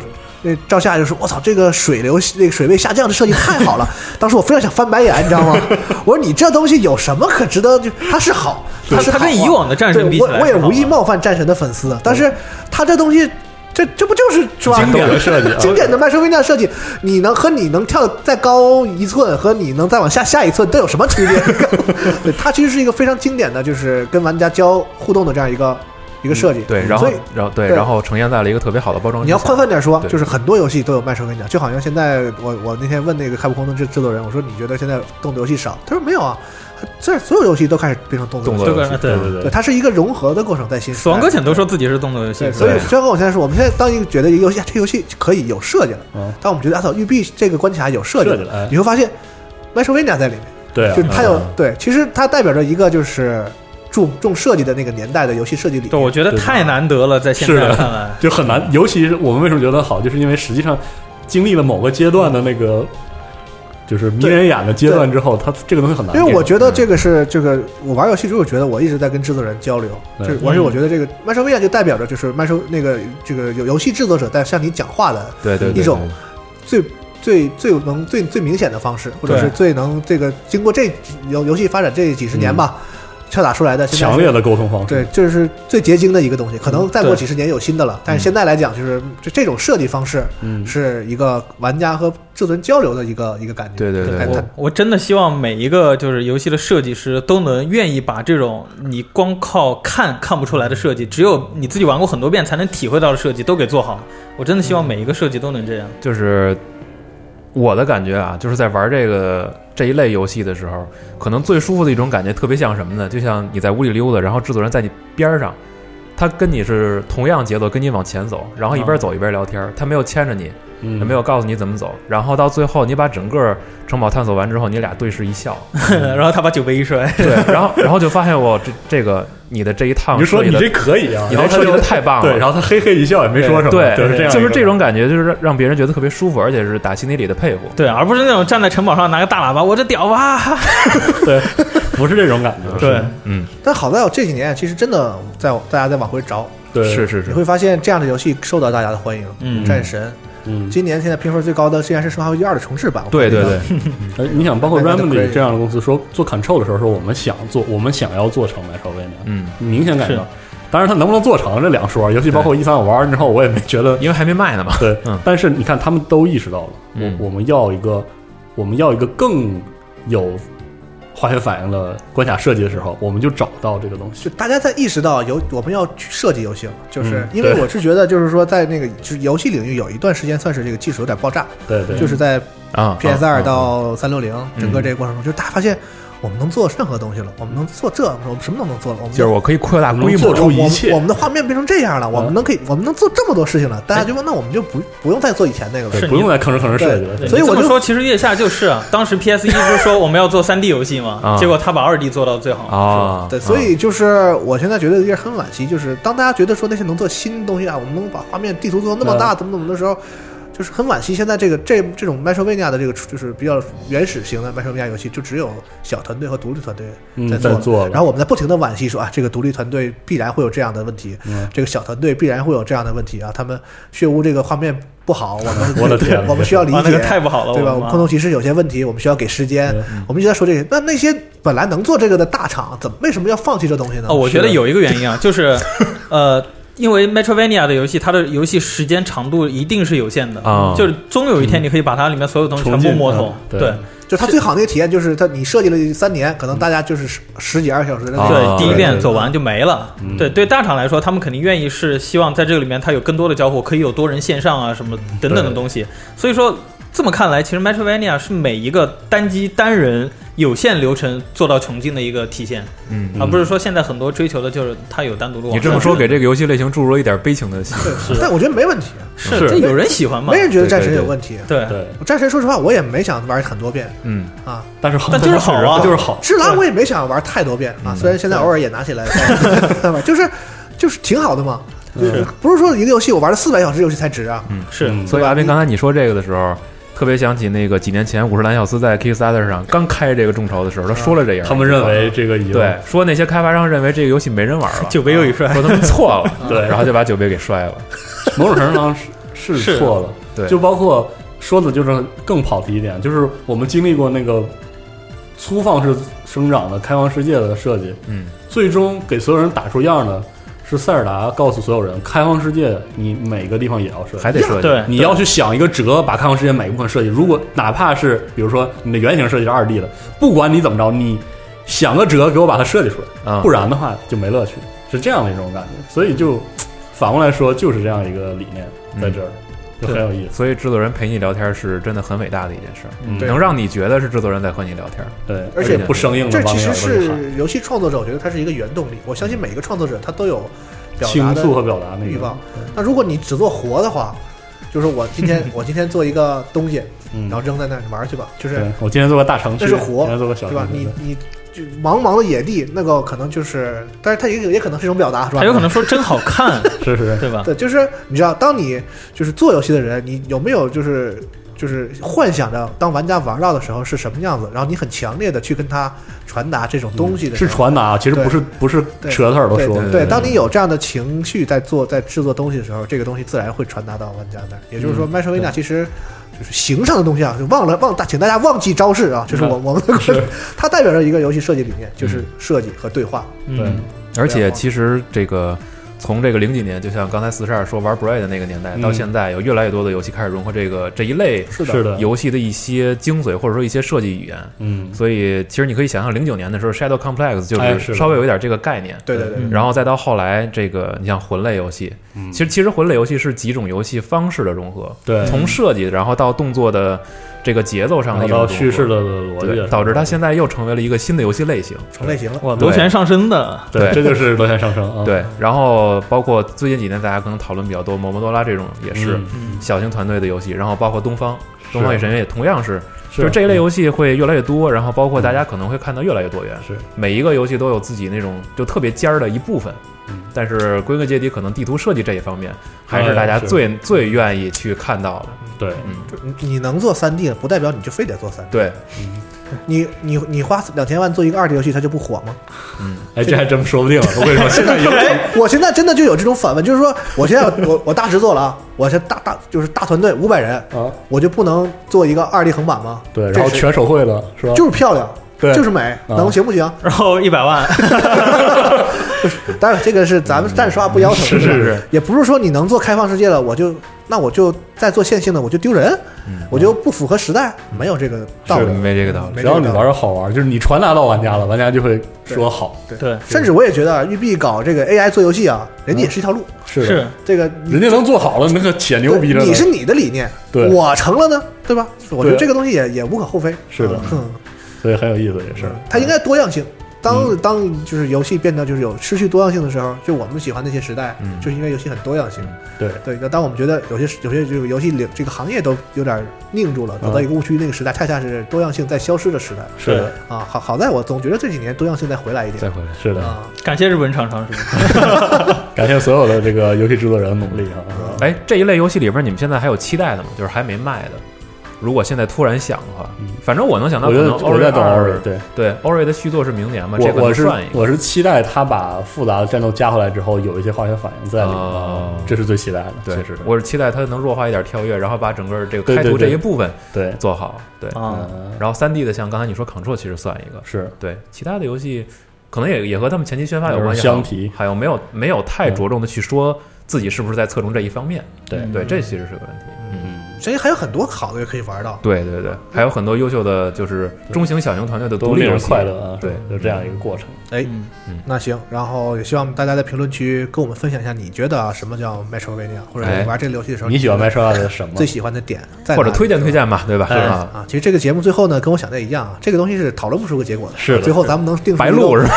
Speaker 1: 那赵夏就说：“我操，这个水流那个水位下降的设计太好了。”当时我非常想翻白眼，你知道吗？ 我说你这东西有什么可值得？就它是好，
Speaker 3: 对
Speaker 1: 是
Speaker 3: 它
Speaker 1: 好
Speaker 3: 跟
Speaker 1: 啊
Speaker 3: 以往的战神
Speaker 1: 对
Speaker 3: 比起
Speaker 1: 我
Speaker 3: 来
Speaker 1: 我也
Speaker 3: 是好
Speaker 1: 无意
Speaker 3: 的嗯
Speaker 1: 冒犯战神的粉丝，但是它这东西，这这不就是是吧？
Speaker 4: 经典的设计 啊
Speaker 1: 经典的麦收维那设计，你能和你能跳得再高一寸，和你能再往下下一寸，都有什么区别？ 对，它其实是一个非常经典的，就是跟玩家交互动的这样一个一个设
Speaker 3: 嗯
Speaker 1: 计。嗯
Speaker 2: 对，然后
Speaker 1: 所以
Speaker 2: 然后对，
Speaker 1: 对
Speaker 2: 然后呈现在了一个特别好的包装之
Speaker 1: 你
Speaker 2: 下。
Speaker 1: 要宽泛点说，
Speaker 2: 哦对
Speaker 1: 就是很多游戏都有卖手跟你啊讲，就好像现在我我那天问那个开普空的制制作人，我说你觉得现在动作游戏少？他说没有啊，这所有游戏都开始变成动作
Speaker 2: 动
Speaker 1: 游戏，
Speaker 2: 作
Speaker 3: 这
Speaker 2: 游
Speaker 3: 个
Speaker 2: 戏，
Speaker 3: 对
Speaker 4: 对对
Speaker 1: 对，它是一个融合的过程在新时代。
Speaker 3: 死亡搁浅都说自己是动作游戏
Speaker 1: 对，，所以
Speaker 2: 对
Speaker 1: 就跟我现在说，我们现在当一个觉得一个游戏啊这游戏可以有设计了，
Speaker 4: 嗯
Speaker 1: 但我们觉得啊，操，育碧这个关卡有设计
Speaker 4: 设计了哎
Speaker 1: 了，你会发现麦手维尼亚在里面，
Speaker 4: 对啊，
Speaker 1: 就是它有
Speaker 4: 嗯
Speaker 1: 对，其实它代表着一个就是重重设计的那个年代的游戏设计理
Speaker 3: 对，我
Speaker 1: 念。
Speaker 3: 觉得太难得了，在现
Speaker 4: 是
Speaker 3: 在
Speaker 4: 的
Speaker 3: 看来，
Speaker 4: 就很难。尤其是我们为什么觉得好，就是因为实际上经历了某个阶段的那个，就是迷人眼的阶段之后，它这个东西很难
Speaker 1: 啊因
Speaker 4: 变。
Speaker 1: 为我觉得这个是这个，我玩游戏之后觉得我一直在跟制作人交流，
Speaker 4: 对
Speaker 1: 就是而且
Speaker 3: 嗯
Speaker 1: 我觉得这个麦收维亚就代表着就是麦收那个这个游游戏制作者在向你讲话的
Speaker 2: 对对对
Speaker 1: 一种最最最能最最明显的方式，或者
Speaker 3: 对
Speaker 1: 是最能这个经过这游游戏发展这几十年吧，敲打出来的现在是
Speaker 4: 嗯强烈的嗯沟通方式，
Speaker 1: 对，就是最结晶的一个东西。可能再过几十年有新的了，但是现在来讲，就是这这种设计方式
Speaker 4: 嗯，
Speaker 1: 是一个玩家和制作人交流的一个一个感觉。
Speaker 2: 对对对
Speaker 1: 哎
Speaker 2: 对
Speaker 1: 它
Speaker 3: 我真的希望每一个就是游戏的设计师都能愿意把这种你光靠看看不出来的设计，只有你自己玩过很多遍才能体会到的设计都给做好。我真的希望每一个设计都能这样。
Speaker 2: 就是我的感觉啊，就是在玩这个这一类游戏的时候，可能最舒服的一种感觉，特别像什么呢？就像你在屋里溜达，然后制作人在你边儿上，他跟你是同样节奏，跟你往前走，然后一边走一边聊天，他没有牵着你，
Speaker 4: 嗯
Speaker 2: 也没有告诉你怎么走，然后到最后你把整个城堡探索完之后，你俩对视一笑，
Speaker 3: 然后他把酒杯一摔，
Speaker 2: 对， 然后然后就发现我这这个你的这一趟
Speaker 4: 你就说
Speaker 2: 设计
Speaker 4: 你
Speaker 2: 的
Speaker 4: 这可以啊，
Speaker 2: 你
Speaker 4: 然后
Speaker 2: 这
Speaker 4: 他
Speaker 2: 设计
Speaker 4: 就
Speaker 2: 的太棒了
Speaker 4: 对，，然后他嘿嘿一笑也没说什么，
Speaker 2: 对，
Speaker 4: 就是这样，
Speaker 2: 就是这种。感觉，就是让让别人觉得特别舒服，而且是打心底里的佩服。
Speaker 3: 对，而不是那种站在城堡上拿个大喇叭，我这屌啊吧，
Speaker 4: 对， 不是这种感觉。
Speaker 3: 对，
Speaker 2: 嗯，
Speaker 1: 但好在我这几年其实真的在大家在往回找，
Speaker 4: 对，
Speaker 2: 是是
Speaker 1: 你
Speaker 2: 是，
Speaker 1: 会发现这样的游戏受到大家的欢迎。
Speaker 3: 嗯
Speaker 1: 战神，
Speaker 4: 嗯，
Speaker 1: 今年现在评分最高的竟然是《生化危机二》的重置版。
Speaker 2: 对对对，
Speaker 4: 呃你想，包括
Speaker 1: 那那都可
Speaker 4: Remedy
Speaker 1: 以
Speaker 4: 这样的公司说做 Control 的时候，说我们想做，我们想要做成 Metroidvania，
Speaker 2: 嗯，
Speaker 4: 明显感觉
Speaker 3: 是
Speaker 4: 到。当然，它能不能做成这两说，尤其包括一三我玩完之后，我也没 觉得
Speaker 2: 因为还没卖呢嘛。
Speaker 4: 对
Speaker 2: 嗯。
Speaker 4: 但是你看，他们都意识到了，
Speaker 2: 嗯
Speaker 4: 我我们要一个，我们要一个更有化学反应的关卡设计的时候，我们就找到这个东西
Speaker 1: 就。大家在意识到有我们要去设计游戏了，就是
Speaker 4: 嗯
Speaker 1: 因为
Speaker 4: 对
Speaker 1: 我是觉得，就是说在那个就是游戏领域有一段时间算是这个技术有点爆炸，
Speaker 4: 对对，嗯
Speaker 1: 就是在
Speaker 2: 啊
Speaker 1: PS
Speaker 2: 啊
Speaker 1: 二
Speaker 2: 啊
Speaker 1: 到三六零整个这个过程中，就是大家发现我们能做任何东西了，我们能做这，我们什么都能做了，我们
Speaker 2: 就是我可以扩大规
Speaker 4: 能
Speaker 2: 模
Speaker 4: 做，出
Speaker 1: 我
Speaker 4: 一
Speaker 1: 们
Speaker 4: 切嗯
Speaker 1: 我们的画面变成这样了，我们能可以，我们能做这么多事情了。大家就说，那我们就不不用再做以前那个
Speaker 4: 哎对
Speaker 1: 了。
Speaker 4: 不用再吭哧吭哧设计了。
Speaker 1: 对
Speaker 4: 对
Speaker 1: 所以我
Speaker 3: 这么
Speaker 1: 就
Speaker 3: 说，其实月下就是啊， 当时 PS 一不是说我们要做三 D 游戏
Speaker 2: 啊
Speaker 3: 嘛，结果他把二 D 做到最好。
Speaker 1: 哦
Speaker 2: 啊，
Speaker 1: 对，所以就是我现在觉得有点很惋惜，就是当大家觉得说那些能做新的东西啊，我们能把画面地图做到那么大，怎么怎么的时候，就是很惋惜。现在这个这这种 Metrovania 的这个就是比较原始型的 Metrovania 游戏，就只有小团队和独立团队
Speaker 4: 嗯
Speaker 1: 在做
Speaker 4: 在做了
Speaker 1: 然后我们在不停的惋惜说啊，这个独立团队必然会有这样的问题，
Speaker 4: 嗯
Speaker 1: 这个小团队必然会有这样的问题啊，他们血污这个画面不好，我们
Speaker 4: 我的天
Speaker 1: 我们需要理解，
Speaker 3: 啊，那个太不好了，
Speaker 1: 对吧？我
Speaker 3: 我的
Speaker 1: 们
Speaker 3: 妈
Speaker 1: 空洞骑士有些问题，我们需要给时间
Speaker 4: 对。
Speaker 1: 我们一直在说这些，那那些本来能做这个的大厂，怎么为什么要放弃这东西呢？
Speaker 3: 哦，我觉得有一个原因啊， 就是，呃，因为 Metrovania 的游戏，它的游戏时间长度一定是有限的，
Speaker 2: 啊
Speaker 3: 就是终有一天你可以把它里面所有东西全
Speaker 4: 重
Speaker 3: 部
Speaker 4: 进
Speaker 3: 摸透
Speaker 4: 嗯，对
Speaker 3: 对
Speaker 1: 就哦它最好的一个体验就是它你设计了三年，可能大家就是十十几二十小时的那
Speaker 2: 啊
Speaker 1: 种。
Speaker 3: 对，第一
Speaker 4: 对
Speaker 3: 遍
Speaker 4: 对
Speaker 3: 走完就没了。对，对大厂来说，他们肯定愿意是希望在这个里面它有更多的交互，可以有多人线上啊什么等等的
Speaker 4: 对
Speaker 3: 东西。所以说这么看来，其实 Metrovania 是每一个单机单人有限流程做到穷尽的一个体现，
Speaker 2: 嗯，
Speaker 3: 而不是说现在很多追求的就是它有单独的网
Speaker 2: 你
Speaker 3: 站。
Speaker 2: 这么说，给这个游戏类型注入了一点悲情的 戏。
Speaker 1: 对但我觉得没问题，
Speaker 3: 是
Speaker 4: 是
Speaker 3: 这有人喜欢吗
Speaker 1: 没？人觉得
Speaker 4: 对
Speaker 1: 战神
Speaker 4: 对
Speaker 1: 有
Speaker 4: 对
Speaker 1: 问题。
Speaker 3: 对
Speaker 4: 嗯对，
Speaker 1: 战神说实话，我也没想玩很多遍
Speaker 2: 嗯，
Speaker 1: 啊。
Speaker 4: 但是好，
Speaker 3: 但就是好啊
Speaker 4: 就是好。
Speaker 1: 智狼我也没想玩太多遍啊，虽然现在偶尔也拿起来，但 就是就是挺好的嘛。就是不是说一个游戏我玩了四百小时游戏才值啊？
Speaker 3: 是
Speaker 4: 嗯
Speaker 2: 所以阿斌刚才你说这个的时候，特别想起那个几年前五十岚小司在 Kickstarter 上刚开这个众筹的时候，他说了这样，
Speaker 4: 他们认为这个已经
Speaker 2: 对，说那些开发商认为这个游戏没人玩了，
Speaker 3: 酒杯又一摔
Speaker 2: 说他们错了，
Speaker 4: 对
Speaker 2: 然后就把酒杯给摔了，
Speaker 4: 某种程度上是是
Speaker 3: 是
Speaker 4: 错了。
Speaker 2: 对，
Speaker 4: 就包括说的就是更跑题一点，就是我们经历过那个粗放式生长的开放世界的设计，
Speaker 2: 嗯
Speaker 4: 最终给所有人打出样的是塞尔达告诉所有人，开放世界你每个地方也要设计。
Speaker 2: 还得设计，
Speaker 3: 对
Speaker 4: 你要去想一个辙，把开放世界每一部分设计。如果哪怕是比如说你的原型设计是二 D 的，不管你怎么着，你想个辙给我把它设计出来，
Speaker 2: 啊，
Speaker 4: 不然的话就没乐趣，是这样的一种感觉。所以就反过来说，就是这样一个理念在
Speaker 1: 嗯
Speaker 4: 这儿，就很有意思。
Speaker 2: 所以制作人陪你聊天是真的很伟大的一件事儿，
Speaker 4: 嗯
Speaker 1: 对
Speaker 2: 能让你觉得是制作人在和你聊天。
Speaker 4: 对，
Speaker 1: 而且
Speaker 4: 且不生硬的
Speaker 1: 这
Speaker 4: 帮
Speaker 1: 其
Speaker 4: 你
Speaker 1: 实
Speaker 4: 耳朵去喊
Speaker 1: 是游戏创作者，我觉得它是一个原动力。我相信每一个创作者他都有表达
Speaker 4: 倾
Speaker 1: 的
Speaker 4: 诉和表达那个
Speaker 1: 欲望。那如果你只做活的话，就是我今 天我今天做一个东西，
Speaker 4: 嗯
Speaker 1: 然后扔在那儿你玩去吧，就
Speaker 4: 对
Speaker 1: 是
Speaker 4: 我今天做个大城区，
Speaker 1: 那是活
Speaker 4: 今天做个小
Speaker 1: 对
Speaker 4: 城
Speaker 1: 吧？
Speaker 4: 区，
Speaker 1: 你你就茫茫的野地，那个可能就是，但是它也也可能是一种表达，是吧？
Speaker 3: 还有可能说真好看，
Speaker 4: 是是，
Speaker 3: 对吧？
Speaker 1: 对，就是你知道，当你就是做游戏的人，你有没有就是就是幻想着当玩家玩到的时候是什么样子，然后你很强烈的去跟他传达这种东西的时
Speaker 4: 嗯是
Speaker 1: 候。
Speaker 4: 传达，其实不是不是
Speaker 1: 对
Speaker 4: 舌头耳朵
Speaker 1: 对
Speaker 4: 说
Speaker 1: 对
Speaker 4: 的，
Speaker 1: 对，当你有这样的情绪在做在制作东西的时候，这个东西自然会传达到玩家那儿。也就是说，
Speaker 4: 嗯
Speaker 1: 麦舍维纳其实就是形上的东西啊，就忘了忘大，请大家忘记招式啊，就是我我们的
Speaker 4: 是
Speaker 1: 它代表着一个游戏设计理念，就是设计和对话。
Speaker 4: 对
Speaker 3: 嗯，
Speaker 2: 而且其实这个从这个零几年，就像刚才四十二说玩 Braid 的那个年代，
Speaker 4: 嗯
Speaker 2: 到现在有越来越多的游戏开始融合这个这一类
Speaker 1: 是
Speaker 4: 是的，
Speaker 2: 游戏的一些精髓，或者说一些设计语言。
Speaker 4: 嗯，
Speaker 2: 所以其实你可以想象，零九年的时候 Shadow Complex 就
Speaker 4: 哎是
Speaker 2: 是
Speaker 4: 的
Speaker 2: 稍微有一点这个概念。
Speaker 1: 对对对，
Speaker 3: 嗯
Speaker 2: 然后再到后来，这个你像魂类游戏，
Speaker 4: 嗯
Speaker 2: 其实其实魂类游戏是几种游戏方式的融合，
Speaker 4: 对，
Speaker 2: 从设计，然后到动作的这个节奏上
Speaker 4: 然
Speaker 2: 的一种
Speaker 4: 后到
Speaker 2: 融合
Speaker 4: 叙事的逻辑也
Speaker 2: 对，
Speaker 4: 是，
Speaker 2: 导致它现在又成为了一个新的游戏类型。
Speaker 1: 成类型了。
Speaker 3: 哇，
Speaker 2: 对
Speaker 3: 螺旋上升的，
Speaker 4: 对，
Speaker 2: 对
Speaker 4: 这就是螺旋上升啊，
Speaker 2: 对，然后包括最近几年大家可能讨论比较多，《摩摩多拉》这种也
Speaker 4: 嗯，
Speaker 2: 是
Speaker 3: 嗯，
Speaker 2: 小型团队的游戏，然后包括东方。东方
Speaker 4: 是
Speaker 2: 与神域也同样是，
Speaker 4: 是
Speaker 2: 就是这一嗯类游戏会越来越多，然后包括大家可能会看到越来越多元，
Speaker 4: 是
Speaker 2: 每一个游戏都有自己那种就特别尖儿的一部分
Speaker 4: 嗯，
Speaker 2: 但是归根结底，可能地图设计这一方面还是大家
Speaker 4: 哎是
Speaker 2: 最最愿意去看到的。
Speaker 4: 对，
Speaker 2: 嗯，
Speaker 1: 你你能做三 D 了，不代表你就非得做三 D。
Speaker 2: 对，
Speaker 1: 你你你花两千万做一个二 D 游戏，它就不火吗？
Speaker 4: 哎，这还真说不定了。我跟你 说，现在有
Speaker 1: 我现在真的就有这种反问，就是说， 我现在我我大制作了啊，我是大大就是大团队五百人，
Speaker 4: 啊，
Speaker 1: 我就不能做一个二 D 横版吗？
Speaker 4: 对，
Speaker 1: 这
Speaker 4: 然后
Speaker 1: 是
Speaker 4: 全手绘了，是吧？
Speaker 1: 就是漂亮，
Speaker 4: 对啊
Speaker 1: 就是美，能行不行？
Speaker 3: 然后一百万，
Speaker 1: 当然，这个是咱们暂时啊不要求，
Speaker 4: 嗯是是
Speaker 1: 吧
Speaker 4: 是，
Speaker 1: 也不是说你能做开放世界了，我就那我就再做线性的，我就丢人，
Speaker 4: 嗯
Speaker 1: 我就不符合时代，没有这个道理，
Speaker 2: 没这个道理。
Speaker 1: 没
Speaker 4: 只
Speaker 1: 这个
Speaker 4: 要
Speaker 1: 道理
Speaker 4: 你玩的好玩，就是你传达到玩家了，玩家就会说好。
Speaker 3: 对，
Speaker 1: 甚至我也觉得啊育碧搞这个 AI 做游戏啊，人家也是一条路，
Speaker 4: 是的，
Speaker 3: 是
Speaker 1: 这个你
Speaker 4: 人家能做好了，那可且嗯牛逼了呢。
Speaker 1: 你是你的理念，
Speaker 4: 对
Speaker 1: 我成了呢，对吧？我觉得
Speaker 4: 对
Speaker 1: 这个东西也也无可厚非，
Speaker 4: 是的
Speaker 1: 嗯，
Speaker 4: 所以很有意思，也是。
Speaker 1: 它应该多样性。当
Speaker 4: 嗯
Speaker 1: 当就是游戏变得就是有失去多样性的时候，就我们喜欢那些时代，
Speaker 2: 嗯
Speaker 1: 就是因为游戏很多样性。
Speaker 4: 对
Speaker 1: 对，那当我们觉得有些有些这个游戏领这个行业都有点拧住了，走到一个误区，那个时代恰恰是多样性在消失的时代
Speaker 4: 是的，
Speaker 1: 啊。好好在我总觉得这几年多样性再回来一
Speaker 2: 再
Speaker 1: 点
Speaker 2: 回来，
Speaker 4: 是的。
Speaker 1: 啊。
Speaker 3: 感谢日本厂商是吧？
Speaker 4: 感谢所有的这个游戏制作人的努力啊！
Speaker 1: 嗯
Speaker 2: 哎，这一类游戏里边，你们现在还有期待的吗？就是还没卖的。如果现在突然想的话，反正我能想到，
Speaker 4: 嗯我
Speaker 2: 可
Speaker 4: 觉
Speaker 2: 能
Speaker 4: 得我
Speaker 2: Ori
Speaker 4: 在等
Speaker 2: 二
Speaker 4: Ori，，对
Speaker 2: 对 Ori 的续作是明年嘛，这
Speaker 4: 我
Speaker 2: 个
Speaker 4: 我
Speaker 2: 能
Speaker 4: 是
Speaker 2: 算一个。
Speaker 4: 我是期待他把复杂的战斗加回来之后，有一些化学反应在里面
Speaker 2: 哦
Speaker 4: 啊，这是最期待的。
Speaker 2: 对
Speaker 4: 确实，，
Speaker 2: 我是期待它能弱化一点跳跃，然后把整个这
Speaker 4: 对
Speaker 2: 个开
Speaker 4: 对
Speaker 2: 图这
Speaker 4: 对
Speaker 2: 一部分
Speaker 4: 对，
Speaker 2: 做好。对，
Speaker 3: 啊，
Speaker 4: 嗯，
Speaker 2: 然后三 D 的，像刚才你说 Control 其实算一个，
Speaker 4: 是
Speaker 2: 对，其他的游戏可能也也和他们前期宣发有关系，
Speaker 4: 相提嗯
Speaker 2: 还有没有没有太着重的去说自己是不是在侧重这一方面，
Speaker 4: 对
Speaker 2: 对，这其实是个问题。嗯，
Speaker 4: 嗯，
Speaker 1: 所以还有很多好的也可以玩到。
Speaker 2: 对对对，还有很多优秀的就是中型小型团队的
Speaker 4: 都
Speaker 2: 独立
Speaker 4: 令
Speaker 2: 游
Speaker 4: 人
Speaker 2: 戏
Speaker 4: 快乐啊！
Speaker 2: 对，
Speaker 4: 就这样一个过程。
Speaker 1: 哎，
Speaker 3: 嗯
Speaker 1: 那行，然后也希望大家在评论区跟我们分享一下，你觉得啊什么叫 Metrovania，或者
Speaker 2: 哎
Speaker 1: 你玩这个游戏的时候，
Speaker 4: 你喜欢
Speaker 1: 觉得
Speaker 4: Metro 二的什么
Speaker 1: 嗯最？喜欢的点，在
Speaker 2: 或者
Speaker 1: 哪里
Speaker 2: 推荐推荐吧，对吧？
Speaker 4: 哎
Speaker 2: 啊，
Speaker 1: 啊。其实这个节目最后呢，跟我想的也一样啊，这个东西是讨论不出个结果的。
Speaker 4: 是的
Speaker 1: 最后咱们能定出
Speaker 2: 白
Speaker 1: 一个
Speaker 2: 鹿是吧？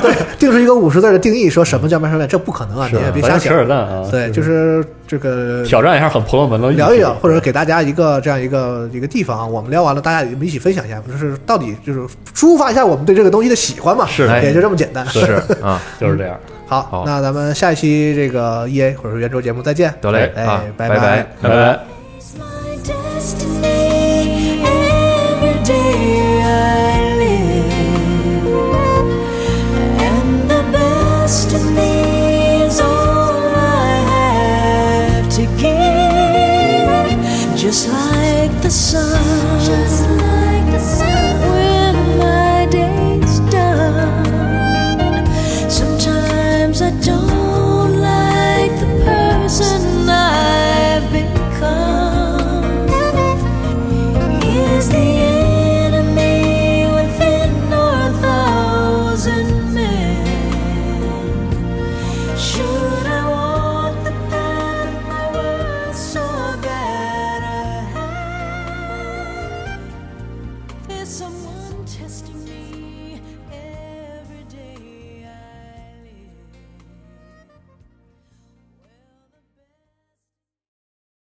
Speaker 1: 对，定出一个五十字的定义，说什么叫 Metrovania，这不可能啊，
Speaker 4: 是
Speaker 1: 你也别
Speaker 4: 咱
Speaker 1: 瞎
Speaker 4: 就扯扯
Speaker 1: 想。
Speaker 4: 淡啊！
Speaker 1: 对，就是是这个
Speaker 4: 挑战一下很朋友们的意见
Speaker 1: 聊一聊，或者给大家一个这样一个一个地方啊。我们聊完了，大家我们一起分享一下，就是到底就是抒发一下我们对这个东西的喜欢嘛，哎
Speaker 4: 是
Speaker 1: 也就这么简单。
Speaker 4: 对
Speaker 2: 是啊，
Speaker 4: 就是这样。
Speaker 1: 好
Speaker 2: 好，
Speaker 1: 那咱们下一期这个 E A 或者说圆桌节目再见。
Speaker 2: 得嘞
Speaker 1: 哎
Speaker 2: 啊，
Speaker 1: 拜
Speaker 2: 拜
Speaker 1: 拜
Speaker 4: 拜拜。
Speaker 5: It's my destiny. Every day I live, and the best of me is all I have to give. Just like the sun, just like the sun, when my day's done. Sometimes I don't like the person I've become. Is the enemy within or a thousand men? Should I walk the path my words so bad I have? Is someone testing me?